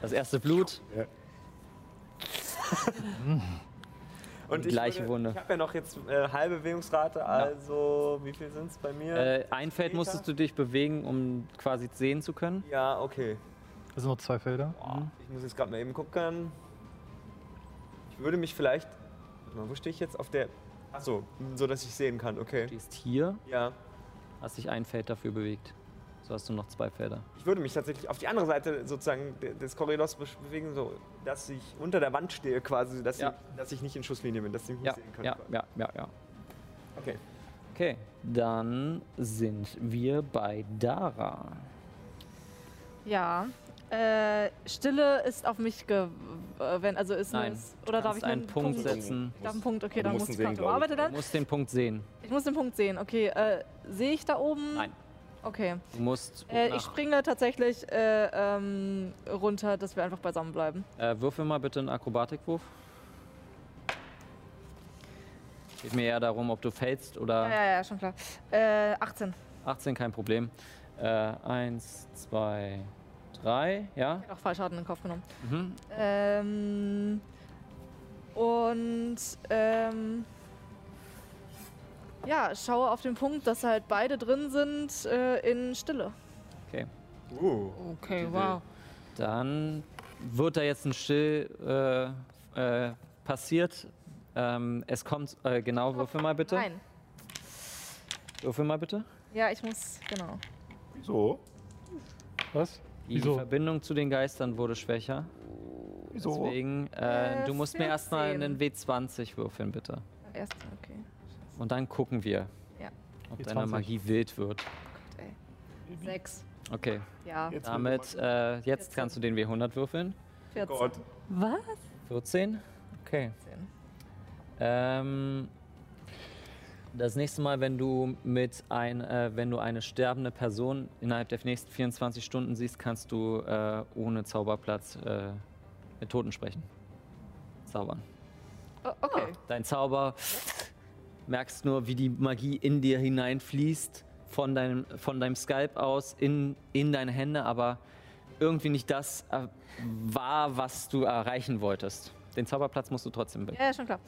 Das erste Blut.
Und
Die gleiche
würde,
Wunde.
Ich habe ja noch jetzt äh, halbe Bewegungsrate, also wie viel sind es bei mir?
Äh, ein Feld
Meter?
musstest du dich bewegen, um quasi sehen zu können.
Ja, okay.
Das sind noch zwei Felder.
Ich muss jetzt gerade mal eben gucken. Ich würde mich vielleicht. Warte mal, wo stehe ich jetzt auf der. Achso, so dass ich sehen kann, okay.
Du stehst hier,
Ja.
hast dich ein Feld dafür bewegt. So hast du noch zwei Felder.
Ich würde mich tatsächlich auf die andere Seite sozusagen de- des Korridors be- bewegen, so dass ich unter der Wand stehe quasi, dass,
Ja.
ich, dass ich nicht in Schusslinie bin, dass ich mich
Ja,
nicht sehen kann.
ja, ja, ja, ja.
Okay.
Okay, dann sind wir bei Dara.
Ja. Äh, Stille ist auf mich gewendet. Also ist
Nein,
es.
du
Oder darf
kannst
ich
einen Punkt setzen.
Ich darf einen Punkt, okay,
Du
dann
musst
muss ich
ihn sehen,
Konto.
glaub ich.
Arbeite
Du
dann.
musst den Punkt sehen.
Ich muss den Punkt sehen. Okay, äh, sehe ich da oben?
Nein.
Okay.
Du musst
Äh, ich
nach,
springe tatsächlich äh, ähm, runter, dass wir einfach beisammen bleiben.
äh, würfel mal bitte einen Akrobatikwurf. Geht mir eher darum, ob du fällst oder
Ja, ja, ja, schon klar. Äh, 18.
18, kein Problem. Äh, eins, zwei, drei, ja.
Ich hab auch Fallschaden in den Kopf genommen.
Mhm.
Ähm, und ähm, ja, schaue auf den Punkt, dass halt beide drin sind äh, in Stille.
Okay.
Uh.
Okay, wow.
Dann wird da jetzt ein Still äh, äh, passiert. Ähm, es kommt, äh, genau, würfel mal bitte.
Nein.
Würfel mal bitte.
Ja, ich muss, genau.
Wieso?
Was?
Die
Wieso?
Verbindung zu den Geistern wurde schwächer.
Wieso?
Deswegen, äh,
Äh,
du musst mir erstmal
14.
einen W20 würfeln, bitte.
Erst, okay.
Und dann gucken wir,
Ja,
ob
W20.
deine Magie wild wird.
Gott, ey. Sechs.
Okay,
Ja,
Jetzt
damit, äh, jetzt
14.
kannst du den W100 würfeln.
14.
Gott.
Was?
14? Okay. Ähm, das nächste Mal, wenn du, mit ein, äh, wenn du eine sterbende Person innerhalb der nächsten 24 Stunden siehst, kannst du äh, ohne Zauberplatz äh, mit Toten sprechen. Zaubern.
O- okay.
Dein Zauber merkst nur, wie die Magie in dir hineinfließt, von deinem, von deinem Skalp aus in, in deine Hände, aber irgendwie nicht das äh, war, was du erreichen wolltest. Den Zauberplatz musst du trotzdem bilden.
Ja, ja, schon klar.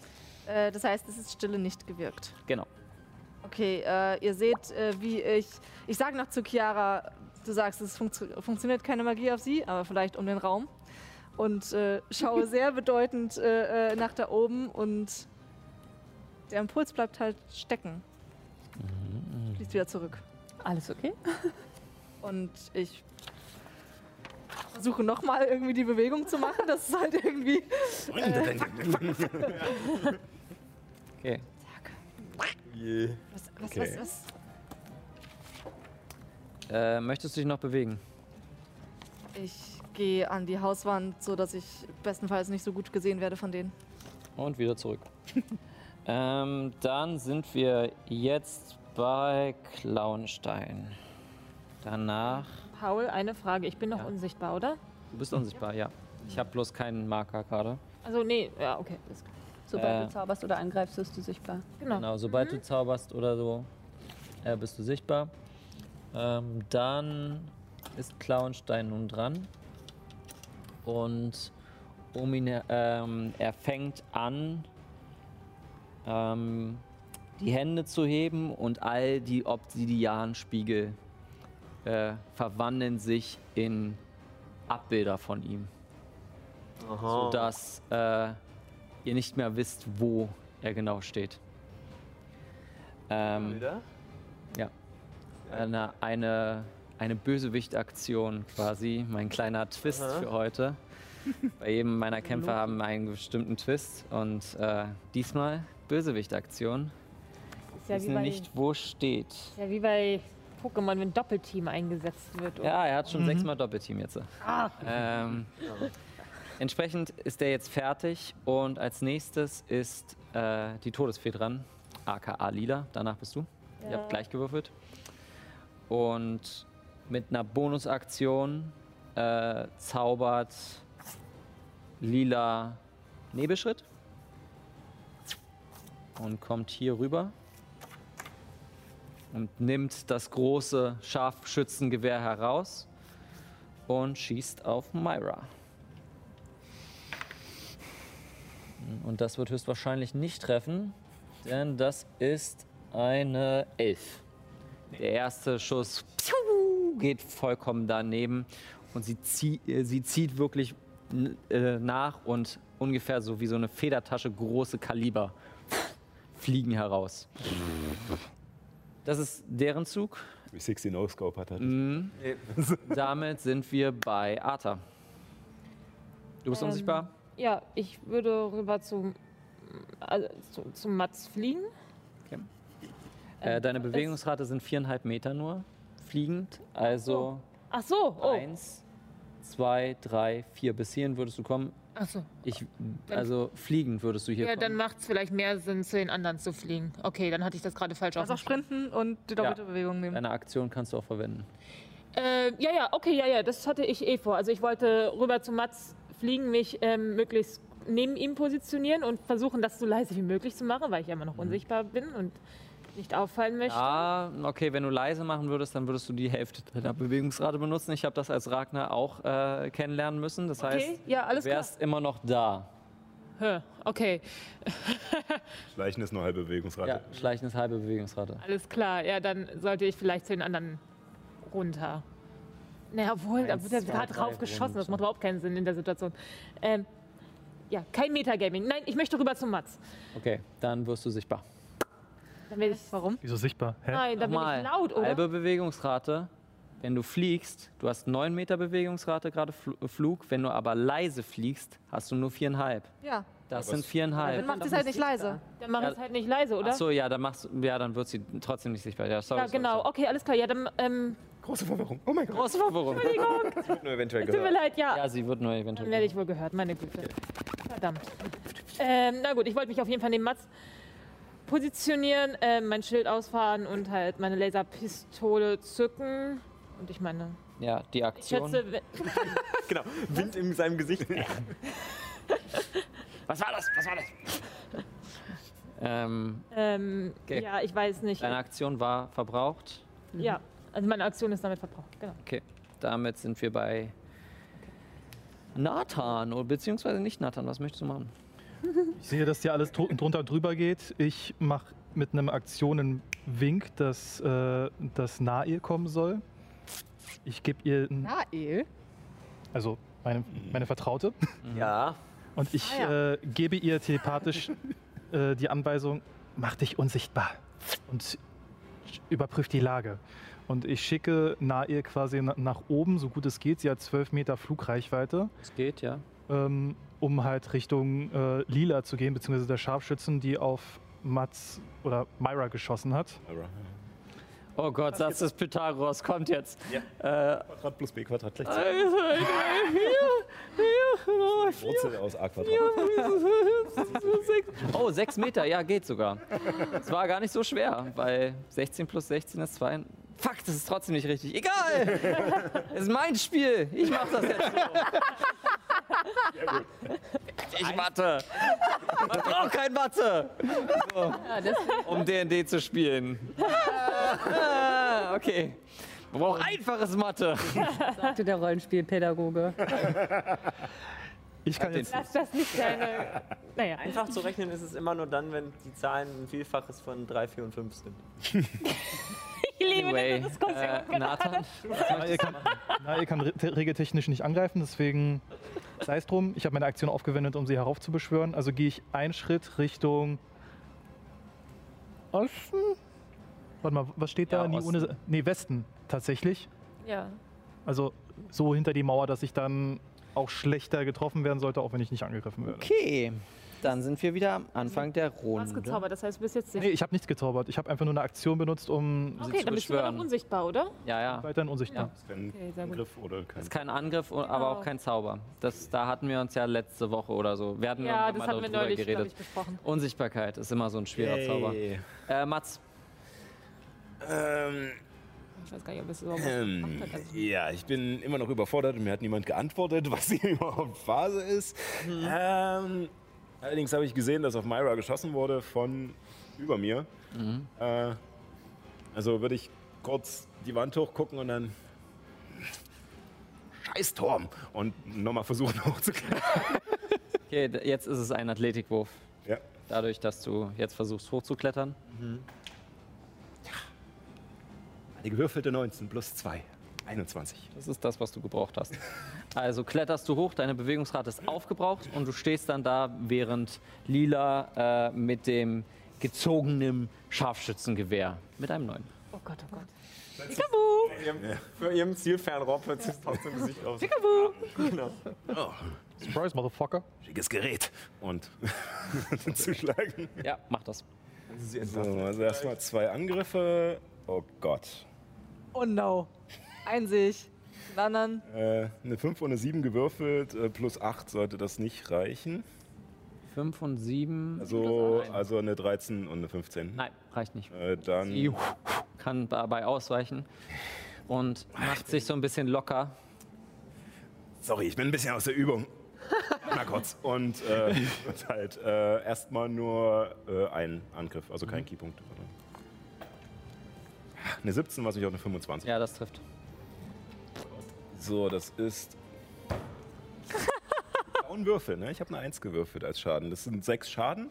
Äh, das heißt, es ist Stille nicht gewirkt.
Genau.
Okay, äh, ihr seht, äh, wie ich. Ich sage noch zu Chiara, du sagst, es funktio funktioniert keine Magie auf sie, aber vielleicht um den Raum. Und äh, schaue sehr bedeutend äh, äh, nach da oben und der Impuls bleibt halt stecken. Fließt wieder zurück.
Alles okay?
Und ich versuche nochmal irgendwie die Bewegung zu machen, dass es halt irgendwie.
Okay.
Was, was,
Okay.
was, was?
Äh, möchtest du dich noch bewegen?
Ich gehe an die Hauswand, sodass ich bestenfalls nicht so gut gesehen werde von denen.
Und wieder zurück. ähm, dann sind wir jetzt bei Klauenstein. Danach.
Paul, eine Frage. Ich bin noch
Ja.
unsichtbar, oder?
Du bist unsichtbar, ja. Ich habe bloß keinen Marker gerade.
Also, nee, ja, okay.
Sobald
Äh.
du zauberst oder angreifst, wirst du sichtbar.
Genau, sobald du zauberst oder so, äh, bist du sichtbar. Ähm, dann ist Klauenstein nun dran. Und um ihn, ähm, er fängt an, ähm, die Hände zu heben und all die Obsidianspiegel äh, verwandeln sich in Abbilder von ihm.
Aha.
Sodass äh, ihr nicht mehr wisst, wo er genau steht. Ähm,
Bilder?
Ja. Eine, eine, eine Bösewicht-Aktion quasi. Mein kleiner Twist
Aha.
für heute. Bei jedem meiner Kämpfe
Loki.
haben einen bestimmten Twist und äh, diesmal Bösewicht-Aktion.
Ist
Wir
ja wie
wissen
bei,
nicht, wo steht.
ist ja wie bei Pokémon, wenn Doppelteam eingesetzt wird. oder? Mhm.
Ja, er hat schon sechsmal Doppelteam jetzt.
Ah.
Ähm, entsprechend ist der jetzt fertig und als nächstes ist äh, die Todesfee dran, aka Lila. Danach bist du. Ihr
Ja.
habt gleich gewürfelt. Und mit einer Bonusaktion äh, zaubert Lila Nebelschritt und kommt hier rüber und nimmt das große Scharfschützengewehr heraus und schießt auf Myra. Und das wird höchstwahrscheinlich nicht treffen, denn das ist eine 11. Der erste Schuss pfiou, geht vollkommen daneben und sie, zieh, äh, sie zieht wirklich n- äh, nach und ungefähr so wie so eine Federtasche große Kaliber fliegen heraus. Das ist deren Zug.
Wie 60 No-Scope hat er.
Mhm. Damit sind wir bei Arta. Du bist
Ähm,
unsichtbar.
Ja, ich würde rüber zum, also zu, zum Mats fliegen. ähm,
Äh, deine Bewegungsrate sind viereinhalb Meter nur, fliegend. Also
Ach so, oh.
eins, zwei, drei, vier. Bis hierhin würdest du kommen.
Ach so.
Ich, also fliegend würdest du hier
Ja, dann
kommen.
macht es vielleicht mehr Sinn, zu den anderen zu fliegen. Okay, dann hatte ich das gerade falsch
Also
auf. dem Schirm.
sprinten und die doppelte
Ja.
Bewegung nehmen.
Deine Aktion kannst du auch verwenden.
Äh, ja, ja, okay, ja, ja, das hatte ich eh vor. Also ich wollte rüber zu Mats fliegen, mich ähm, möglichst neben ihm positionieren und versuchen, das so leise wie möglich zu machen, weil ich ja immer noch
Mhm.
unsichtbar bin und nicht auffallen möchte.
Ah, okay, wenn du leise machen würdest, dann würdest du die Hälfte deiner Bewegungsrate benutzen. Ich habe das als Ragnar auch äh, kennenlernen müssen. Das heißt,
ja, alles
du wärst immer noch da.
Hä, okay,
Schleichen ist nur halbe
Ja,
Bewegungsrate.
Schleichen ist halbe Bewegungsrate.
alles klar. Ja, dann sollte ich vielleicht zu den anderen runter. Naja, obwohl, da
Eins,
wird ja
zwei,
gerade
drei
drauf geschossen. Das
runter.
macht überhaupt keinen Sinn in der Situation. Ähm, ja, kein Metagaming. Nein, ich möchte rüber zu Mats.
Okay, dann wirst du sichtbar.
Dann werde ich, Warum?
Wieso sichtbar? Hä?
Nein, dann bin
Nochmal,
ich laut, oder?
Halbe Bewegungsrate. Wenn du fliegst, du hast 9 Meter Bewegungsrate gerade Fl Flug. Wenn du aber leise fliegst, hast du nur viereinhalb.
Ja.
Das
Aber
sind
es-
viereinhalb.
Dann macht es halt nicht leise.
Dann mach
Ja.
ich es halt nicht leise, oder?
Ach so, ja, dann machst du- ja, dann wird sie trotzdem nicht sichtbar. Ja, sorry.
ja, genau. Okay, alles klar. Ja, dann. Ähm,
Große Verwirrung. Oh mein Gott.
Große Verwirrung.
Entschuldigung,
Sorry. Nur eventuell
tut mir leid, ja.
Genau. Ja, sie wird nur eventuell.
Dann werde ich wohl gehört, meine Güte. Verdammt. Ähm, na gut, ich wollte mich auf jeden Fall neben Mats positionieren, ähm, mein Schild ausfahren und halt meine Laserpistole zücken. Und ich meine,
Ja, die
ich
Aktion.
schätze, wenn-
genau, Wind in seinem Gesicht. Was war das? Was war das?
Ähm,
ähm,
Okay.
ja, ich weiß nicht.
deine Aktion war verbraucht.
Ja, also meine Aktion ist damit verbraucht. Genau.
Okay, damit sind wir bei Nathan, oder beziehungsweise nicht Nathan. Was möchtest du machen?
Ich sehe, dass dir alles dr- drunter und drüber geht. Ich mache mit einem Aktion einen Wink, dass äh, das Nahe kommen soll. Ich gebe ihr, ein-
Nael?
also meine, meine Vertraute,
Ja.
und ich
Ah ja.
äh, gebe ihr telepathisch äh, die Anweisung, mach dich unsichtbar und sch- überprüf die Lage. Und ich schicke Nahe quasi na nach oben, so gut es geht. Sie hat 12 Meter Flugreichweite.
Es geht, ja.
ähm, um halt Richtung äh, Lila zu gehen, beziehungsweise der Scharfschützen, die auf Mats oder Myra geschossen hat.
Oh Gott, Satz des Pythagoras kommt jetzt. Äh,
Quadrat plus B Quadrat gleich
Äh,
2. Wurzel aus A Quadrat.
Oh, 6 Meter, ja, geht sogar. Es war gar nicht so schwer, weil 16 plus 16 ist 2. Fuck, das ist trotzdem nicht richtig. Egal! Es ist mein Spiel. Ich mach das jetzt. So. Ich Mathe. Man braucht kein Mathe,
Ja, das
um DND zu spielen. Ah, okay. Braucht einfaches Mathe.
sagte der Rollenspielpädagoge.
Ich kann
den
jetzt.
Lass das nicht deine. Naja,
Einfach zu rechnen ist es immer nur dann, wenn die Zahlen ein Vielfaches von 3, 4 und 5 sind.
Ich liebe
Anyway,
diese Diskussion.
äh, Nathan,
Na, ihr kann, na, ihr kann re- te- regeltechnisch nicht angreifen, deswegen sei es drum. Ich habe meine Aktion aufgewendet, um sie heraufzubeschwören. Also gehe ich einen Schritt Richtung Osten. Warte mal, was steht
Ja,
da? Nie
Osten.
ohne, nee, Westen tatsächlich.
Ja.
Also so hinter die Mauer, dass ich dann auch schlechter getroffen werden sollte, auch wenn ich nicht angegriffen werde.
okay. Dann sind wir wieder am Anfang der
Was
Runde.
gezaubert, das heißt bis jetzt
Nee, ich habe nichts gezaubert. Ich habe einfach nur eine Aktion benutzt, um
Okay,
zu
dann bist du immer
beschwören.
noch unsichtbar, oder?
Ja, ja.
weiterhin unsichtbar.
Das ist kein
Okay, sehr gut.
Angriff oder kein.
Das ist kein Angriff,
Genau.
aber auch kein Zauber. Das, da hatten wir uns ja letzte Woche oder so. Wir hatten
Ja,
irgendwann mal
das haben wir
darüber
neulich, glaube
geredet.
ich, besprochen.
Unsichtbarkeit ist immer so ein schwerer Zauber.
Yay.
Äh, Mats,
Ähm,
Ich weiß gar nicht, ob es überhaupt
ähm,
gemacht hat. Also,
ja, ich bin immer noch überfordert und mir hat niemand geantwortet, was hier überhaupt Phase ist.
Ähm, allerdings habe ich gesehen, dass auf Myra geschossen wurde von über mir. Äh, also würde ich kurz die Wand hochgucken und dann. Scheiß Turm! Und nochmal versuchen hochzuklettern.
okay, d- jetzt ist es ein Athletikwurf.
Ja.
Dadurch, dass du jetzt versuchst hochzuklettern.
Die gewürfelte 19 plus 2. 21.
Das ist das, was du gebraucht hast. Also kletterst du hoch, deine Bewegungsrate ist aufgebraucht und du stehst dann da, während Lila äh, mit dem gezogenen Scharfschützengewehr mit einem neuen.
oh Gott, oh Gott.
Für ihrem Zielfernrohr plötzlich taucht so ein Gesicht auf.
Surprise, Motherfucker.
Schickes Gerät. Und zuschlagen.
Ja, mach das.
So, also erstmal zwei Angriffe. Oh Gott.
Oh no. Einen sehe ich. Den anderen.
Äh, eine 5 und eine 7 gewürfelt, äh, plus 8 sollte das nicht reichen.
5 und 7.
Also, also eine 13 und eine 15.
Nein, reicht nicht.
Äh, dann.
Die kann dabei ausweichen und macht sich so ein bisschen locker.
Sorry, ich bin ein bisschen aus der Übung. Warte Mal kurz. Und, äh, und halt äh, erstmal nur äh, ein Angriff, also kein Keypunkt. Oder? Eine 17, was mich auf eine 25.
Ja, das trifft.
So, das ist. Blauen Würfel, ne? Ich habe eine 1 gewürfelt als Schaden. Das sind sechs Schaden.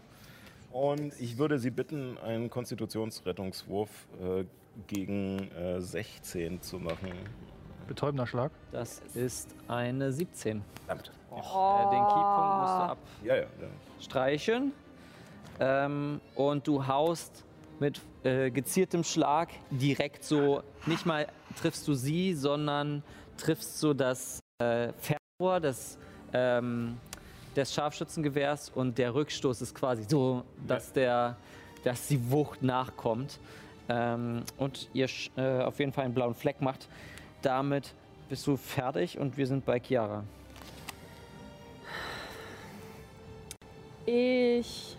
Und ich würde Sie bitten, einen Konstitutionsrettungswurf äh, gegen äh, 16 zu machen.
Betäubender Schlag.
Das ist eine 17.
Verdammt.
Äh, den Keypunkt musst du
Ja, ja. ja.
abstreichen. Ähm, und du haust mit äh, gezieltem Schlag direkt so, nicht mal triffst du sie, sondern triffst so das äh, Fernrohr des, ähm, des Scharfschützengewehrs und der Rückstoß ist quasi so, dass, der, dass die Wucht nachkommt ähm, und ihr sch- äh, auf jeden Fall einen blauen Fleck macht. Damit bist du fertig und wir sind bei Chiara.
Ich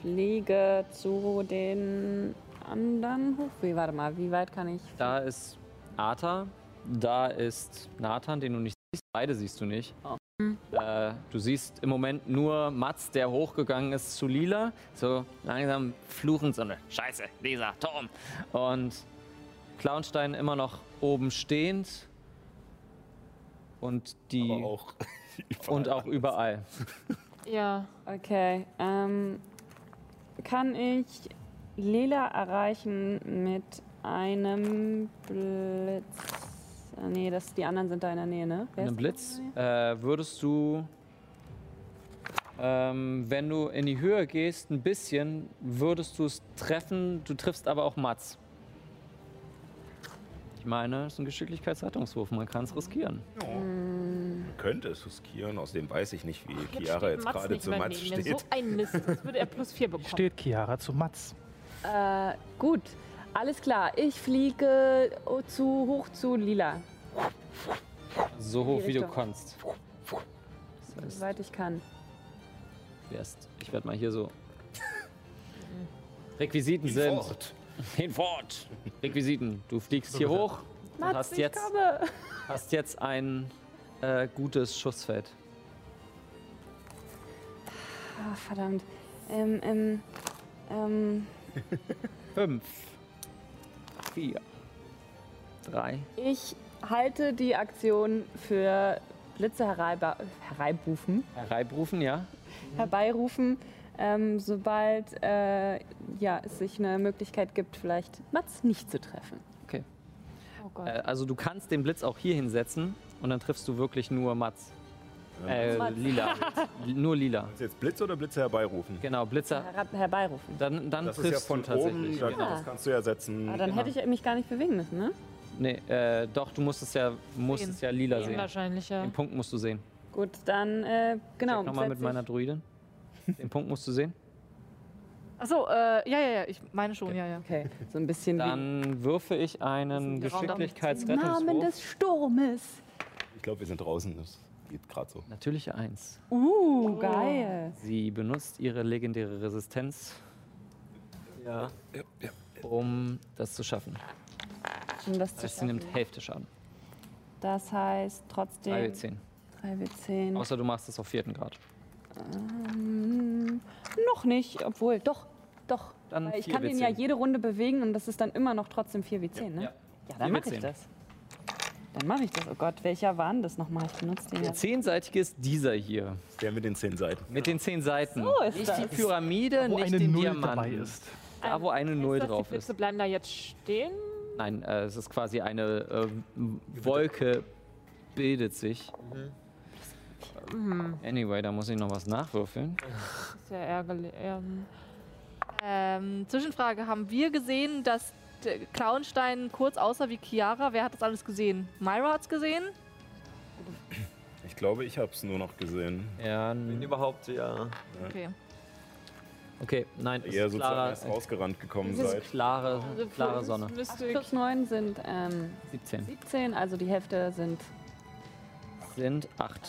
fliege zu den anderen hoch. Wie, warte mal, wie weit kann ich?
Da ist Arta, da ist Nathan, den du nicht siehst. Beide siehst du nicht. Äh, du siehst im Moment nur Mats, der hochgegangen ist zu Lila. So langsam fluchend so eine Scheiße, Lisa, Tom. Und Clownstein immer noch oben stehend. Und die.
Aber auch.
und auch überall.
Ja,
Okay. Ähm, kann ich Lila erreichen mit einem Blitz? Ah, nee, das, die anderen sind da in der Nähe, ne? Wer
Mit einem
ist da in
Blitz.
der Nähe?
Äh, würdest du, ähm, wenn du in die Höhe gehst, ein bisschen, würdest du es treffen. Du triffst aber auch Mats. Ich meine, es ist ein Geschicklichkeitsrettungswurf. Man kann es riskieren.
Man könnte es riskieren, außerdem weiß ich nicht, wie
jetzt
Chiara
steht
jetzt
Mats
gerade
nicht
zu
mehr
Mats
neben mir.
steht.
So ein Mist, sonst würde er plus 4 bekommen.
Steht Chiara zu Mats.
Äh, gut, alles kzu.
klar, ich fliege oh, zu hoch zu Lila,
So hoch, wie du
Richtung.
kannst. Das heißt,
soweit ich kann.
wärst, ich werde mal hier so. Requisiten sind. Hinfort! Requisiten. Du fliegst hier hoch und hast jetzt, hast jetzt ein äh, gutes Schussfeld.
Ah, verdammt. Ähm, ähm, ähm,
Fünf. Vier. Drei.
Ich halte die Aktion für Blitze hereiba- hereibufen,
Reibrufen, Äh, ja.
Oh herbeirufen, ähm, sobald äh, ja, es sich eine Möglichkeit gibt, vielleicht Mats nicht zu treffen.
Okay.
Oh Gott.
Äh, also du kannst den Blitz auch hier hinsetzen und dann triffst du wirklich nur Mats. Äh,
Mats.
lila. nur lila.
Ist jetzt Blitze oder Blitze herbeirufen?
Genau, Blitze.
Herab- herbeirufen.
Dann, dann
Das ist
triffst
ja von
du tatsächlich.
oben, dann,
Ja.
das kannst du ja setzen.
Ah,
Aber dann
genau.
hätte ich mich gar nicht bewegen müssen, ne?
Nee, äh, doch, du musst es ja, musst es ja lila sehen.
Wahrscheinlich, ja.
Den Punkt musst du sehen.
Gut, dann, äh, genau.
Nochmal mit
setz ich-
meiner Druidin. Den Punkt musst du sehen.
Achso, äh, ja, ja, ja, ich meine schon, ja, ja.
Okay, so ein bisschen
Dann würfe ich einen
Das ist ein geraunder
Namen
Geschicklichkeitsrettungswurf.
des Sturmes.
Ich glaube, wir sind draußen. Das geht gerade so.
Natürliche Eins. Oh.
Uh, geil.
Sie benutzt ihre legendäre Resistenz,
Ja.
um das zu schaffen.
Um das
Das
zu
heißt, sie
schaffen.
nimmt Hälfte Schaden.
Das heißt trotzdem
3W10.
3W10.
Außer du machst es auf vierten Grad.
Ähm, noch nicht, obwohl, doch, doch.
Dann
Weil ich
4
kann den
W10.
ja jede Runde bewegen und das ist dann immer noch trotzdem 4W10,
Ja.
ne? Ja, dann
4
mache ich
W10.
das. Dann mache ich das. Oh Gott, welcher war denn das nochmal? Ich benutze den
Der
ja.
zehnseitige ist dieser hier.
Der mit den zehn Seiten.
Mit den zehn Seiten.
So ist
nicht
das.
die Pyramide,
Wo
nicht
eine
den
Null
Diamanten.
dabei ist.
Da, wo eine Null
Ist das,
drauf
die Blitze
ist.
bleiben da jetzt stehen?
Nein, äh, es ist quasi eine äh, Wolke, bildet sich.
Hm,
Anyway, da muss ich noch was nachwürfeln.
ist ja ärgerlich. Ähm,
Ähm, Zwischenfrage, haben wir gesehen, dass der Clownstein kurz aussah wie Chiara? Wer hat das alles gesehen? Myra hat's gesehen?
Ich glaube, ich habe es nur noch gesehen.
Ja,
Wenn überhaupt, ja.
Okay.
okay, nein, es
Ihr
ist
sozusagen
klare,
erst rausgerannt gekommen
es
seid.
ist klare, klare Sonne.
Acht plus 9 sind ähm,
17
17, also die Hälfte sind.
sind 8.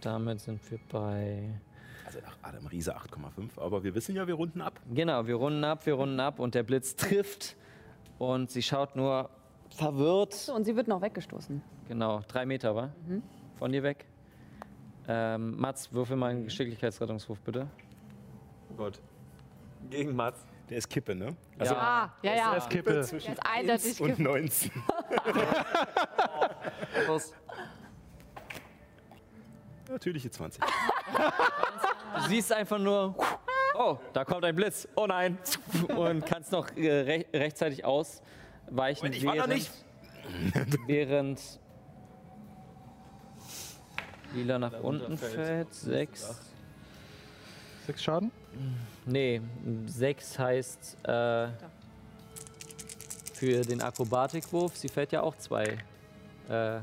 Damit sind wir bei...
Also ach, Adam Riese 8,5. Aber wir wissen ja, wir runden ab.
Genau, wir runden ab, wir runden ab und der Blitz trifft und sie schaut nur verwirrt.
So, und sie wird noch weggestoßen.
Genau, drei Meter, war Von dir weg. Ähm, Mats, würfel mal einen Geschicklichkeitsrettungswurf bitte.
Oh Gott. Gegen Mats.
Der ist Kippe, ne?
Also,
Ah, ja, ja.
Das Kippe.
Der ist eindeutig
Und
ge-
19.
Los.
Natürliche 20.
Du siehst einfach nur, oh, da kommt ein Blitz, oh nein. Und kannst noch äh, rech rechtzeitig ausweichen,
Moment, ich war noch
während, während Lila nach unten fällt. Sechs.
Sechs Schaden?
Nee, 6 heißt äh, für den Akrobatikwurf, sie fällt ja auch zwei, äh,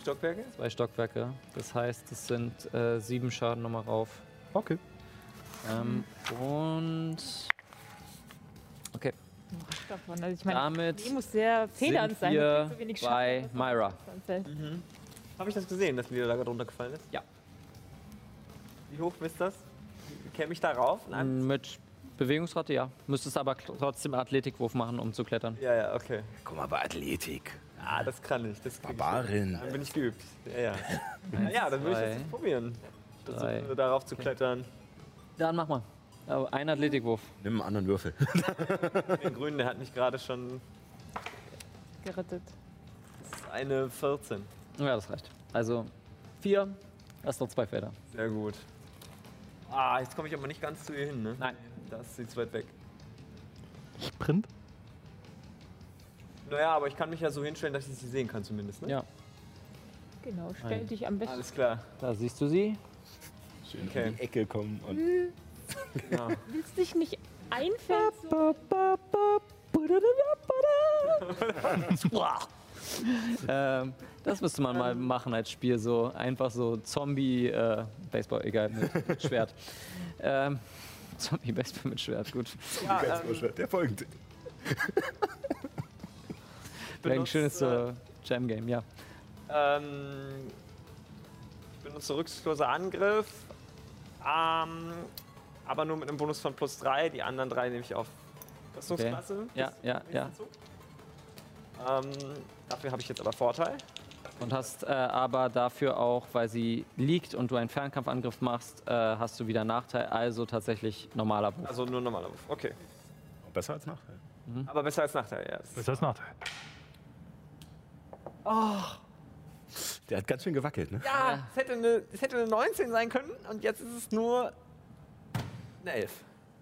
Stockwerke?
zwei Stockwerke. Das heißt, es sind äh, sieben Schaden nochmal rauf.
Okay.
Ähm, und okay,
davon. Also ich meine,
damit
die muss sehr federnd
sind
sein. die
wir
kriegt so wenig Schaden,
bei
dass sie
Myra.
zusammenfällt.
Habe ich das gesehen, dass Lila da gerade runtergefallen ist?
Ja.
Wie hoch ist das? Käme ich da rauf? Nein.
Hm, Mit Bewegungsrate, ja. Müsstest aber kl- trotzdem Athletikwurf machen, um zu klettern.
Ja, ja, okay.
Guck mal, bei Athletik.
Ah, das kann ich. Das krieg ich.
Barbarin.
Dann bin ich geübt. Ja, ja. Na ja, dann würde ich
zwei,
jetzt probieren,
drei.
das, darauf zu klettern.
Dann mach mal. Aber Ein Äh, Athletikwurf.
Nimm einen anderen Würfel.
Den Grünen, der hat mich gerade schon
Gerettet.
das ist eine 14.
Ja, das reicht. Also vier, hast noch zwei Felder.
Sehr gut. Ah, jetzt komme ich aber nicht ganz zu ihr hin, ne?
Nein.
Das sieht zu weit weg.
Sprint?
Naja, aber ich kann mich ja so hinstellen, dass ich sie sehen kann zumindest, ne?
Ja,
Genau, stell dich am besten.
Alles klar.
da siehst du sie.
Schön
Okay.
um die Ecke kommen und
Willst dich nicht einfällt? So.
Ähm, das müsste man mal machen als Spiel, so einfach so Zombie-Baseball, egal, mit, mit Schwert. Ähm, Zombie-Baseball mit Schwert, gut.
ganz ähm, der folgende.
Wäre ein
benutze,
schönes äh, Jam-Game, ja.
Ähm, ich benutze rücksichtsloser Angriff. Ähm, aber nur mit einem Bonus von plus 3. Die anderen drei nehme ich auf. Rüstungsklasse.
Ja, ja, ja.
Ähm, dafür habe ich jetzt aber Vorteil.
Und hast äh, aber dafür auch, weil sie liegt und du einen Fernkampfangriff machst, äh, hast du wieder Nachteil, also tatsächlich normaler Wurf.
Also nur normaler Wurf. Okay.
Besser als Nachteil.
Mhm.
Aber besser als Nachteil, ja.
Das ist Nachteil.
Der hat ganz schön gewackelt, ne?
Ja, es hätte, eine, es hätte eine 19 sein können und jetzt ist es nur eine 11.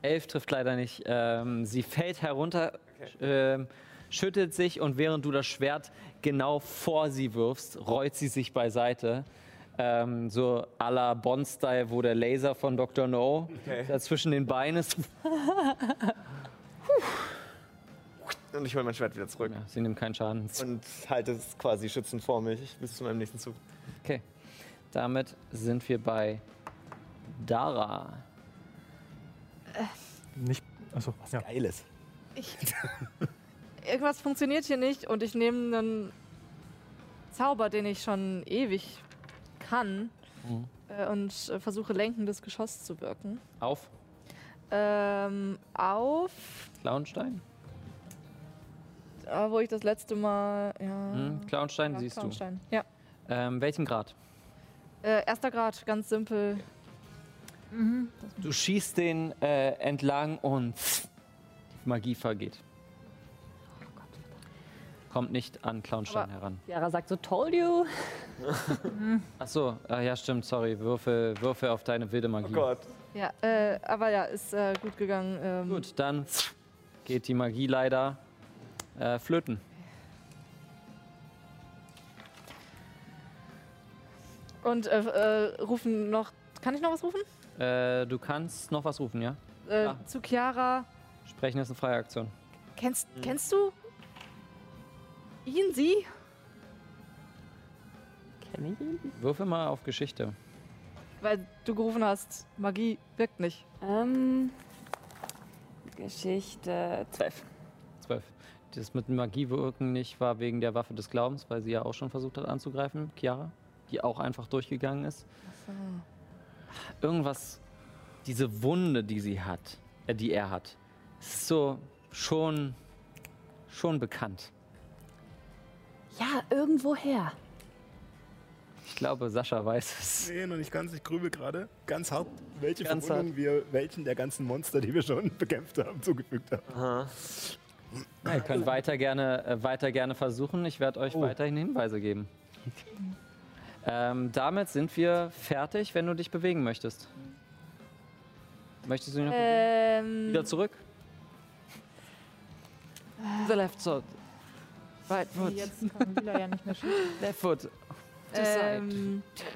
11 trifft leider nicht. Ähm, sie fällt herunter, sch- ähm, schüttelt sich und während du das Schwert genau vor sie wirfst, rollt sie sich beiseite. Ähm, so à la Bond-Style, wo der Laser von Dr. No
Okay.
da zwischen den Beinen ist.
Und ich hole mein Schwert wieder zurück.
sie nimmt keinen Schaden.
Und halte es quasi schützend vor mich bis zu meinem nächsten Zug.
Okay, damit sind wir bei Dara.
Nicht. Achso, ja.
Geiles.
Irgendwas funktioniert hier nicht und ich nehme einen Zauber, den ich schon ewig kann
Mhm.
äh, und äh, versuche lenkendes Geschoss zu wirken.
Auf
Ähm, auf,
Clownstein.
da, wo ich das letzte Mal. Ja,
Mhm, Clownstein
ja,
siehst
Clownstein. Ja.
du. Ähm, welchen Grad?
Äh, erster Grad, ganz simpel. Mhm.
Du schießt den äh, entlang und die Magie vergeht. Kommt nicht an Clownstein
Aber-
heran.
Yara sagt so, told you.
Achso, ah, ja stimmt, sorry. Würfel, Würfel auf deine wilde Magie. Oh
Gott.
Ja, äh, aber ja, ist äh, gut gegangen. Ähm,
Gut, dann geht die Magie leider äh, flöten.
Und äh, äh, rufen noch. Kann ich noch was rufen?
Äh, du kannst noch was rufen, ja?
Äh,
Ah.
Zu Chiara.
Sprechen ist eine freie Aktion.
Kennst,
Mhm.
kennst du ihn, sie?
Kenn ich ihn? Würfel mal auf Geschichte.
Weil du gerufen hast, Magie wirkt nicht.
Ähm, Geschichte 12.
12. Das mit Magie wirken nicht war wegen der Waffe des Glaubens, weil sie ja auch schon versucht hat anzugreifen, Chiara, die auch einfach durchgegangen ist. Irgendwas, diese Wunde, die sie hat, äh, die er hat, ist so schon, schon bekannt.
Ja, irgendwoher.
Ich glaube, Sascha weiß es.
Nee, noch nicht ganz. Ich grübel gerade ganz hart, welche
Ganz
Verwundung wir welchen der ganzen Monster, die wir schon bekämpft haben, zugefügt haben.
Ja, Ihr könnt weiter gerne, äh, weiter gerne versuchen. Ich werde
Oh.
euch weiterhin Hinweise geben. Ähm, damit sind wir fertig, wenn du dich bewegen möchtest. Möchtest du noch
Ähm,
wieder zurück?
The left
side.
Right foot.
Jetzt
kann Lila ja nicht mehr schießen.
Left foot. To
Ähm,
side.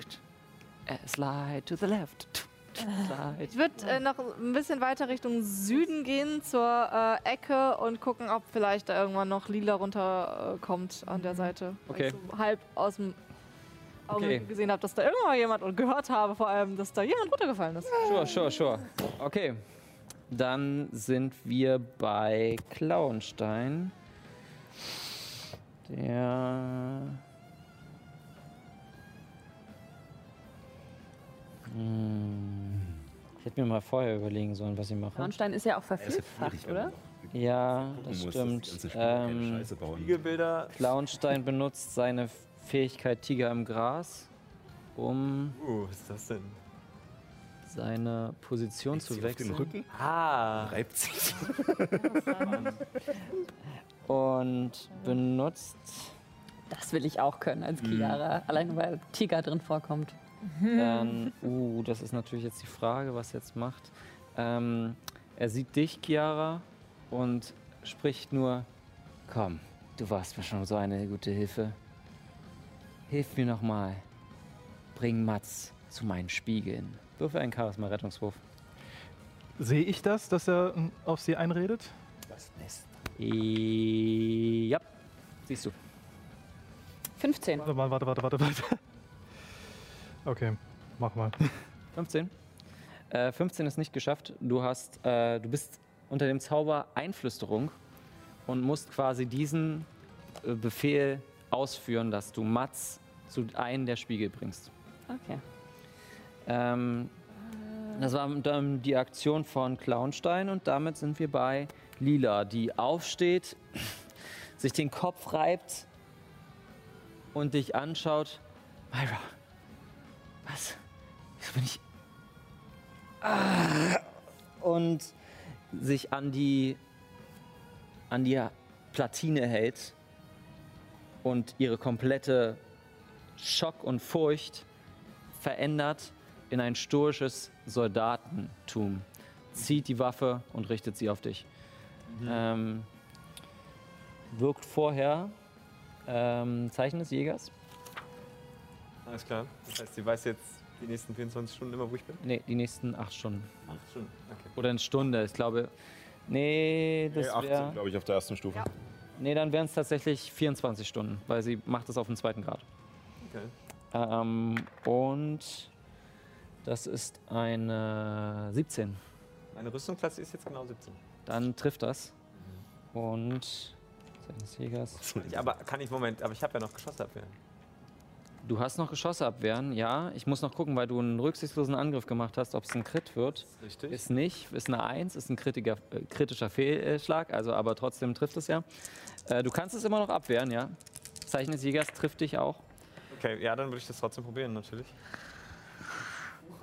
Äh, Slide to the left. Slide.
ich würde äh, noch ein bisschen weiter Richtung Süden gehen, zur äh, Ecke und gucken, ob vielleicht da irgendwann noch Lila runterkommt äh, kommt an der Seite. Weil ich
Okay.
so halb aus dem Augenblick
Okay.
gesehen habe, dass da irgendwann jemand und gehört habe vor allem, dass da jemand runtergefallen ist.
Sure, sure, sure. Okay. Dann sind wir bei Klauenstein. Der. Hm. Ich hätte mir mal vorher überlegen sollen, was ich mache.
Braunstein ist ja auch
ist ja
vervielfacht,
schwierig, wenn
oder?
Ja,
gucken
das
muss, dass die
stimmt.
ganzen Spieler keine
Ähm,
Scheiße bauen.
Spiegelbilder.
Klauenstein benutzt seine Fähigkeit Tiger im Gras, um
Uh, was ist das denn?
seine Position zu
Sie auf den
wechseln.
Rücken
Ah.
reibt sich.
und benutzt.
Das will ich auch können als Kiara. Allein weil Tiger drin vorkommt.
Dann, uh, das ist natürlich jetzt die Frage, was er jetzt macht. Ähm, er sieht dich, Chiara, und spricht nur: Komm, du warst mir schon so eine gute Hilfe. Hilf mir nochmal. Bring Mats zu meinen Spiegeln. Würfel einen Charisma-Rettungswurf.
Sehe ich das, dass er mm, auf sie einredet?
I- Ja, siehst du.
15.
Warte mal, warte, warte, warte, warte. Okay, mach mal.
15. Äh, 15 ist nicht geschafft. Du hast, äh, du bist unter dem Zauber Einflüsterung und musst quasi diesen äh, Befehl ausführen, dass du Mats zu einem der Spiegel bringst.
Okay.
Ähm, das war dann die Aktion von Clownstein und damit sind wir bei Lila, die aufsteht, sich den Kopf reibt und dich anschaut. Myra, was? Wieso bin ich. Ah! Und sich an die an die Platine hält und ihre komplette Schock und Furcht verändert in ein stoisches Soldatentum. Zieht die Waffe und richtet sie auf dich. Ähm, wirkt vorher ähm, Zeichen des Jägers.
Alles klar. Das heißt, sie weiß jetzt die nächsten 24 Stunden immer, wo ich bin?
Nee, die nächsten acht Stunden.
Acht Stunden, okay.
Oder eine Stunde, ich glaube. Nee, das
Nee, 18,
wär-
glaube ich, auf der ersten Stufe.
Nee, dann wären es tatsächlich 24 Stunden, weil sie macht es auf dem zweiten Grad.
Okay.
Ähm, und das ist eine 17.
Meine Rüstungsklasse ist jetzt genau 17.
Dann trifft das. Und Zeichen des Jägers.
Ich, aber kann ich, Moment, aber ich habe ja noch Geschosse abwehren.
Du hast noch Geschosse abwehren, ja. Ich muss noch gucken, weil du einen rücksichtslosen Angriff gemacht hast, ob es ein Crit wird.
Richtig.
Ist nicht, ist eine 1, ist ein kritiger, äh, kritischer Fehlschlag, also aber trotzdem trifft es ja. Äh, du kannst es immer noch abwehren, ja. Zeichen des Jägers trifft dich auch.
Okay, ja, dann würde ich das trotzdem probieren, natürlich.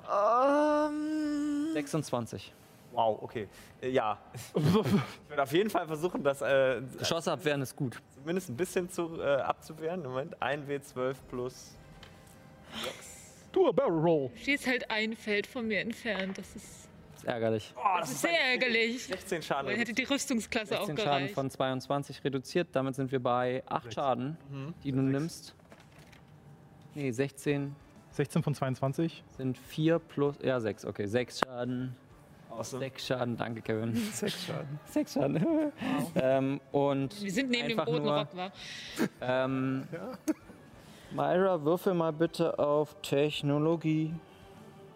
Ähm,
26.
Wow, okay. Äh, Ja. ich würde auf jeden Fall versuchen, das äh,
Geschosse abwehren ist gut.
zumindest ein bisschen zu, äh, abzuwehren. Moment, 1W12 plus.
Do a barrel roll.
Sie ist halt ein Feld von mir entfernt. Das ist,
Ist ärgerlich.
Oh,
das ist sehr ärgerlich.
16 Schaden.
Dann hätte die Rüstungsklasse auch
16 Schaden
gereicht.
von 22 reduziert. Damit sind wir bei 8 Schaden, die du nimmst. Nee, 16
16 von 22.
sind 4 plus. Ja, 6. Okay, 6 Schaden.
Awesome.
6 Schaden, danke, Kevin.
6 Schaden.
6 Schaden. ähm, und
Wir sind neben
einfach
dem roten
nur,
Rock, war.
Ähm, Myra, würfel mal bitte auf Technologie.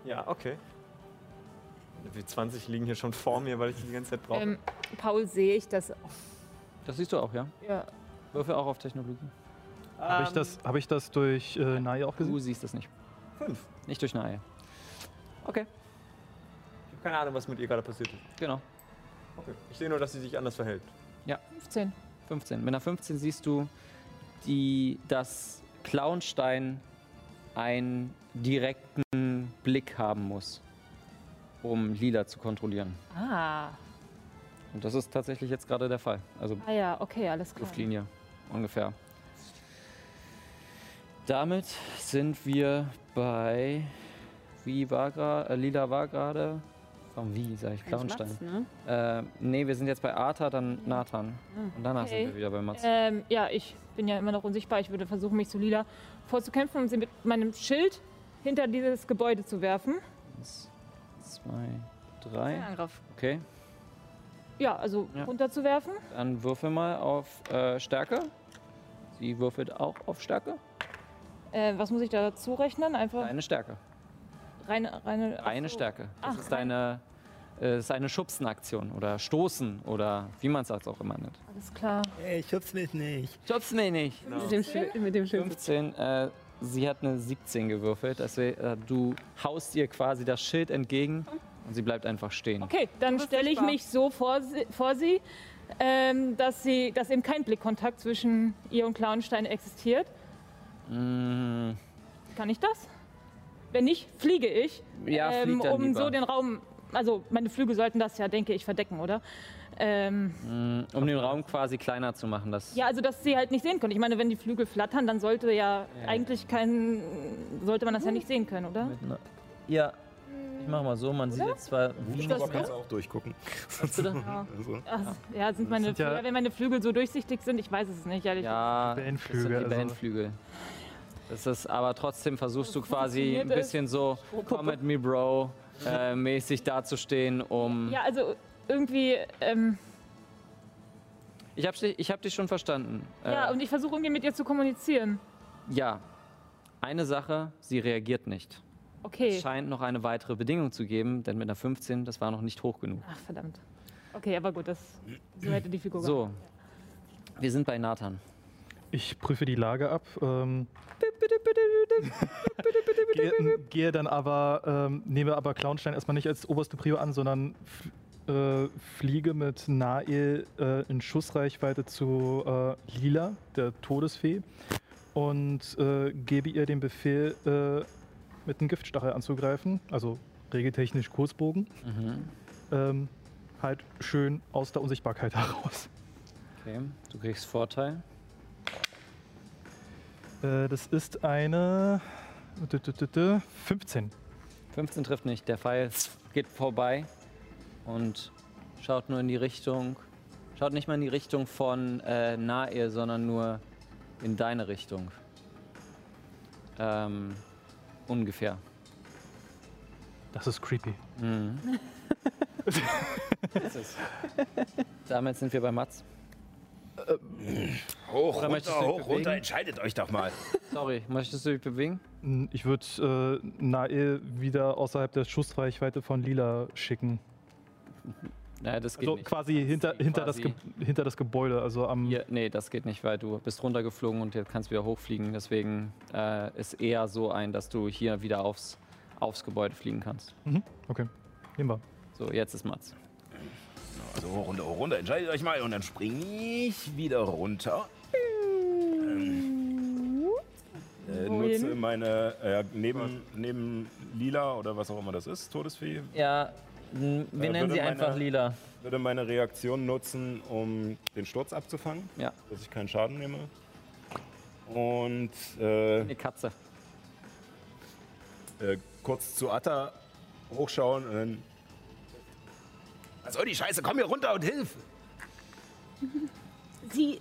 Ja, okay. Die 20 liegen hier schon vor mir, weil ich die die ganze Zeit brauche.
Ähm, Paul, sehe ich das?
Das siehst du auch, ja?
Ja.
Würfel auch auf Technologie.
Habe ich, das- hab ich das durch äh, Naya auch
Du
gesehen?
siehst das nicht.
Fünf.
Nicht durch eine Eier. Okay,
Ich habe keine Ahnung, was mit ihr gerade passiert ist.
genau.
Okay. Ich sehe nur, dass sie sich anders verhält.
15.
15. Mit einer 15 siehst du, die, dass Clownstein einen direkten Blick haben muss, um Lila zu kontrollieren.
Ah.
Und das ist tatsächlich jetzt gerade der Fall. Also
Ah ja, okay, alles klar.
Luftlinie ungefähr. Damit sind wir bei. Wie war gerade? Äh, Lila war gerade. Warum wie, sage ich? Clownstein.
Mats, ne?
Äh, nee, wir sind jetzt bei Arthur, dann Nathan.
Ah,
Und danach
okay.
sind wir wieder bei Mats.
Ähm, ja, ich bin ja immer noch unsichtbar. Ich würde versuchen, mich zu Lila vorzukämpfen und sie mit meinem Schild hinter dieses Gebäude zu werfen.
Eins, zwei, drei.
Angriff.
Okay.
Ja, also
Ja.
runterzuwerfen.
Dann würfel mal auf äh, Stärke. Sie würfelt auch auf Stärke.
Äh, was muss ich da dazu rechnen? Einfach
Eine Stärke.
reine, reine, ach
Eine
so.
Stärke. Das
Ach,
ist deine. äh, ist eine Schubsenaktion oder Stoßen oder wie man es auch immer nennt.
Alles klar.
Ich schub's mich nicht.
Schubst mich nicht.
Genau.
Mit dem Schild. Mit dem Schild.
15, äh, sie hat eine 17 gewürfelt. Deswegen, äh, du haust ihr quasi das Schild entgegen und sie bleibt einfach stehen.
Okay, dann stelle ich
sichtbar.
mich so vor sie, vor sie ähm, dass sie, dass eben kein Blickkontakt zwischen ihr und Clownstein existiert.
Mm,
Kann ich das? Wenn nicht, fliege ich.
Ja, flieg dann
um
lieber.
so den Raum. Also meine Flügel sollten das ja, denke ich, verdecken, oder? Ähm,
mm, um den Raum quasi kleiner zu machen. Das
ja, also dass sie halt nicht sehen können. Ich meine, wenn die Flügel flattern, dann sollte ja, eigentlich kein. sollte man das ja nicht sehen können, oder?
Mit einer- ja, ich mach mal so, man sieht jetzt zwar wie
Aber kannst du auch durchgucken. Also,
Ach, ja, sind meine
sind ja-
Flügel, wenn meine Flügel so durchsichtig sind, ich weiß es nicht, ehrlich.
Ja,
Wellenflügel,
das sind die
also-
Wellenflügel. Das ist, aber trotzdem versuchst du quasi ein
funktioniert es.
bisschen so Come at me, Bro, äh, mäßig dazustehen, um.
Ja, also irgendwie. Ähm,
Ich hab, dich- ich hab dich schon verstanden.
Ja,
Äh,
und ich versuche irgendwie mit ihr zu kommunizieren.
ja. Eine Sache, sie reagiert nicht. Es
Okay.
scheint noch eine weitere Bedingung zu geben, denn mit einer 15, das war noch nicht hoch genug.
Ach, verdammt. Okay, aber gut, das so hätte die Figur
So, wir sind bei Nathan.
Ich prüfe die Lage ab. Ähm, gehe, gehe dann aber, ähm, nehme aber Clownstein erstmal nicht als oberste Prio an, sondern f- äh, fliege mit Nael äh, in Schussreichweite zu äh, Lila, der Todesfee, und äh, gebe ihr den Befehl, äh, mit einem Giftstachel anzugreifen, also regeltechnisch Kurzbogen. Ähm, halt schön aus der Unsichtbarkeit heraus.
Okay, du kriegst Vorteil.
Äh, das ist eine dü- dü- dü- dü- 15.
15 trifft nicht. Der Pfeil geht vorbei und schaut nur in die Richtung. Schaut nicht mal in die Richtung von äh, Nahe, sondern nur in deine Richtung. Ähm, ungefähr.
Das ist creepy.
Mhm. Das ist- Damit sind wir bei Mats.
Hoch,
Oder möchtest
runter,
du dich
hoch, runter,
bewegen?
entscheidet euch doch mal.
Sorry, möchtest du dich bewegen?
N- Ich würde äh, Nael wieder außerhalb der Schussreichweite von Lila schicken.
Naja, das geht
Also
nicht.
quasi hinter, hinter,
quasi-
Das Ge hinter das Gebäude. Also am.
Hier, nee, das geht nicht, weil du bist runtergeflogen und jetzt kannst du wieder hochfliegen. Deswegen äh, ist eher so ein, dass du hier wieder aufs, aufs Gebäude fliegen kannst.
Mhm. Okay, nehmen wir.
So, jetzt ist Mats.
Also hoch, runter, hoch, runter, entscheidet euch mal. Und dann springe ich wieder runter. Ähm,
Äh,
Wohin?
nutze meine, äh, neben, neben Lila oder was auch immer das ist, Todesfee.
Ja, wir
Äh,
nennen
würde
sie einfach
meine-
Lila.
Würde meine Reaktion nutzen, um den Sturz abzufangen.
Ja.
Dass ich keinen Schaden nehme. Und. Äh,
Eine Katze.
Äh, kurz zu Atta hochschauen und dann.
Was soll die Scheiße? Komm hier runter und hilf!
Sie,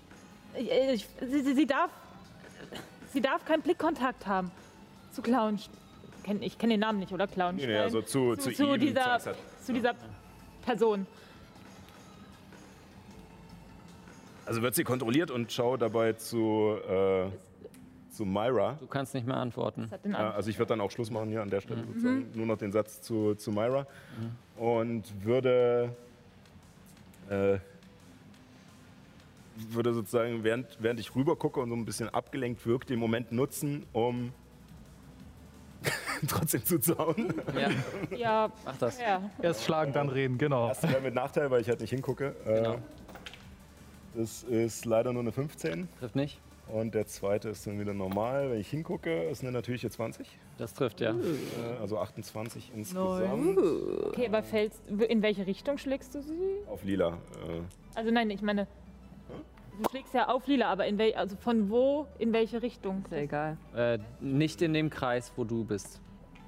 äh, ich- sie, sie, sie darf, sie darf keinen Blickkontakt haben zu Clownsch. Kenn, ich kenne den Namen nicht, oder Clown?
Nee, nee, also zu- zu ihm, halt.
dieser,
zu-
zu dieser Person.
Also wird sie kontrolliert und schaue dabei zu, äh, zu Myra.
Du kannst nicht mehr antworten.
hat den
Ja, also ich würde dann auch Schluss machen hier an der Stelle. sozusagen. Nur noch den Satz zu, zu Myra. Und würde, äh, würde sozusagen, während, während ich rüber gucke und so ein bisschen abgelenkt wirkt, den Moment nutzen, um trotzdem zuzuhauen.
Oh.
Ja,
Mach das.
Ja.
Erst schlagen, dann reden, genau.
Das wäre mit Nachteil, weil ich halt nicht hingucke. Äh,
Genau.
Das ist leider nur eine 15.
Trifft nicht.
Und der zweite ist dann wieder normal. Wenn ich hingucke, ist eine natürliche 20.
Das trifft, ja.
Äh, Also 28 insgesamt.
Okay, aber fällst, in welche Richtung schlägst du sie?
Auf lila. Äh,
Also nein, ich meine, du schlägst ja auf Lila, aber in wel, also von wo, in welche Richtung? Ist ja egal.
Äh, nicht in dem Kreis, wo du bist.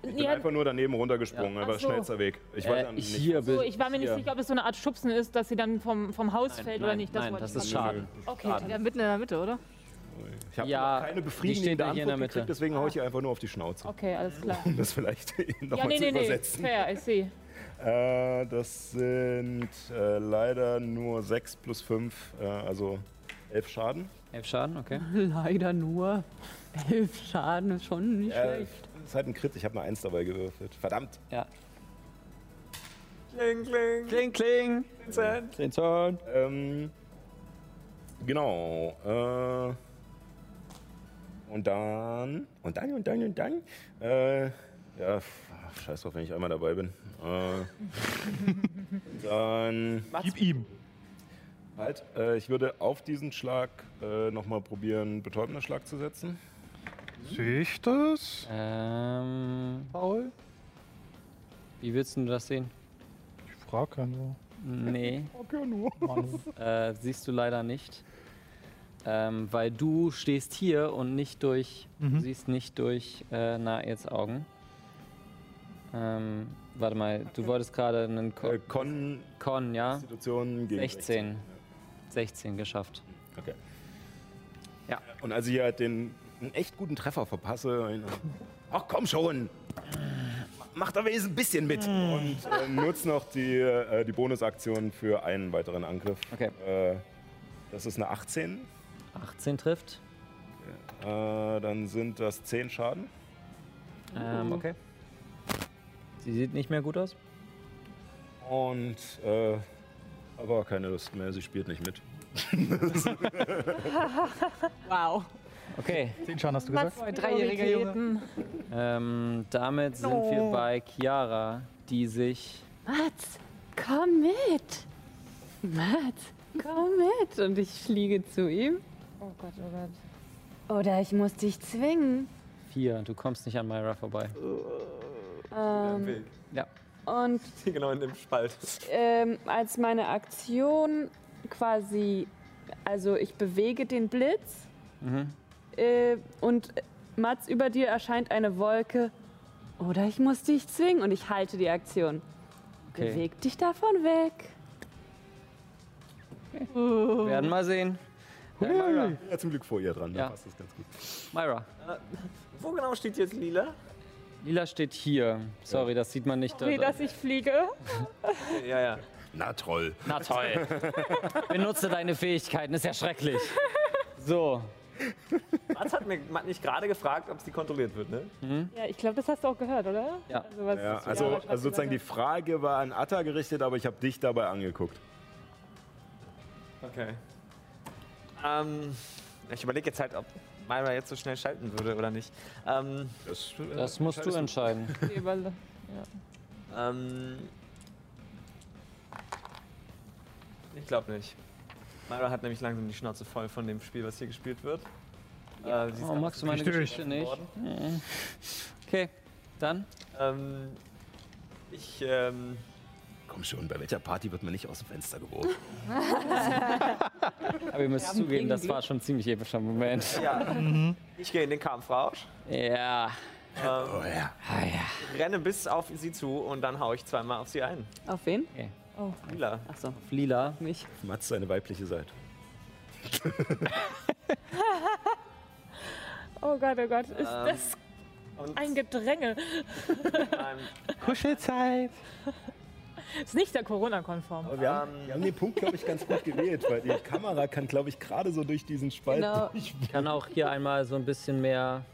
Äh, ich bin einfach nur daneben runtergesprungen, aber
Ach so.
schnellster Weg. Ich
Äh,
weiß ja nicht.
hier
so,
bist
ich war mir nicht
hier.
sicher, ob es so eine Art Schubsen ist, dass sie dann vom, vom Haus fällt oder
nein,
nicht.
nein,
wollte
das
ich
ist
mal-
Schaden.
Okay,
Schaden.
ja,
Mitten in der Mitte, oder?
Ich habe
Ja,
keine
die
befriedigende
steht ja
Antwort
hier in der Mitte.
gekriegt, deswegen haue ich ihr einfach nur auf die Schnauze.
okay, alles klar.
Um das vielleicht nochmal
ja, nee,
zu
nee, nee,
übersetzen.
fair, I see.
Äh, das sind äh, leider nur 6 plus 5, äh, also 11 Schaden.
Elf Schaden, okay.
Leider nur elf Schaden ist schon nicht
Äh,
schlecht.
das ist halt ein Crit, ich habe eine 1 dabei gewürfelt. Verdammt.
Ja.
Kling, kling.
Kling, kling.
Vincent.
Vincent.
Ähm, genau. Äh, und dann. Und dann, und dann, und dann. Äh, ja, pf, ach, scheiß drauf, wenn ich einmal dabei bin. Äh, dann.
Gib ihm.
Halt, äh, ich würde auf diesen Schlag äh, nochmal probieren, betäubender Schlag zu setzen.
Sehe ich das?
Ähm,
Paul?
wie willst du das sehen?
Ich frage ja nur.
Nee.
Okay, nur.
äh, siehst du leider nicht. Ähm, weil du stehst hier und nicht durch, du siehst nicht durch äh, Naels Augen. Ähm, warte mal, du wolltest gerade einen Con,
Äh, Con
Con ja?
Konstitution gegen
16. 16 geschafft.
Okay.
Ja.
Und als ich halt den einen echt guten Treffer verpasse, ein- ach komm schon, mach doch wenigstens ein bisschen mit. Und äh, nutze noch die, äh, die Bonusaktion für einen weiteren Angriff.
Okay.
Äh, das ist eine 18,
18 trifft.
äh, dann sind das 10 Schaden.
Ähm, okay. Sie sieht nicht mehr gut aus.
Und äh, aber keine Lust mehr, sie spielt nicht mit.
Wow.
Okay.
Den Schaden hast du gesagt?
Ein dreijähriger Junge.
Ähm, damit sind wir
No.
bei Chiara, die sich.
Mats, komm mit! Mats, komm mit! Und ich fliege zu ihm.
Oh Gott, oh Gott.
Oder ich muss dich zwingen.
Vier, du kommst nicht an Myra vorbei.
Ähm,
Weg.
Ja.
und
Genau in dem Spalt.
ähm, als meine Aktion quasi Also ich bewege den Blitz
Mhm.
äh, und Mats, über dir erscheint eine Wolke. Oder ich muss dich zwingen und ich halte die Aktion.
Okay.
Beweg dich davon weg.
Werden mal sehen. Äh, Myra.
Ja, zum Glück vor ihr dran,
Ja.
da passt das ganz gut.
Myra.
Wo genau steht jetzt Lila?
Lila steht hier. Sorry, das sieht man nicht. Also,
Wie, dass ich fliege?
ja, ja.
Na toll.
Na toll. Benutze deine Fähigkeiten, ist ja schrecklich. So.
Mats hat mir Mats nicht gerade gefragt, ob sie kontrolliert wird, ne?
Ja, ich glaube, das hast du auch gehört, oder?
Ja.
Also, was
Ja, also,
was
also sozusagen die Frage war an Atta gerichtet, aber ich habe dich dabei angeguckt.
Okay. Ähm, ich überlege jetzt halt, ob Myra jetzt so schnell schalten würde oder nicht. Ähm,
das,
Das musst du entscheiden.
die Überle-
Ähm, ich glaube nicht. Myra hat nämlich langsam die Schnauze voll von dem Spiel, was hier gespielt wird. Äh, sie ist
Oh, magst du meine
absolut
Geschichte nicht?
geworden.
Mhm. Okay, dann.
Ähm, ich, ähm,
Komm schon, bei welcher Party wird man nicht aus dem Fenster geworfen?
Aber ihr müsst zugeben, das war schon ein ziemlich epischer Moment.
ja,
Mhm.
ich gehe in den Kampfrausch.
Ja.
Ähm,
Ah,
Renne bis auf sie zu und dann hau ich zweimal auf sie ein.
Auf wen?
Okay.
Oh.
Lila.
Achso.
Lila.
Mich.
Mats, seine weibliche Seite.
Oh Gott, oh Gott, ist
Ähm.
das
Oh.
und-
ein Gedränge.
Kuschelzeit.
Ist nicht der Corona-konform.
Aber wir,
ähm,
haben, wir haben den Punkt, glaube ich, ganz gut gewählt, weil die Kamera kann, glaube ich, gerade so durch diesen Spalt.
Genau.
durch.
Ich kann auch hier einmal so ein bisschen mehr.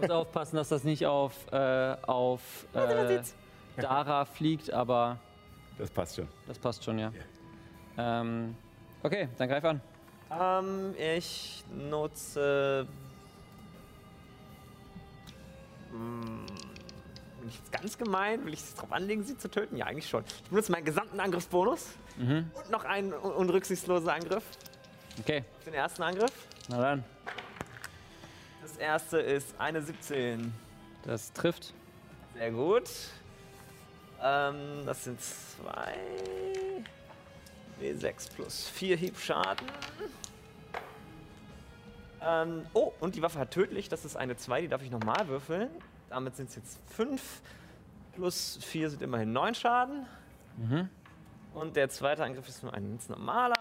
Muss aufpassen, dass das nicht auf, äh, auf äh, Dara fliegt, aber
Das passt schon.
das passt schon, ja. Ähm, okay, dann greif an.
Ähm, ich nutze. Hm, Bin ich jetzt ganz gemein? Will ich es drauf anlegen, sie zu töten? Ja, eigentlich schon. Ich benutze meinen gesamten Angriffsbonus
Mhm.
und noch einen un unrücksichtslosen Angriff.
Okay,
Auf Den ersten Angriff.
na dann.
Das erste ist eine 17.
Das trifft.
Sehr gut. Ähm, das sind zwei. W6 plus 4 Hiebschaden. Ähm, oh, und die Waffe hat tödlich. Das ist eine 2, die darf ich nochmal würfeln. Damit sind es jetzt 5. Plus 4 sind immerhin 9 Schaden.
Mhm.
Und der zweite Angriff ist nur ein ganz normaler.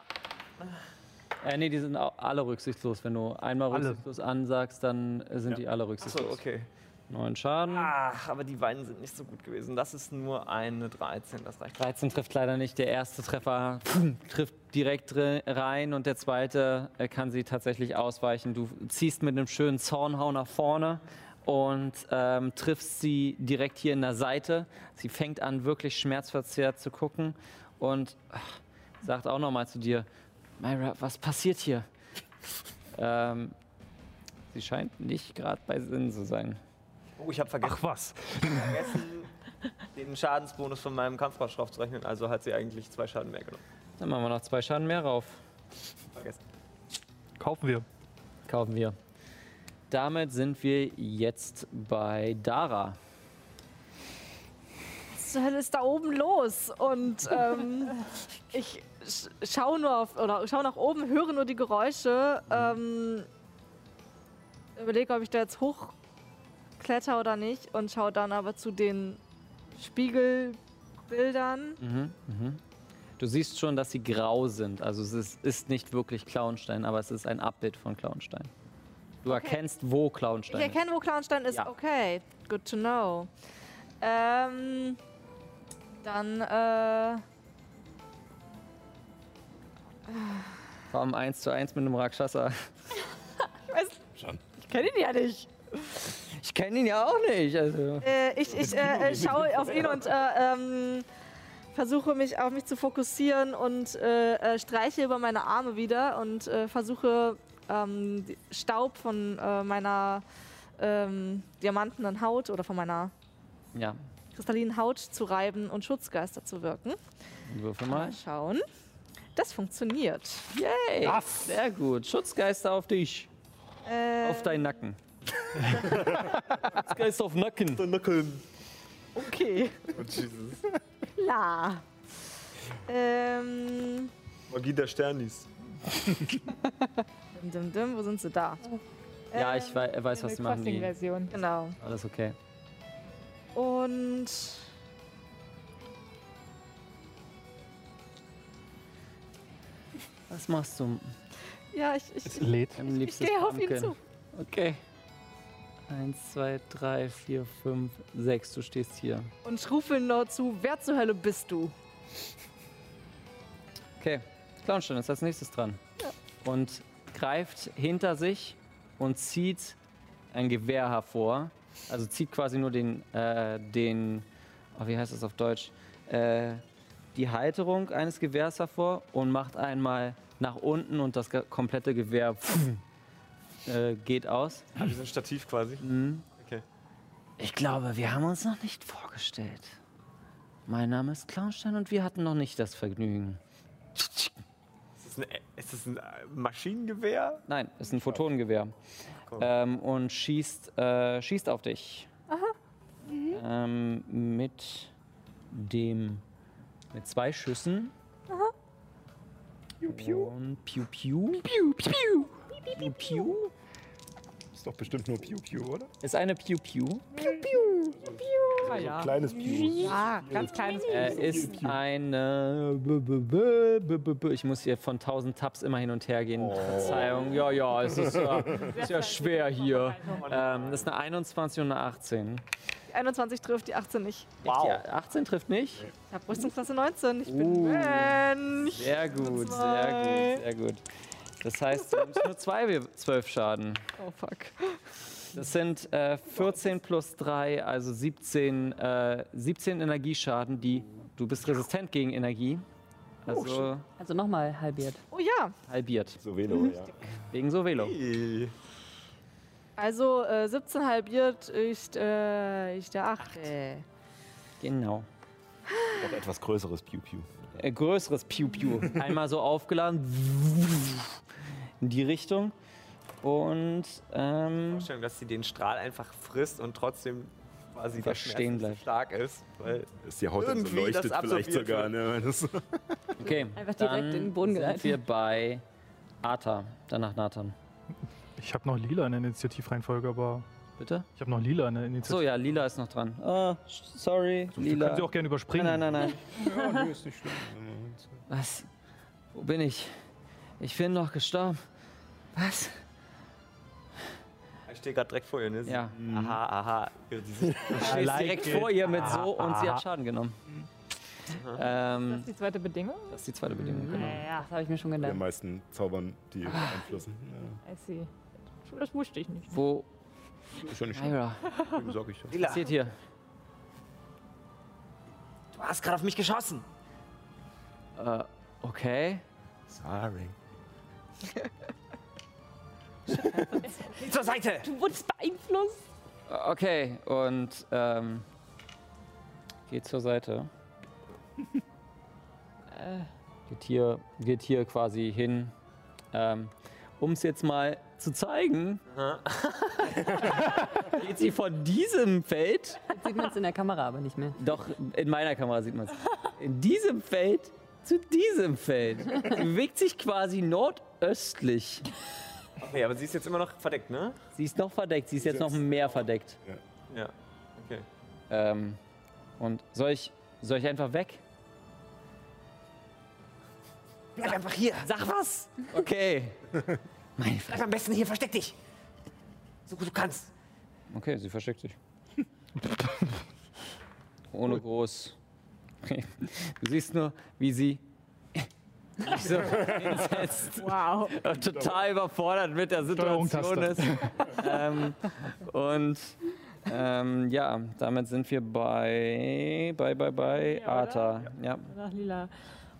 Äh, nee, die sind au- alle rücksichtslos. Wenn du einmal
Alle.
rücksichtslos ansagst, dann äh, sind die alle rücksichtslos.
Achso, okay.
Neun Schaden.
Ach, aber die beiden sind nicht so gut gewesen. Das ist nur eine 13. Das reicht.
13 trifft leider nicht. Der erste Treffer trifft direkt dr- rein und der zweite äh, kann sie tatsächlich ausweichen. Du ziehst mit einem schönen Zornhau nach vorne und ähm, triffst sie direkt hier in der Seite. Sie fängt an, wirklich schmerzverzerrt zu gucken und ach, sagt auch nochmal zu dir, Myra, was passiert hier? ähm, sie scheint nicht gerade bei Sinn zu sein.
Oh, ich habe vergessen.
Ach was.
vergessen, den Schadensbonus von meinem Kampfrausch draufzurechnen. Also hat sie eigentlich zwei Schaden mehr genommen.
Dann machen wir noch zwei Schaden mehr rauf.
Vergessen.
Kaufen wir.
Kaufen wir. Damit sind wir jetzt bei Dara.
Was zur Hölle ist da oben los? Und ähm, ich sch schaue nur auf, oder schaue nach oben, höre nur die Geräusche. Ähm, überlege, ob ich da jetzt hochkletter oder nicht und schaue dann aber zu den Spiegelbildern.
Mhm, mhm. Du siehst schon, dass sie grau sind. Also es ist, ist nicht wirklich Klauenstein, aber es ist ein Abbild von Klauenstein. Du erkennst, wo
Ich
Klauenstein
erkenne, wo Clownstein ist.
Ja.
Okay, good to know. Ähm, dann, äh,
ist. Vor allem 1 zu 1 mit einem Rakshasa.
ich kenne ihn ja nicht.
Ich kenne ihn ja auch nicht. Also.
Äh, ich ich äh, äh, schaue auf ihn und äh, ähm, versuche mich auf mich zu fokussieren und äh, äh, streiche über meine Arme wieder und äh, versuche ähm, die- Staub von äh, meiner ähm, diamantenen Haut oder von meiner
Ja,
kristallinen Haut zu reiben und Schutzgeister zu wirken.
würfel
Mal
mal.
schauen. Das funktioniert. Ah, Yay!
Sehr gut. Schutzgeister auf dich.
Äh,
Auf deinen Nacken. Schutzgeist auf Nacken.
okay.
Oh, Jesus.
La. Ähm,
Magie der Sternis.
Dim, dim, dim, wo sind sie da?
Ja, ich wei- äh, weiß,
eine
was sie machen. Die.
Crossing-Version. Genau.
Alles okay.
Und.
Was machst du?
Ja, ich. ich
Es lädt. Am
Ich, ich
liebsten
gehe auf ihn
Pumpkin.
zu.
Okay. Eins, zwei, drei, vier, fünf, sechs. Du stehst hier.
Und rufe ihn nur zu: Wer zur Hölle bist du?
Okay, Clownstein ist als nächstes dran. Und greift hinter sich und zieht ein Gewehr hervor. Also zieht quasi nur den, äh, den oh, wie heißt das auf Deutsch? Äh, die Halterung eines Gewehrs hervor und macht einmal nach unten und das ge- komplette Gewehr äh, geht aus.
Ah, wie so ein Stativ quasi.
Mhm.
Okay.
Ich glaube, wir haben uns noch nicht vorgestellt. Mein Name ist Clownstein und wir hatten noch nicht das Vergnügen.
Ist das ein, ist das ein äh, Maschinengewehr?
Nein, ist ein Photonengewehr. Ähm, und schießt, äh, schießt auf dich.
Aha.
Ähm, mit dem. Mit zwei Schüssen.
Aha.
Piu, piu. Und piu, piu. Piu, piu. Piu, piu.
Ist doch bestimmt nur Piu Piu, oder?
Ist eine Piu, piu.
Piu
Piu.
Ah,
So ein kleines Piu.
Ja, ganz kleines Piu.
Äh, ist eine. b- b- b- b- b- b- Ich muss hier von 1000 Tabs immer hin und her gehen. Verzeihung. Ja, ja, es ist ja, ist ja schwer hier. Ähm, ist eine 21 und eine 18.
Die 21 trifft, die 18 nicht.
Wow. Ja, 18 trifft nicht.
Ich habe Rüstungsklasse 19. Ich bin Mensch.
Sehr gut,
Zwei.
sehr gut, sehr gut. Das heißt, du nimmst nur 2 W12 Schaden.
Oh fuck.
Das sind äh, 14 plus 3, also 17, äh, 17 Energieschaden, die du bist resistent gegen Energie. Also
Also nochmal halbiert.
Oh ja.
halbiert.
Sovelo, ja.
Wegen Sovelo.
Also äh, 17 halbiert ist, äh, ist der 8.
Genau.
Noch etwas größeres Piu Piu.
Äh, größeres Piu Piu. Einmal so aufgeladen. In die Richtung. Und ähm,
Vorstellung, dass sie den Strahl einfach frisst und trotzdem quasi der
Einfach
Schmerz
stehen
nicht so
bleibt.
stark ist. Weil
Dass die Haut dann so
irgendwie das
leuchtet vielleicht
absorbiert
sogar.
wird.
Ne? Das
okay.
Einfach direkt
dann
in den Boden
sind
geleitet.
wir bei Ata. Danach Nathan.
Ich habe noch Lila in der Initiativreihenfolge, aber.
Bitte?
Ich habe noch Lila in der
So,
Initiativreihenfolge.
ja, Lila ist noch dran. Ah, sch- sorry,
wir
Lila.
können sie auch gerne überspringen.
Nein, nein, nein. nein.
ja, nee, ist nicht schlimm.
Was? Wo bin ich? Ich bin noch gestorben. Was?
ich stehe gerade direkt vor ihr, ne? Sie-
Ja.
Aha, aha. Du
stehst direkt vor ihr mit so und sie hat Schaden genommen. Ähm,
Die zweite Bedingung?
das ist die zweite Bedingung, genau.
Ja, das habe ich mir schon
Die am
gedacht.
meisten Zaubern, die
Ah.
beeinflussen. Ja.
I see. Das wusste ich nicht.
Wo
Ist ja nicht
Ira.
schlimm, sag ich schon.
Was passiert hier?
hast gerade auf mich geschossen.
Äh, okay.
Sorry.
Zur Seite!
Du wurdest beeinflusst.
Okay, und ähm, geht zur Seite. Äh, Geht hier, geht hier quasi hin. Ähm, um es jetzt mal zu zeigen, geht sie von diesem Feld,
Jetzt sieht man es in der Kamera aber nicht mehr.
doch in meiner Kamera sieht man es, in diesem Feld zu diesem Feld. Sie bewegt sich quasi nordöstlich.
Okay, aber sie ist jetzt immer noch verdeckt, ne?
Sie ist noch verdeckt, sie ist jetzt noch mehr verdeckt.
Ja. Okay.
Ähm, und soll ich, soll ich einfach weg?
Bleib einfach hier.
Sag was! Okay.
Bleib am besten hier. Versteck dich. So gut du kannst.
Okay, sie versteckt sich. Ohne groß. Du siehst nur, wie sie sich so hinsetzt.
Wow.
und Total überfordert mit der
Steuerung,
Situation ist.
Taste.
Ähm, und ähm, ja, damit sind wir bei bei bei bei
Ja,
Arta. Ja.
Nach Lila.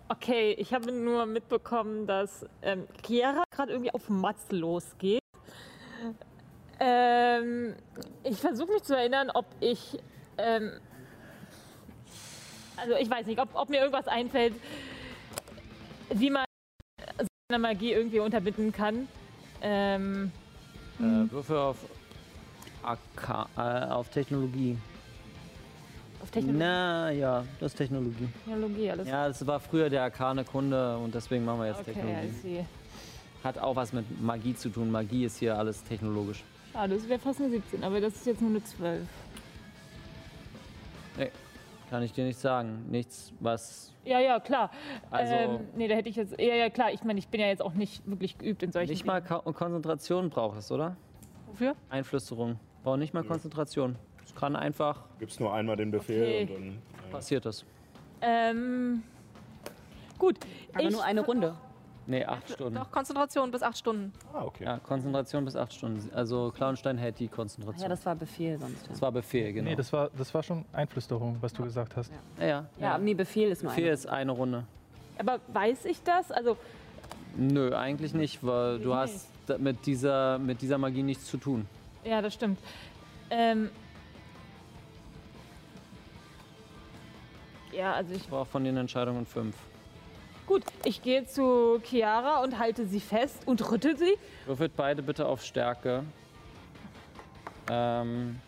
Okay, ich habe nur mitbekommen, dass ähm, Chiara gerade irgendwie auf Mats losgeht. Ähm, ich versuche mich zu erinnern, ob ich. Ähm, also, ich weiß nicht, ob, ob mir irgendwas einfällt, wie man seine Magie irgendwie unterbinden kann. Ähm,
Äh, Würfe auf Arka- äh, auf Technologie.
Auf Technologie.
Na ja, das ist Technologie.
Technologie, alles
Ja, das war früher der arkane Kunde und deswegen machen wir jetzt
Okay, I
Technologie.
see.
Hat auch was mit Magie zu tun. Magie ist hier alles technologisch.
Ah, das wäre fast eine 17, aber das ist jetzt nur eine 12.
Nee, kann ich dir nicht sagen. Nichts, was
Ja, ja, klar.
Also-
ähm, nee, da hätte ich jetzt. Ja, ja, klar. Ich meine, ich bin ja jetzt auch nicht wirklich geübt in solchen.
nicht mal Ka Konzentration brauchest, oder?
Wofür?
Einflüsterung. Braucht nicht mal Konzentration. Es kann einfach.
Gibst nur einmal den Befehl
Okay.
und dann.
Passiert das.
Ähm. Gut.
Aber nur eine
Runde.
Nee, acht Stunden.
Doch, Konzentration bis acht Stunden.
Ah, okay.
Ja, Konzentration bis acht Stunden. Also Clownstein hält die Konzentration.
das war Befehl sonst.
das war Befehl, genau.
Nee, das war, das war schon Einflüsterung, was du gesagt hast.
ja, ja.
Ja, nee, Befehl ist nur
Befehl
eine.
ist eine Runde.
Aber weiß ich das? Also,
Nö, eigentlich nicht, weil du
Nee.
hast da- mit dieser, mit dieser Magie nichts zu tun.
ja, das stimmt. Ähm. Ja, also ich.
Ich brauche von den Entscheidungen fünf.
Gut, ich gehe zu Chiara und halte sie fest und rüttel sie.
Würfelt beide bitte auf Stärke. Ähm,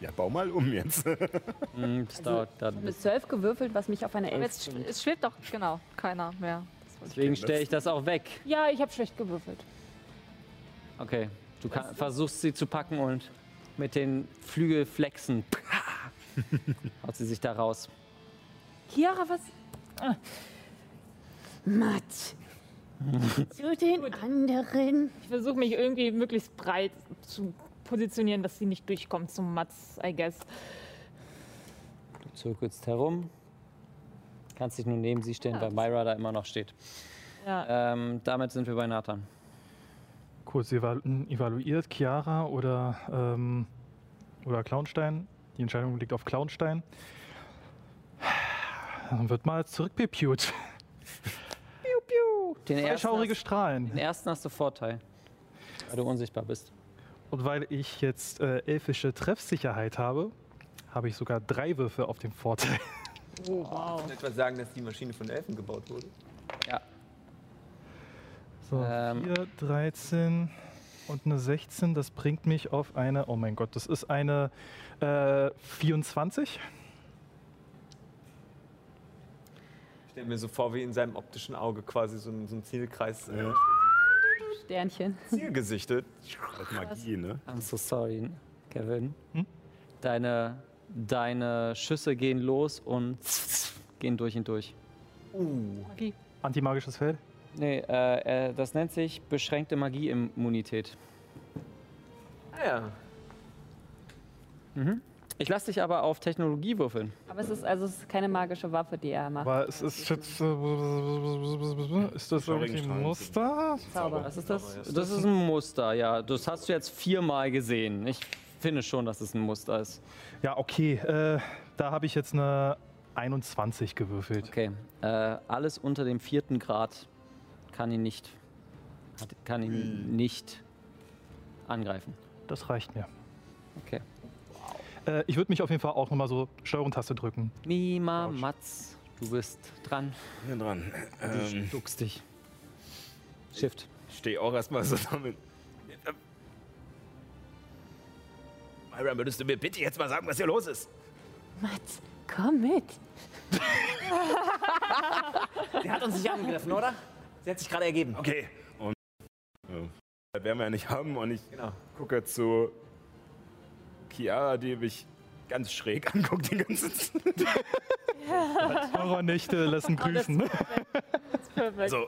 Ja, bau mal um jetzt.
mh, das dauert dann. ein
Mit
bisschen.
12 gewürfelt, was mich auf eine
Aber
11
jetzt
bringt.
sch- es schwebt doch, genau, keiner mehr.
Deswegen stelle ich das auch weg.
Ja, ich habe schlecht gewürfelt.
Okay. Du kann, versuchst sie zu packen und mit den Flügelflexen haut sie sich da raus.
Chiara, was?
Matt. Zu den anderen.
Ich versuche mich irgendwie möglichst breit zu positionieren, dass sie nicht durchkommt zum Matz, I guess.
Du zirkelst herum. Kannst dich nur neben sie stellen, weil Myra da immer noch steht.
Ja.
Ähm, damit sind wir bei Nathan.
Kurz evalu- evaluiert, Chiara oder, ähm, oder Clownstein. Die Entscheidung liegt auf Clownstein. Dann wird mal zurückpepiut.
Den
Zwei
ersten,
schaurige
hast,
Strahlen.
den ersten hast du Vorteil, weil du unsichtbar bist.
Und weil ich jetzt äh, elfische Treffsicherheit habe, habe ich sogar drei Würfe auf dem Vorteil.
Oh, wow.
Ich etwa sagen, dass die Maschine von Elfen gebaut wurde.
Ja.
So,
Ähm.
4, 13 und eine 16, das bringt mich auf eine, oh mein Gott, das ist eine äh, 24.
Ich stelle mir so vor, wie in seinem optischen Auge quasi so ein, so ein Zielkreis äh,
Sternchen.
zielgesichtet.
Magie, ne?
I'm so sorry, Kevin. Deine, deine Schüsse gehen los und gehen durch und durch.
Uh.
Antimagisches Feld.
Nee, äh, äh, das nennt sich beschränkte Magieimmunität.
Ah ja.
Mhm. Ich lasse dich aber auf Technologie würfeln.
Aber es ist also es ist keine magische Waffe, die er macht.
Aber es ist jetzt. äh, Ist das irgendwie ein Muster?
Was ist das? Das ist ein Muster, ja. Das hast du jetzt viermal gesehen. Ich finde schon, dass es ein Muster ist.
Ja, okay. Äh, da habe ich jetzt eine 21 gewürfelt.
Okay. Äh, alles unter dem vierten Grad kann ihn nicht, hat- kann ihn nicht angreifen.
Das reicht mir.
Okay.
Äh, ich würde mich auf jeden Fall auch nochmal so Steuerung-Taste drücken.
Mima Matz, du bist dran.
Ich bin dran.
Du
Ähm,
duckst dich. Shift.
Stehe auch erstmal so damit. Myra, würdest du mir bitte jetzt mal sagen, was hier los ist?
Mats, komm mit.
Sie hat uns nicht angegriffen, oder? Sie hat sich gerade ergeben.
Okay. Und ja, das werden wir ja nicht haben und ich
Genau.
gucke zu Chiara, die mich ganz schräg anguckt den ganzen Zeit.
Horrornächte lassen grüßen.
Perfekt.
So.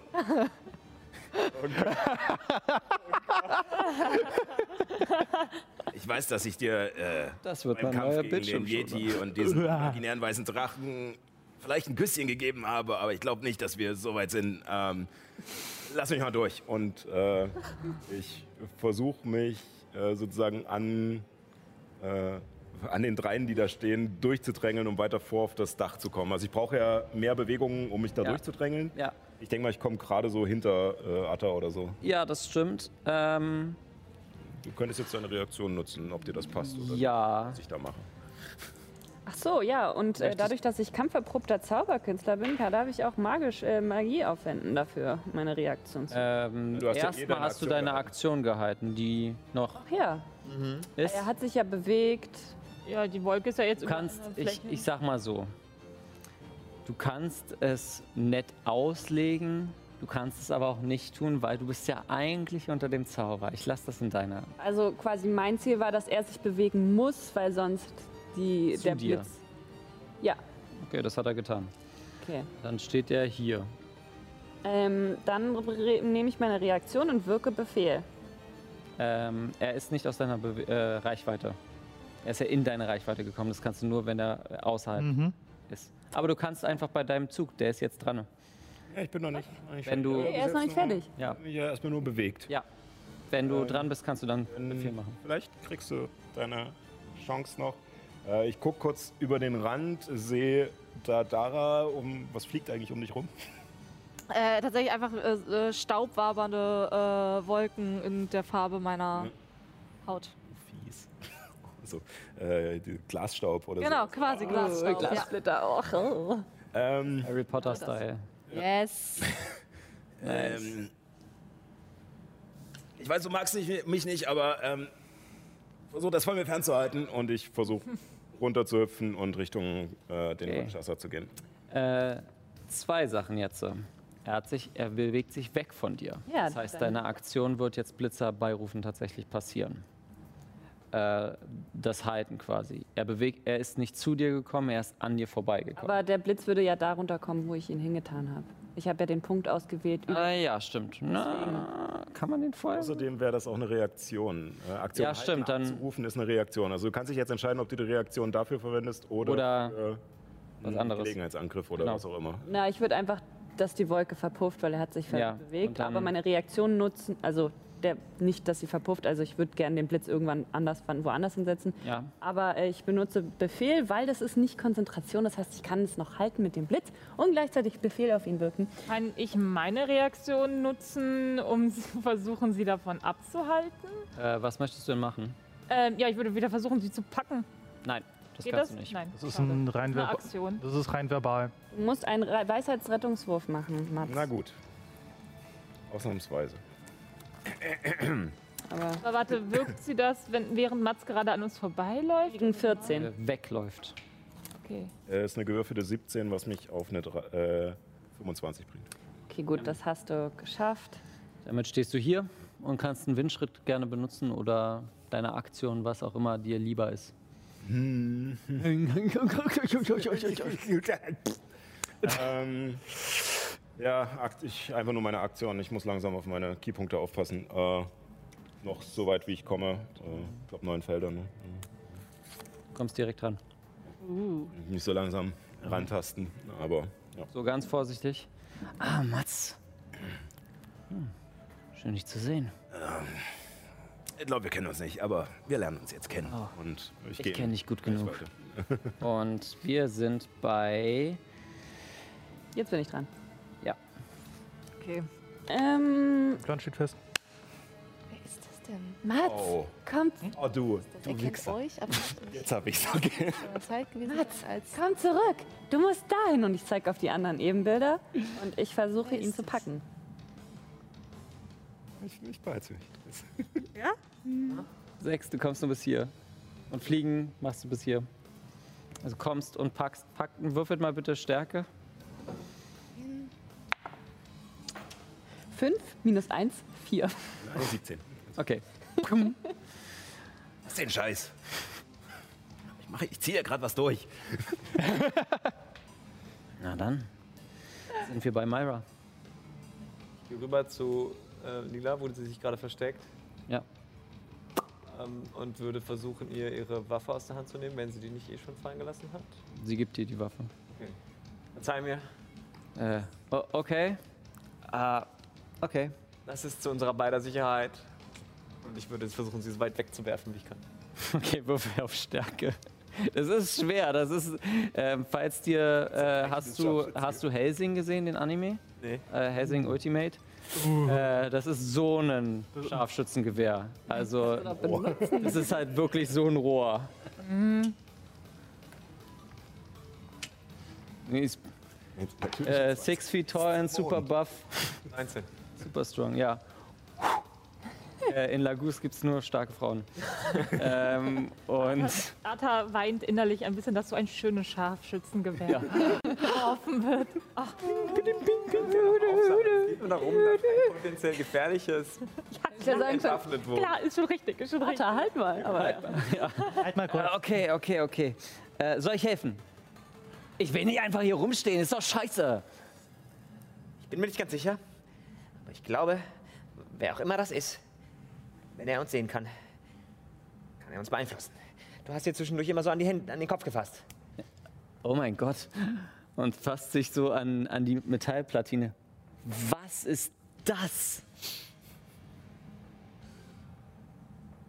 Oh
Ich weiß, dass ich dir äh,
Das wird
beim
mein
Kampf
neuer
gegen den
Bildschirmschoner.
Yeti und diesen
Uah.
imaginären weißen Drachen vielleicht ein Küsschen gegeben habe, aber ich glaube nicht, dass wir so weit sind. Ähm,
Lass mich mal durch. Und äh, ich versuche mich äh, sozusagen an, äh, an den dreien, die da stehen, durchzudrängeln, um weiter vor auf das Dach zu kommen. Also ich brauche ja mehr Bewegungen, um mich da
Ja.
durchzudrängeln.
Ja.
Ich denke mal, ich komme gerade so hinter äh, Atta oder so.
Ja, das stimmt. Ähm,
Du könntest jetzt deine Reaktion nutzen, ob dir das passt oder
ja.
was ich da mache.
Ach so, ja. Und äh, dadurch, dass ich kampferprobter Zauberkünstler bin, kann, darf ich auch magisch äh, Magie aufwenden dafür, meine Reaktion zu.
Ähm,
Du hast ja eh
erstmal
deine
hast du deine
Aktion gehalten.
Ah,
Aktion gehalten, die noch
Ach ja,
ist.
er hat sich ja bewegt.
Ja, die Wolke ist ja jetzt
Du
über
kannst,
einer
ich,
Fläche.
ich sag mal so, du kannst es nett auslegen, du kannst es aber auch nicht tun, weil du bist ja eigentlich unter dem Zauber. Ich lasse das in deiner.
Also quasi mein Ziel war, dass er sich bewegen muss, weil sonst die,
Zu
der
dir.
Blitz. Ja,
Okay, das hat er getan.
okay.
Dann steht er hier.
Ähm, dann re- nehme ich meine Reaktion und wirke Befehl.
Ähm, er ist nicht aus deiner Bewe äh, Reichweite. Er ist ja in deine Reichweite gekommen. Das kannst du nur, wenn er äh, außerhalb
Mhm.
ist. Aber du kannst einfach bei deinem Zug, der ist jetzt dran.
Ja, ich bin noch nicht. Ich
Wenn du-
hab
Er ist noch
bis
nicht
jetzt
fertig. Ja.
Hab mich Ja, erstmal nur bewegt.
Ja. Wenn du
Ähm,
dran bist, kannst du dann Befehl machen.
Vielleicht kriegst du deine Chance noch. Äh, ich guck kurz über den Rand, sehe da Dara um. Was fliegt eigentlich um dich rum?
Äh, tatsächlich einfach äh, äh, staubwabernde äh, Wolken in der Farbe meiner Haut.
Fies. So, äh, die- Glasstaub oder
Genau,
so.
quasi Glasstaub.
Glassplitter auch.
Ähm,
Harry Potter-Style.
Yes.
Ähm, ich weiß, du magst nicht, mich nicht, aber ähm, versuch das von mir fernzuhalten.
Und ich versuche runterzuhüpfen und Richtung äh, den
Okay.
Windschasser zu gehen.
Äh, zwei Sachen jetzt. Er, hat sich, er bewegt sich weg von dir.
Ja,
das heißt,
dann-
deine Aktion wird jetzt Blitzer beirufen tatsächlich passieren. Äh, das Halten quasi. Er, bewegt, er ist nicht zu dir gekommen, er ist an dir vorbeigekommen.
Aber der Blitz würde ja darunter kommen, wo ich ihn hingetan habe. Ich habe ja den Punkt ausgewählt.
Ah, ja, stimmt. Na, kann man den vorher?
Außerdem wäre das auch eine Reaktion. Äh, Aktion
Ja,
halten,
stimmt, dann-
abzurufen ist eine Reaktion. Also du kannst dich jetzt entscheiden, ob du die Reaktion dafür verwendest oder,
Oder
für
was
einen
anderes.
Gelegenheitsangriff oder
Genau.
was auch immer.
Na, ich würde einfach, dass die Wolke verpufft, weil er hat sich ver-
Ja, und
bewegt.
dann-
Aber meine Reaktion nutzen, also der, nicht, dass sie verpufft. Also ich würde gerne den Blitz irgendwann anders wann- woanders hinsetzen.
Ja.
Aber äh, ich benutze Befehl, weil das ist nicht Konzentration. Das heißt, ich kann es noch halten mit dem Blitz und gleichzeitig Befehl auf ihn wirken.
Kann ich meine Reaktion nutzen, um zu versuchen, sie davon abzuhalten?
Äh, was möchtest du denn machen?
Ähm, ja, ich würde wieder versuchen, sie zu packen.
Nein, das
Geht
kannst
das?
du nicht.
Nein.
Das ist
schade.
ein rein,
Eine
verba-
Aktion.
das ist rein verbal.
Du musst einen Re- Weisheitsrettungswurf machen, Mats.
Na gut. Ausnahmsweise.
Aber
Aber warte, wirkt sie das, wenn, während Mats gerade an uns vorbeiläuft?
gegen 14.
Äh, wegläuft.
Okay.
Äh, ist eine gewürfelte 17, was mich auf eine Dra- äh, 25 bringt.
Okay, gut, das hast du geschafft.
Damit stehst du hier und kannst einen Windschritt gerne benutzen oder deine Aktion, was auch immer dir lieber ist.
Hm. ähm, ja, Akt, ich einfach nur meine Aktion. Ich muss langsam auf meine Keypunkte aufpassen. Äh, noch so weit, wie ich komme. Äh, ich glaube, neun Felder. Ne?
Kommst direkt ran.
Mich so langsam rantasten. Aber ja.
So ganz vorsichtig. Ah, Mats. Hm. Schön, dich zu sehen.
Äh,
Ich glaube, wir kennen uns nicht, aber wir lernen uns jetzt kennen.
Und ich,
Ah. Ich
gehe
kenne dich gut
gleich
genug.
weiter.
Und wir sind bei.
Jetzt bin ich dran.
Ja.
Okay.
Ähm,
Plan steht fest.
Wer ist das denn?
Mats,
Oh.
kommt.
oh, du.
Er
Du
kennt
Wichser.
euch, aber
Jetzt hab ich's. Okay.
zur Zeit gewesen
Mats,
als
komm zurück. Du musst dahin und ich zeige auf die anderen Ebenbilder und ich versuche ihn zu packen.
Ich, ich beiß mich.
Sechs, du kommst nur bis hier. Und fliegen machst du bis hier. Also kommst und packst. Pack, würfelt mal bitte Stärke.
Fünf minus eins, vier.
Oh, 17.
Okay.
Was ist denn Scheiß? Ich, mach- ich ziehe ja gerade was durch.
Na dann. Sind wir bei Myra.
Ich gehe rüber zu äh, Lila, wo sie sich gerade versteckt.
Ja.
Ähm, und würde versuchen, ihr ihre Waffe aus der Hand zu nehmen, wenn sie die nicht eh schon fallen gelassen hat.
Sie gibt dir die Waffe.
Okay. Verzeih mir,
Äh, o- okay. Ah, okay.
das ist zu unserer beider Sicherheit. Und ich würde jetzt versuchen, sie so weit wegzuwerfen, wie ich kann.
Okay, Würfel auf Stärke. Das ist schwer. Das ist, ähm, falls dir, äh, hast du, hast du Helsing gesehen, den Anime?
Nee.
Äh, Helsing Ultimate. Äh, das ist so ein Scharfschützengewehr. Also, das ist halt wirklich so ein Rohr. Nee, ist, äh, six feet tall and super buff.
19.
Super strong, ja. Äh, in Lagus gibt es nur starke Frauen. ähm, und
Arta weint innerlich ein bisschen, dass so ein schönes Scharfschützengewehr
Ja.
geworfen wird. Ach.
Und nach oben dass ein potenziell gefährliches
Ich hätte sagen können,
entwaffnet wurde.
Klar, ist schon richtig, ist schon richtig.
Alter, halt mal. Aber
Halt mal kurz. Okay, okay, okay. Äh, soll ich helfen? Ich will nicht einfach hier rumstehen, ist doch scheiße.
Ich bin mir nicht ganz sicher, aber ich glaube, wer auch immer das ist, wenn er uns sehen kann, kann er uns beeinflussen. Du hast dir zwischendurch immer so an die Hände, an den Kopf gefasst.
oh mein Gott. Und fasst sich so an, an die Metallplatine. Was ist das?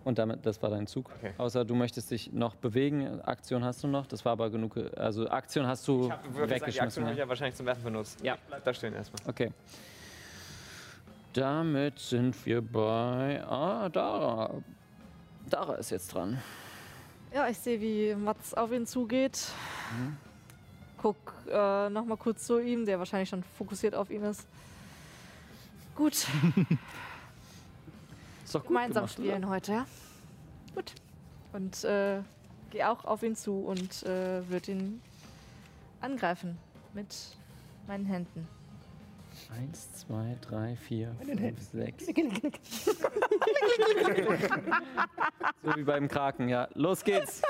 Und damit, das war dein Zug. Außer du möchtest dich noch bewegen. Aktion hast du noch. Das war aber genug. Also Aktion hast du
Ich hab, würde sagen, die Aktion
weggeschmissen.
habe ich
ja.
ja wahrscheinlich zum Werfen benutzt. Ja. Bleib da stehen erstmal.
Okay. Damit sind wir bei. Ah, Dara. Dara ist jetzt dran.
Ja, ich sehe, wie Mats auf ihn zugeht.
Mhm.
Guck äh, nochmal kurz zu ihm, der wahrscheinlich schon fokussiert auf ihn ist. Gut,
Ist doch gut
gemeinsam
gemacht,
spielen heute, ja? Gut. Und äh, geh auch auf ihn zu und äh, wird ihn angreifen mit meinen Händen.
Eins, zwei, drei, vier, fünf, sechs. So wie beim Kraken, ja. Los geht's.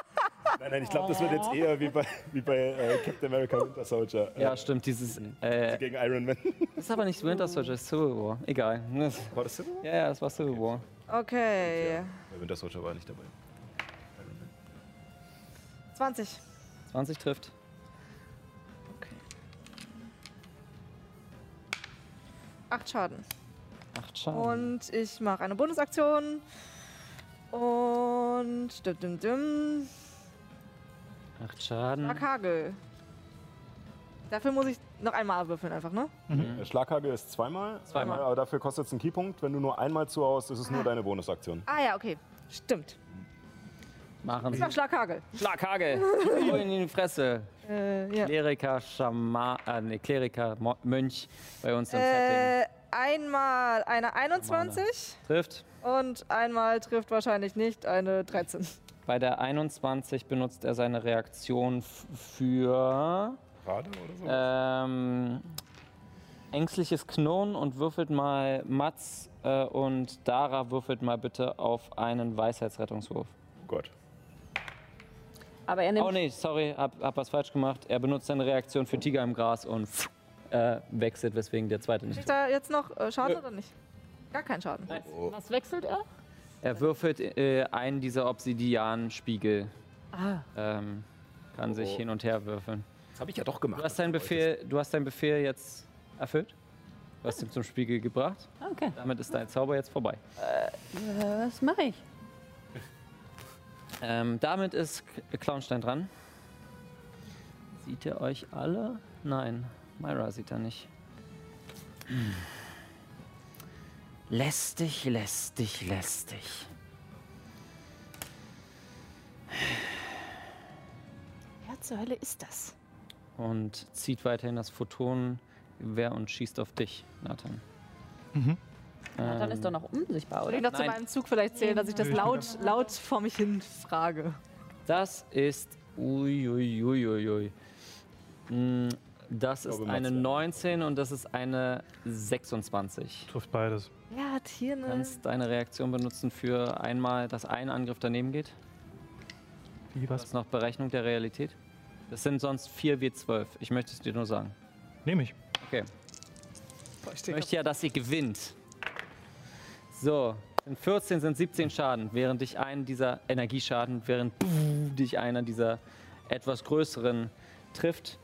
Nein, nein, ich glaube, das wird jetzt eher wie bei, wie bei äh, Captain America Winter Soldier. Äh,
Ja, stimmt, dieses. Äh,
gegen Iron Man.
ist aber nicht Winter Soldier, ist Civil War. Egal.
War das Civil
Ja, ja, das war Civil War.
Okay.
Bei Winter Soldier war er nicht dabei.
20.
20 trifft.
Acht Schaden.
Acht Schaden.
Und ich mache eine Bonusaktion. Und. Dim, dim, dim.
Acht Schaden.
Mhm. Schlaghagel. Dafür muss ich noch einmal würfeln, einfach, ne?
Mhm. Schlaghagel ist zweimal,
Hm. Zweimal.
aber dafür kostet es einen Keypunkt. Wenn du nur einmal zuhaust, ist es nur deine Bonusaktion.
Ah ja, okay. Stimmt.
Machen
Ich
Sie.
mach Schlaghagel.
Schlaghagel. Hol ihn in die Fresse.
Äh, ja.
Kleriker, Schama, äh, nee, Kleriker, Mo Mönch bei uns im
Äh, einmal eine
halt Normale.
21
Setting. Trifft.
und einmal trifft wahrscheinlich nicht eine 13.
Bei der 21 benutzt er seine Reaktion f- für
Gerade oder so?
ähm, ängstliches Knurren und würfelt mal Mats äh, und Dara würfelt mal bitte auf einen Weisheitsrettungswurf.
Gott.
Aber er nimmt
Oh nee, sorry, hab, hab was falsch gemacht. Er benutzt seine Reaktion für Tiger im Gras und pff, äh, wechselt, weswegen der zweite nicht.
Kriegt er jetzt noch äh, Schaden oder nicht? Gar keinen Schaden.
Oh. Was wechselt er?
Er würfelt äh, einen dieser Obsidian-Spiegel.
Ah.
Ähm, kann sich
Oh.
hin und her würfeln.
Das habe ich ja doch gemacht.
Du hast deinen Befehl, du hast deinen Befehl jetzt erfüllt. Du hast ihn zum Spiegel gebracht.
Okay.
Damit ist dein Zauber jetzt vorbei.
Äh, was mache ich?
Ähm, damit ist K- Clownstein dran. Sieht er euch alle? Nein, Myra sieht er nicht. Hm. Lästig, lästig, lästig.
Wer zur Hölle ist das?
Und zieht weiterhin das Photonengewehr und schießt auf dich, Nathan.
Mhm.
Dann
Ähm,
ist doch noch unsichtbar, oder?
Würde ich noch zu
Nein.
meinem Zug vielleicht zählen, dass ich das laut, laut vor mich hin frage.
Das ist. Uiuiuiui. Mm, Das ist
glaube,
eine
Mats-
19 und das ist eine 26.
Trifft beides.
Ja, hat hier
Du
eine.
kannst deine Reaktion benutzen für einmal, dass ein Angriff daneben geht.
Wie
Das
was?
ist noch Berechnung der Realität. Das sind sonst 4 W12. Ich möchte es dir nur sagen.
Nehme ich.
Okay. Ich möchte ja, dass ihr gewinnt. So, sind 14 sind 17 Schaden, während dich einen dieser Energieschaden, während dich einer dieser etwas größeren trifft.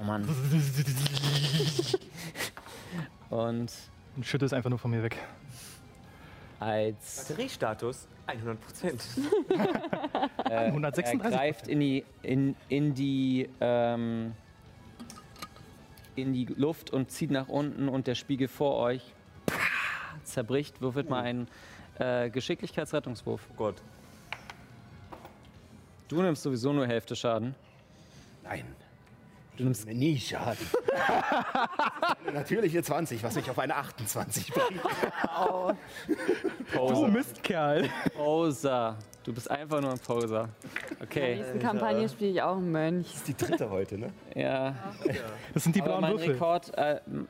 Oh Mann. Und
Und schütte es einfach nur von mir weg.
als
Batteriestatus 100 Prozent.
136
Äh, Er greift in die, in, in, die, ähm, in die Luft und zieht nach unten und der Spiegel vor euch pah, zerbricht. Würfelt mal einen äh, Geschicklichkeitsrettungswurf.
Oh Gott.
Du nimmst sowieso nur Hälfte Schaden.
Nein.
Du nimmst mir nie Schaden. Natürlich eine 20, was mich auf eine 28 bringt.
Oh. Du Mistkerl.
Poser. Du bist einfach nur ein Poser. Okay.
In der nächsten Kampagne spiele ich auch einen Mönch.
Das ist die dritte heute, ne?
Ja.
Das sind die
Aber
blauen
mein
Würfel.
Rekord, äh, m-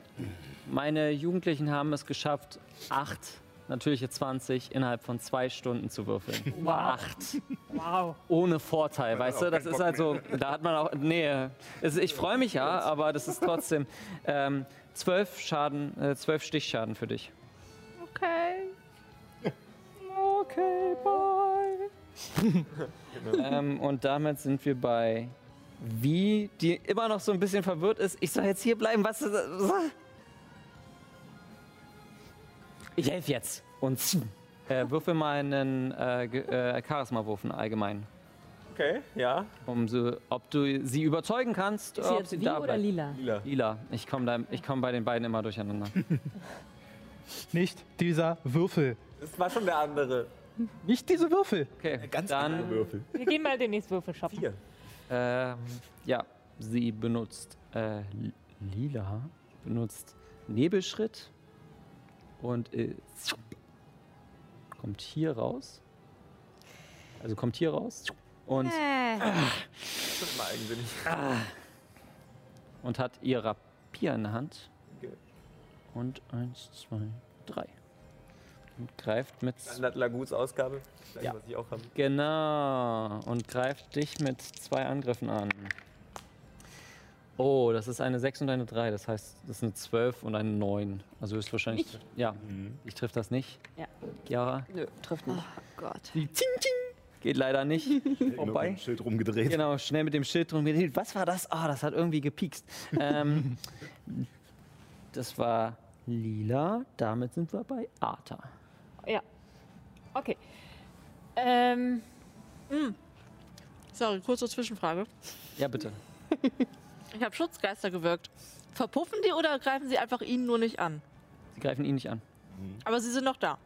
meine Jugendlichen haben es geschafft, acht natürliche 20 innerhalb von zwei Stunden zu würfeln.
Wow.
Acht.
Wow.
Ohne Vorteil, weißt
auch
du? Das
keinen
ist
Bock
halt so, da hat man auch, nee, es, ich freue mich ja, aber das ist trotzdem ähm, zwölf Schaden, äh, zwölf Stichschaden für dich.
Okay. Okay, bye.
ähm, und damit sind wir bei Wie, die immer noch so ein bisschen verwirrt ist. Ich soll jetzt hier bleiben, was ist das? Ich helfe jetzt. Und äh, würfel mal einen äh, Ge- äh, Charisma-Wurf einen allgemein.
Okay, ja.
Um so, ob du sie überzeugen kannst,
Ist
äh,
sie
ob
jetzt
sie
wie
da
oder
bleibt.
lila?
Lila.
Lila. Ich komme komm bei den beiden immer durcheinander.
Nicht dieser Würfel.
Das war schon der andere.
Nicht diese Würfel.
Okay, dann
Würfel.
Wir gehen mal den nächsten Würfel shoppen.
Ähm, ja, sie benutzt äh, li- lila, benutzt Nebelschritt und äh, zup, kommt hier raus. Also kommt hier raus zup, und,
Äh.
Ah,
Das war eigensinnig.
ah, und hat ihr Rapier in der Hand. Und eins, zwei, drei. Und greift mit
Standard Laguts Ausgabe. Gleich,
Ja.
was ich auch habe.
Genau. Und greift dich mit zwei Angriffen an. Oh, das ist eine 6 und eine 3. Das heißt, das ist eine 12 und eine 9. Also höchstwahrscheinlich.
Ich?
Ja, ich triff das nicht.
Ja.
Chiara
Nö, trifft nicht. Oh Gott.
Die Ting Ting geht leider nicht vorbei.
Ein Schild rumgedreht.
Genau, schnell mit dem Schild drum gedreht. Was war das? Ah, das hat irgendwie gepiekst. Ähm, das war lila. Damit sind wir bei Arta.
Ja. Okay. Ähm.
Hm. Sorry, kurze Zwischenfrage.
Ja, bitte.
Ich habe Schutzgeister gewirkt. Verpuffen die oder greifen sie einfach ihn nur nicht an?
Sie greifen ihn nicht an.
Aber sie sind noch da.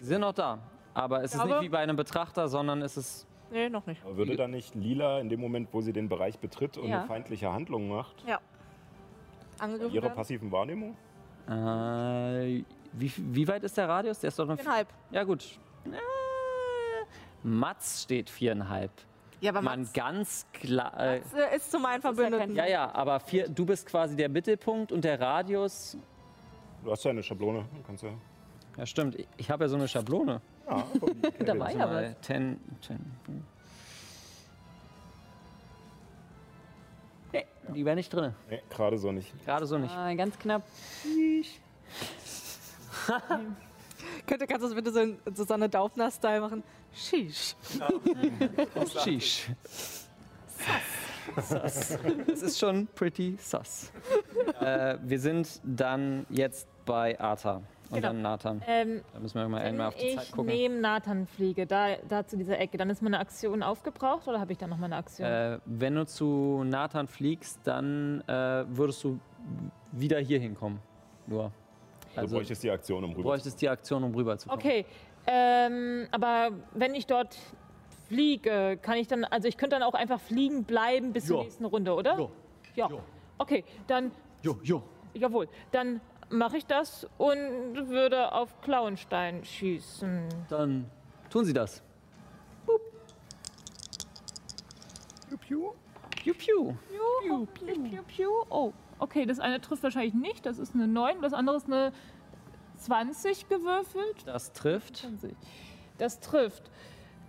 Sie sind noch da. Aber es ist
Aber-
nicht wie bei einem Betrachter, sondern es ist
Nee, noch nicht.
Aber würde dann nicht Lila in dem Moment, wo sie den Bereich betritt und
Ja.
eine feindliche Handlung macht,
Ja. Angegriffen
ihrer
werden?
passiven Wahrnehmung?
Äh, wie, wie weit ist der Radius? Der ist doch noch.
Viereinhalb.
Ja, gut. Äh, Matz steht viereinhalb.
Ja, aber
Man ganz klar. Äh,
Das ist zu meinen Verbündeten.
ja, ja, aber vier, du bist quasi der Mittelpunkt und der Radius.
Du hast ja eine Schablone. Du kannst ja.
Ja, stimmt. Ich, ich habe ja so eine Schablone.
Ja,
Da
aber
war ja was. Ten, ten. Nee, die wäre nicht drin.
nee, gerade so nicht.
Gerade so
Ah,
nicht.
Äh, ganz knapp.
Könnte, kannst du das bitte so in Susanne Daubner-Style machen? Sheesh.
Sheesh. Sass. Das ist schon pretty sus. äh, wir sind dann jetzt bei Arta und
Genau.
dann Nathan.
Ähm,
da müssen wir mal einmal auf die Zeit
Ich
gucken.
nehme Nathan Fliege, da, da zu dieser Ecke. Dann ist meine Aktion aufgebraucht oder habe ich da noch meine Aktion?
Äh, wenn du zu Nathan fliegst, dann äh, würdest du wieder hier hinkommen. Nur.
du bräuchtest die Aktion, um
Also- du
rüber
bräuchtest die Aktion, um rüber zu kommen.
okay, ähm, aber wenn ich dort fliege, kann ich dann, also ich könnte dann auch einfach fliegen bleiben bis zur
Ja.
nächsten Runde, oder? Ja. Okay, dann,
Jo, jo.
jawohl, dann mache ich das und würde auf Klauenstein schießen.
Dann tun sie das. Piu, piu.
Piu, piu, piu, piu. Oh, okay, das eine trifft wahrscheinlich nicht. Das ist eine 9, das andere ist eine 20 gewürfelt.
Das trifft.
Das trifft.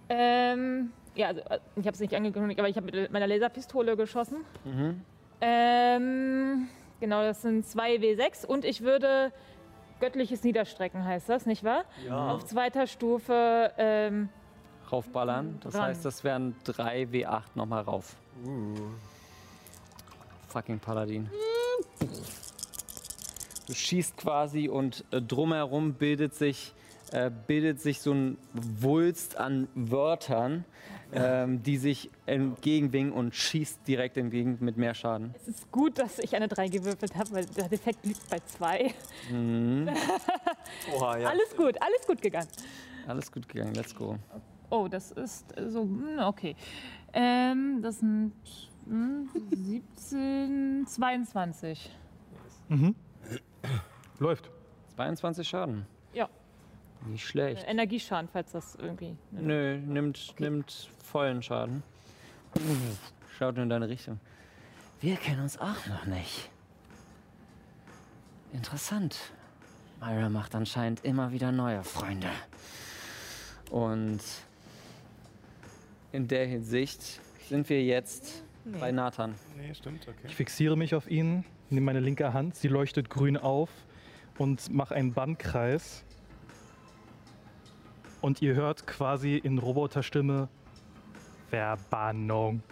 Ähm, ja, also, äh, ich habe es nicht angekündigt, aber ich habe mit meiner Laserpistole geschossen.
Mhm.
Ähm, genau, das sind 2 W6 und ich würde göttliches Niederstrecken heißt das, nicht wahr?
Ja.
Auf zweiter Stufe ähm,
Raufballern. Das
Ran.
heißt, das wären 3 W8 nochmal rauf. Fucking Paladin. Du schießt quasi und äh, drumherum bildet sich, äh, bildet sich so ein Wulst an Wörtern, ähm, die sich entgegenwingen und schießt direkt entgegen mit mehr Schaden.
Es ist gut, dass ich eine 3 gewürfelt habe, weil der Defekt liegt bei 2.
Mhm.
Oha, ja.
Alles gut, alles gut gegangen.
Alles gut gegangen, let's go.
Oh, das ist äh, so, hm, okay. Ähm, das sind Hm, 17, 22.
Mhm. Läuft.
22 Schaden.
Ja.
Nicht schlecht.
Äh, Energieschaden, falls das irgendwie.
Nö, nimmt, nimmt vollen Schaden. Schaut nur in deine Richtung. Wir kennen uns auch noch nicht. Interessant. Myra macht anscheinend immer wieder neue Freunde. Und in der Hinsicht sind wir jetzt bei Nathan.
Nee, stimmt, okay.
Ich fixiere mich auf ihn, nehme meine linke Hand, sie leuchtet grün auf und mache einen Bandkreis. Und ihr hört quasi in Roboterstimme Verbannung.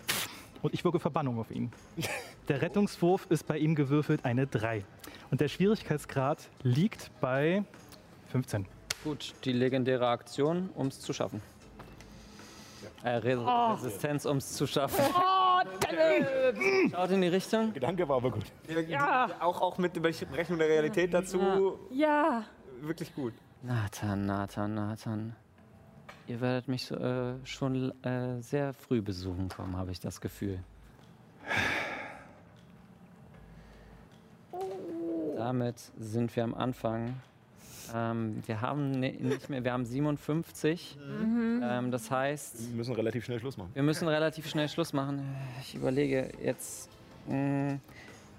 Und ich wirke Verbannung auf ihn. Der Rettungswurf ist bei ihm gewürfelt eine 3. Und der Schwierigkeitsgrad liegt bei 15.
Gut, die legendäre Aktion, um es zu schaffen. Äh, Re
Oh.
Resistenz, um es zu schaffen.
Oh, danke!
Schaut in die Richtung.
Gedanke war aber gut.
Ja.
Auch, auch mit der Berechnung der Realität dazu.
Ja.
Wirklich gut.
Nathan, Nathan, Nathan. Ihr werdet mich äh, schon äh, sehr früh besuchen kommen, habe ich das Gefühl. Damit sind wir am Anfang. Ähm, wir haben ni- nicht mehr, wir haben 57.
Mhm.
Ähm, das heißt,
Wir müssen relativ schnell Schluss machen.
wir müssen relativ schnell Schluss machen. Ich überlege jetzt. mh,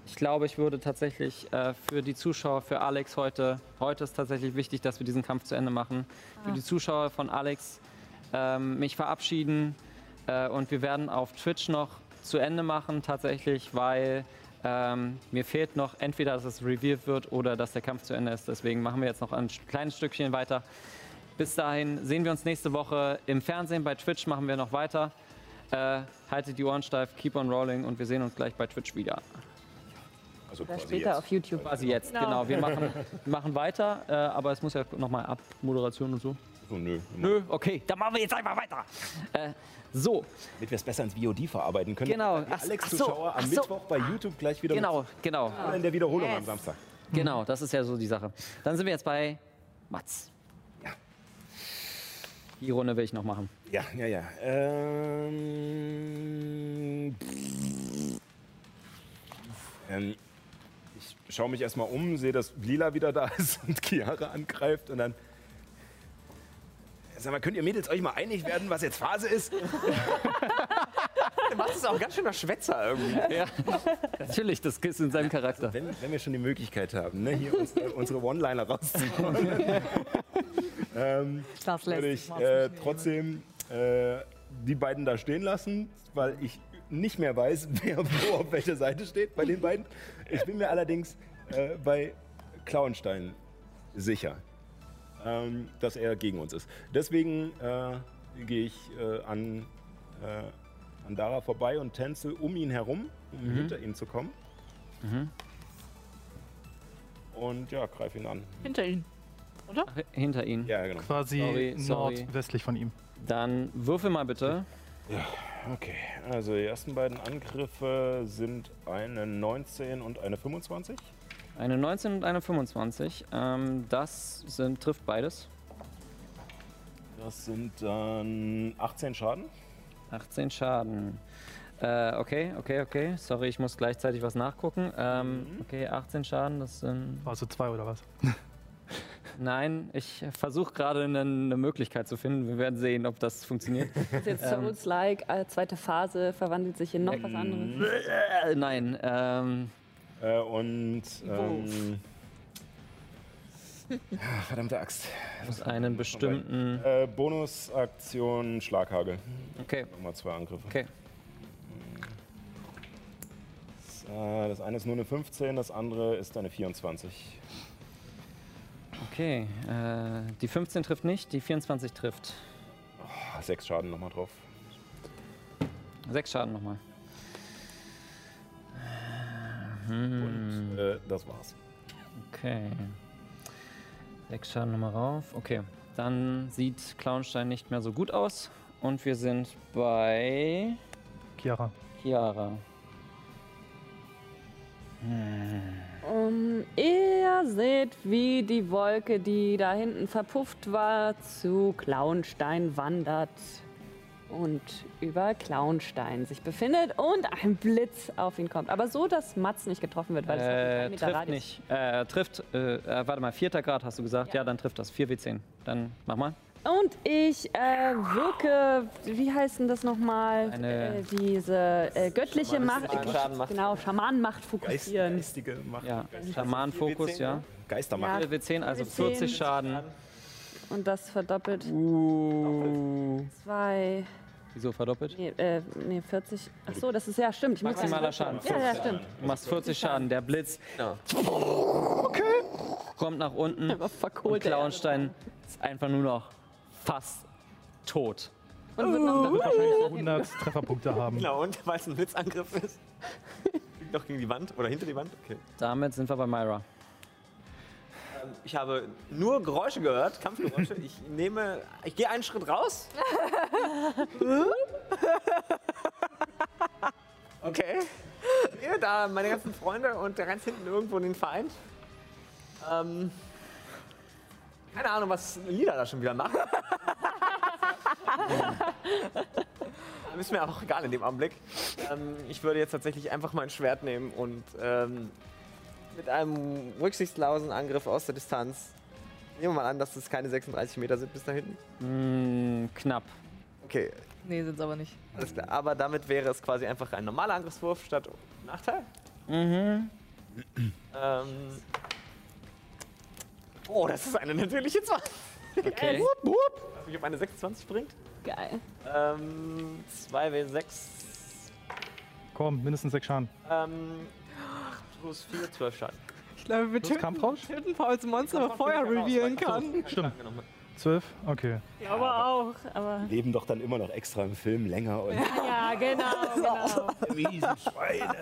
Ich glaube, ich würde tatsächlich äh, für die Zuschauer, für Alex heute, heute ist tatsächlich wichtig, dass wir diesen Kampf zu Ende machen. Für
Ah.
die Zuschauer von Alex ähm, mich verabschieden äh, und wir werden auf Twitch noch zu Ende machen tatsächlich, weil ähm, mir fehlt noch entweder, dass es revealed wird oder dass der Kampf zu Ende ist. Deswegen machen wir jetzt noch ein st- kleines Stückchen weiter. Bis dahin sehen wir uns nächste Woche im Fernsehen. Bei Twitch machen wir noch weiter. Äh, haltet die Ohren steif, keep on rolling und wir sehen uns gleich bei Twitch wieder.
Also
Oder
quasi später jetzt. auf
YouTube. Quasi jetzt, genau.
Genau.
Wir, machen, wir machen weiter, äh, aber es muss ja nochmal ab, Moderation und so.
So, nö.
Nö, okay, dann machen wir jetzt einfach weiter. Äh, so.
Damit wir es besser ins VOD verarbeiten können.
Genau.
Die
Ach so,
Alex-Zuschauer
ach
am
so.
Mittwoch bei YouTube gleich wieder.
Genau, genau.
Oder in der Wiederholung am Samstag.
Genau, das ist ja so die Sache. Dann sind wir jetzt bei Mats. Die Runde will ich noch machen.
Ja, ja, ja. Ähm, pff. ähm, ich schaue mich erstmal um, sehe, dass Lila wieder da ist und Chiara angreift und dann. Sag mal, könnt ihr Mädels euch mal einig werden, was jetzt Phase ist?
Du machst es auch ein ganz schöner Schwätzer irgendwie.
Ja, natürlich, das ist in seinem Charakter.
Wenn, wenn wir schon die Möglichkeit haben, ne, hier uns, äh, unsere One-Liner rauszuholen, ähm,
Das lässt
würde
sich
ich
mal
äh,
zwischen
trotzdem äh, die beiden da stehen lassen, weil ich nicht mehr weiß, wer wo auf welcher Seite steht bei den beiden. Ich bin mir allerdings äh, bei Klauenstein sicher, ähm, dass er gegen uns ist. Deswegen äh, gehe ich äh, an, äh, an Dara vorbei und tänze um ihn herum, um
Mhm.
hinter ihn zu kommen.
Mhm.
Und ja, greife ihn an.
Hinter ihm. Oder?
Ach, Hinter ihn.
Ja, genau.
Quasi
Sorry, sorry.
nordwestlich von ihm.
Dann würfel mal bitte.
Ja, okay. Also die ersten beiden Angriffe sind eine 19 und eine 25.
Eine 19 und eine 25. Ähm, das sind, trifft beides.
Das sind dann 18 Schaden.
18 Schaden. Äh, okay, okay, okay. Sorry, ich muss gleichzeitig was nachgucken. Ähm, okay, 18 Schaden, das sind.
Also zwei oder was?
Nein, ich versuche gerade eine, eine Möglichkeit zu finden. Wir werden sehen, ob das funktioniert.
Ist Also jetzt
Ähm,
Souls-like, äh, zweite Phase, verwandelt sich in noch was anderes.
Äh, Nein, ähm.
Äh, und. Ähm, ja, verdammte Axt.
Muss einen bestimmten.
Äh, Bonusaktion Schlaghagel.
Okay.
Nochmal zwei Angriffe.
Okay.
Das, äh, das eine ist nur eine 15, das andere ist eine 24.
Okay, äh, die 15 trifft nicht, die 24 trifft.
Ah, Sechs Schaden nochmal drauf.
Sechs Schaden nochmal. hm.
Und äh, das war's.
Okay. Sechs Schaden nochmal rauf. Okay, dann sieht Clownstein nicht mehr so gut aus. Und wir sind bei
Chiara.
Chiara.
Um, ihr seht, wie die Wolke, die da hinten verpufft war, zu Klauenstein wandert.
und über Clownstein sich befindet und ein Blitz auf ihn kommt. Aber so, dass Mats nicht getroffen wird, weil es
Äh,
äh, Meter
trifft
Radius
nicht. Äh, trifft, äh, äh, warte mal, vierter Grad hast du gesagt. Ja, dann trifft das. 4W10. Dann mach mal.
Und ich äh, wirke, wie heißt denn das nochmal?
Eine-
Äh, diese äh, göttliche
Schamanistische
Macht.
Schadenmacht.
Genau, Schamanenmacht fokussieren.
Geistige Macht.
Ja, Schamanenfokus, ja.
Geistermacht.
Ja.
4W10, also
4W10.
40 Schaden.
Und das verdoppelt
Hm. Uh.
zwei.
Wieso verdoppelt?
Nee, äh, nee 40. Ach so, das ist ja stimmt. Ich muss
Maximaler Schaden.
Ja, ja,
40.
stimmt.
Du machst 40 Schaden. Der Blitz kommt nach unten. Und Klauenstein ist einfach nur noch fast tot.
Und wird noch- Wird wahrscheinlich so 100 Trefferpunkte haben.
Na und, weil es ein Blitzangriff ist? Fliegt noch gegen die Wand oder hinter die Wand? Okay.
Damit sind wir bei Myra.
Ähm, Ich habe nur Geräusche gehört, Kampfgeräusche. Ich nehme, ich gehe einen Schritt raus. Okay. Sehe da meine ganzen Freunde und der ganz hinten irgendwo den Feind. Ähm, keine Ahnung, was Lila da schon wieder macht. Ähm, Ist mir auch egal in dem Augenblick. Ähm, ich würde jetzt tatsächlich einfach mein Schwert nehmen und ähm, mit einem rücksichtslosen Angriff aus der Distanz. Nehmen wir mal an, dass es keine 36 Meter sind bis da hinten.
Mm, knapp.
Okay,
Nee, sind's aber nicht.
alles klar. Aber damit wäre es quasi einfach ein normaler Angriffswurf statt Nachteil.
Mhm.
Ähm. Oh, das ist eine natürliche 20.
Okay.
Wupp, wupp. Was mich auf eine 26 bringt.
Geil.
Ähm, 2W6.
Komm, mindestens sechs Schaden.
Ähm, 8 plus 4, 12 Schaden.
Ich glaube, wir
Das
töten,
Kampfrausch?
töten Pauls Monster, bevor er revealen kann.
Stimmt.
Zwölf? Okay.
Ja, aber auch. Aber
Leben doch dann immer noch extra im Film länger und
ja, genau. genau.
Riesenschweine.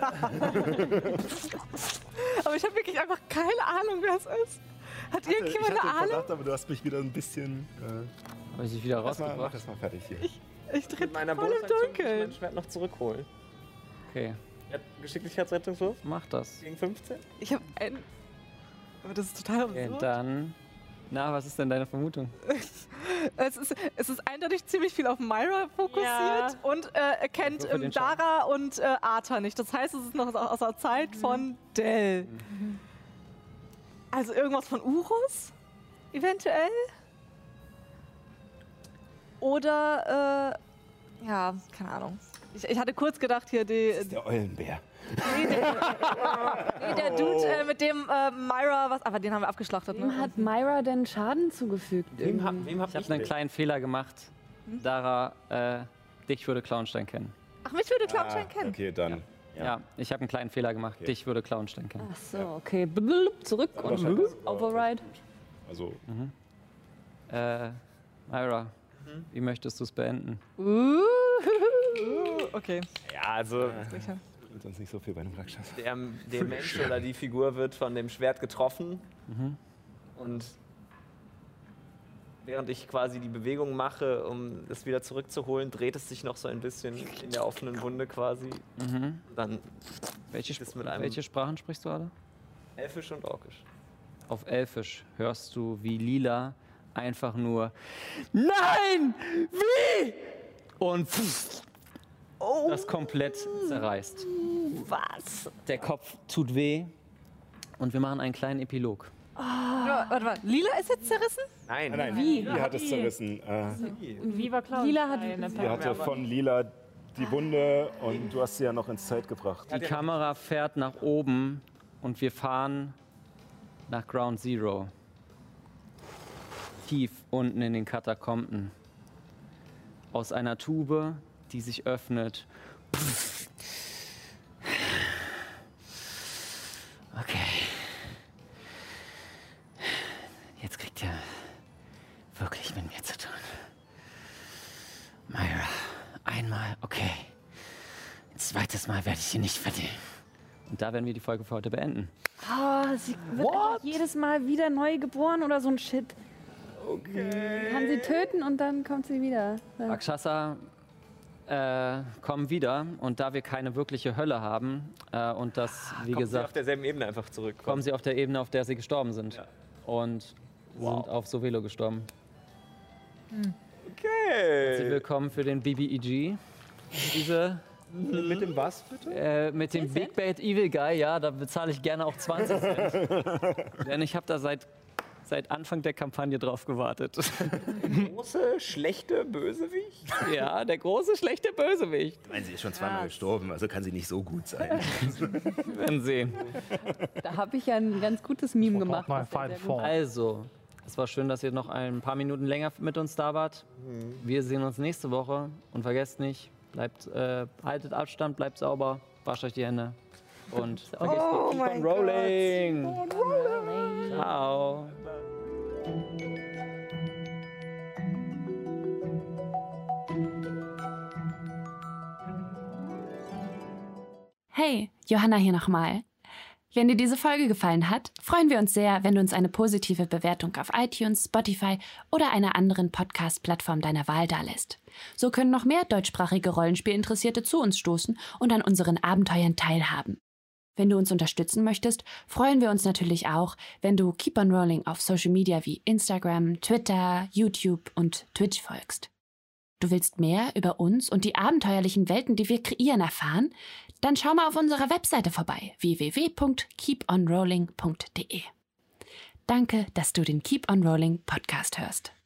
Aber ich habe wirklich einfach keine Ahnung, wer es ist. Hat irgendjemand
ich hatte
eine
den
Ahnung?
Verdacht, aber du hast mich wieder ein bisschen.
Äh, Habe ich dich wieder
rausgebracht? Mach
rausgebracht?
das mal fertig hier.
Ich trete
meiner
voll im
Bonusaktion kann ich
Dunkeln.
mein Schwert noch zurückholen.
Okay.
Ja, Geschicklichkeitsrettungswurf?
Mach das.
Gegen 15?
Ich habe ein. Aber das ist total
Okay,
absurd.
dann. Na, was ist denn deine Vermutung?
Es ist, es ist eindeutig ziemlich viel auf Myra fokussiert
Ja.
und äh, er kennt
Würfel den
ähm, Dara und äh, Arta nicht. Das heißt, es ist noch aus, aus der Zeit von Dell. Also irgendwas von Urus? Eventuell? Oder, äh, ja, keine Ahnung. Ich, ich hatte kurz gedacht, hier die,
Der Eulenbär.
nee, der Dude äh, mit dem äh, Myra, was, aber den haben wir abgeschlachtet, ne?
Wem hat Myra denn Schaden zugefügt?
Wem
irgendwie?
ich habe einen kleinen Fehler gemacht. Dara, äh, dich würde Clownstein kennen.
Ach, mich würde Clownstein kennen.
Okay, dann.
Ja, ich habe einen kleinen Fehler gemacht. Dich würde Clownstein kennen.
Ach so, okay. Blub, zurück und
wahrscheinlich
blub,
ist es
Override.
Also.
Mhm. Äh, Myra, wie möchtest du es beenden?
Uh, okay.
Ja, also.
äh, Wird uns nicht so viel bei einem Raksha.
Der, der Mensch oder die Figur wird von dem Schwert getroffen.
Mhm.
Und während ich quasi die Bewegung mache, um es wieder zurückzuholen, dreht es sich noch so ein bisschen in der offenen Wunde quasi.
Mhm.
Dann
welche,
ist mit einem
Welche Sprachen sprichst du alle?
Elfisch und Orkisch.
Auf Elfisch hörst du, wie Lila einfach nur Nein! Wie? und das komplett zerreißt.
Was?
Der Kopf tut weh und wir machen einen kleinen Epilog.
Warte, warte mal, Lila ist jetzt zerrissen?
Nein,
Ah, nein.
Wie?
Lila hat es
Wie? Also,
zerrissen. Äh,
Und wie war Clown?
Lila hat-
sie hatte von Lila
Ah.
die Wunde und du hast sie ja noch ins Zeit gebracht.
Die Kamera fährt nach oben und wir fahren nach Ground Zero. Tief unten in den Katakomben. Aus einer Tube, die sich öffnet. Okay. Jetzt kriegt ihr wirklich mit mir zu tun. Myra, einmal, okay. Ein zweites Mal werde ich sie nicht verdienen. Und da werden wir die Folge für heute beenden.
Ah, sie wird einfach jedes Mal wieder neu geboren oder so ein Shit. Okay. Kann sie töten und dann kommt sie wieder. Ja.
Rakshasa äh, kommen wieder und da wir keine wirkliche Hölle haben äh, und das, wie
Kommt sie auf
gesagt,
derselben Ebene einfach zurück.
kommen sie auf der Ebene, auf der sie gestorben sind. Und
Wow.
sind auf Sovelo gestorben. Herzlich willkommen für den BBEG. Diese. Mit dem was bitte? Äh, mit dem Big Bad Evil Guy, ja, da bezahle ich gerne auch 20 Cent. Denn ich habe da seit, seit Anfang der Kampagne drauf gewartet.
Große, schlechte Bösewicht?
ja, der große, schlechte Bösewicht.
Ich meine, sie ist schon zweimal gestorben, also kann sie nicht so gut sein.
Wir werden sehen.
Da habe ich ja ein ganz gutes Meme gemacht.
mal
was sehr,
Final
sehr gut-
Form.
Also, es war schön, dass ihr noch ein paar Minuten länger mit uns da wart. Wir sehen uns nächste Woche und vergesst nicht, bleibt, äh, haltet Abstand, bleibt sauber, wascht euch die Hände und vergesst nicht, keep on rolling. Ciao.
Hey, Johanna hier nochmal. Wenn dir diese Folge gefallen hat, freuen wir uns sehr, wenn du uns eine positive Bewertung auf iTunes, Spotify oder einer anderen Podcast-Plattform deiner Wahl dalässt. So können noch mehr deutschsprachige Rollenspielinteressierte zu uns stoßen und an unseren Abenteuern teilhaben. Wenn du uns unterstützen möchtest, freuen wir uns natürlich auch, wenn du Keep on Rolling auf Social Media wie Instagram, Twitter, YouTube und Twitch folgst. Du willst mehr über uns und die abenteuerlichen Welten, die wir kreieren, erfahren? Dann schau mal auf unserer Webseite vorbei www.keeponrolling.de. Danke, dass du den Keep on Rolling Podcast hörst.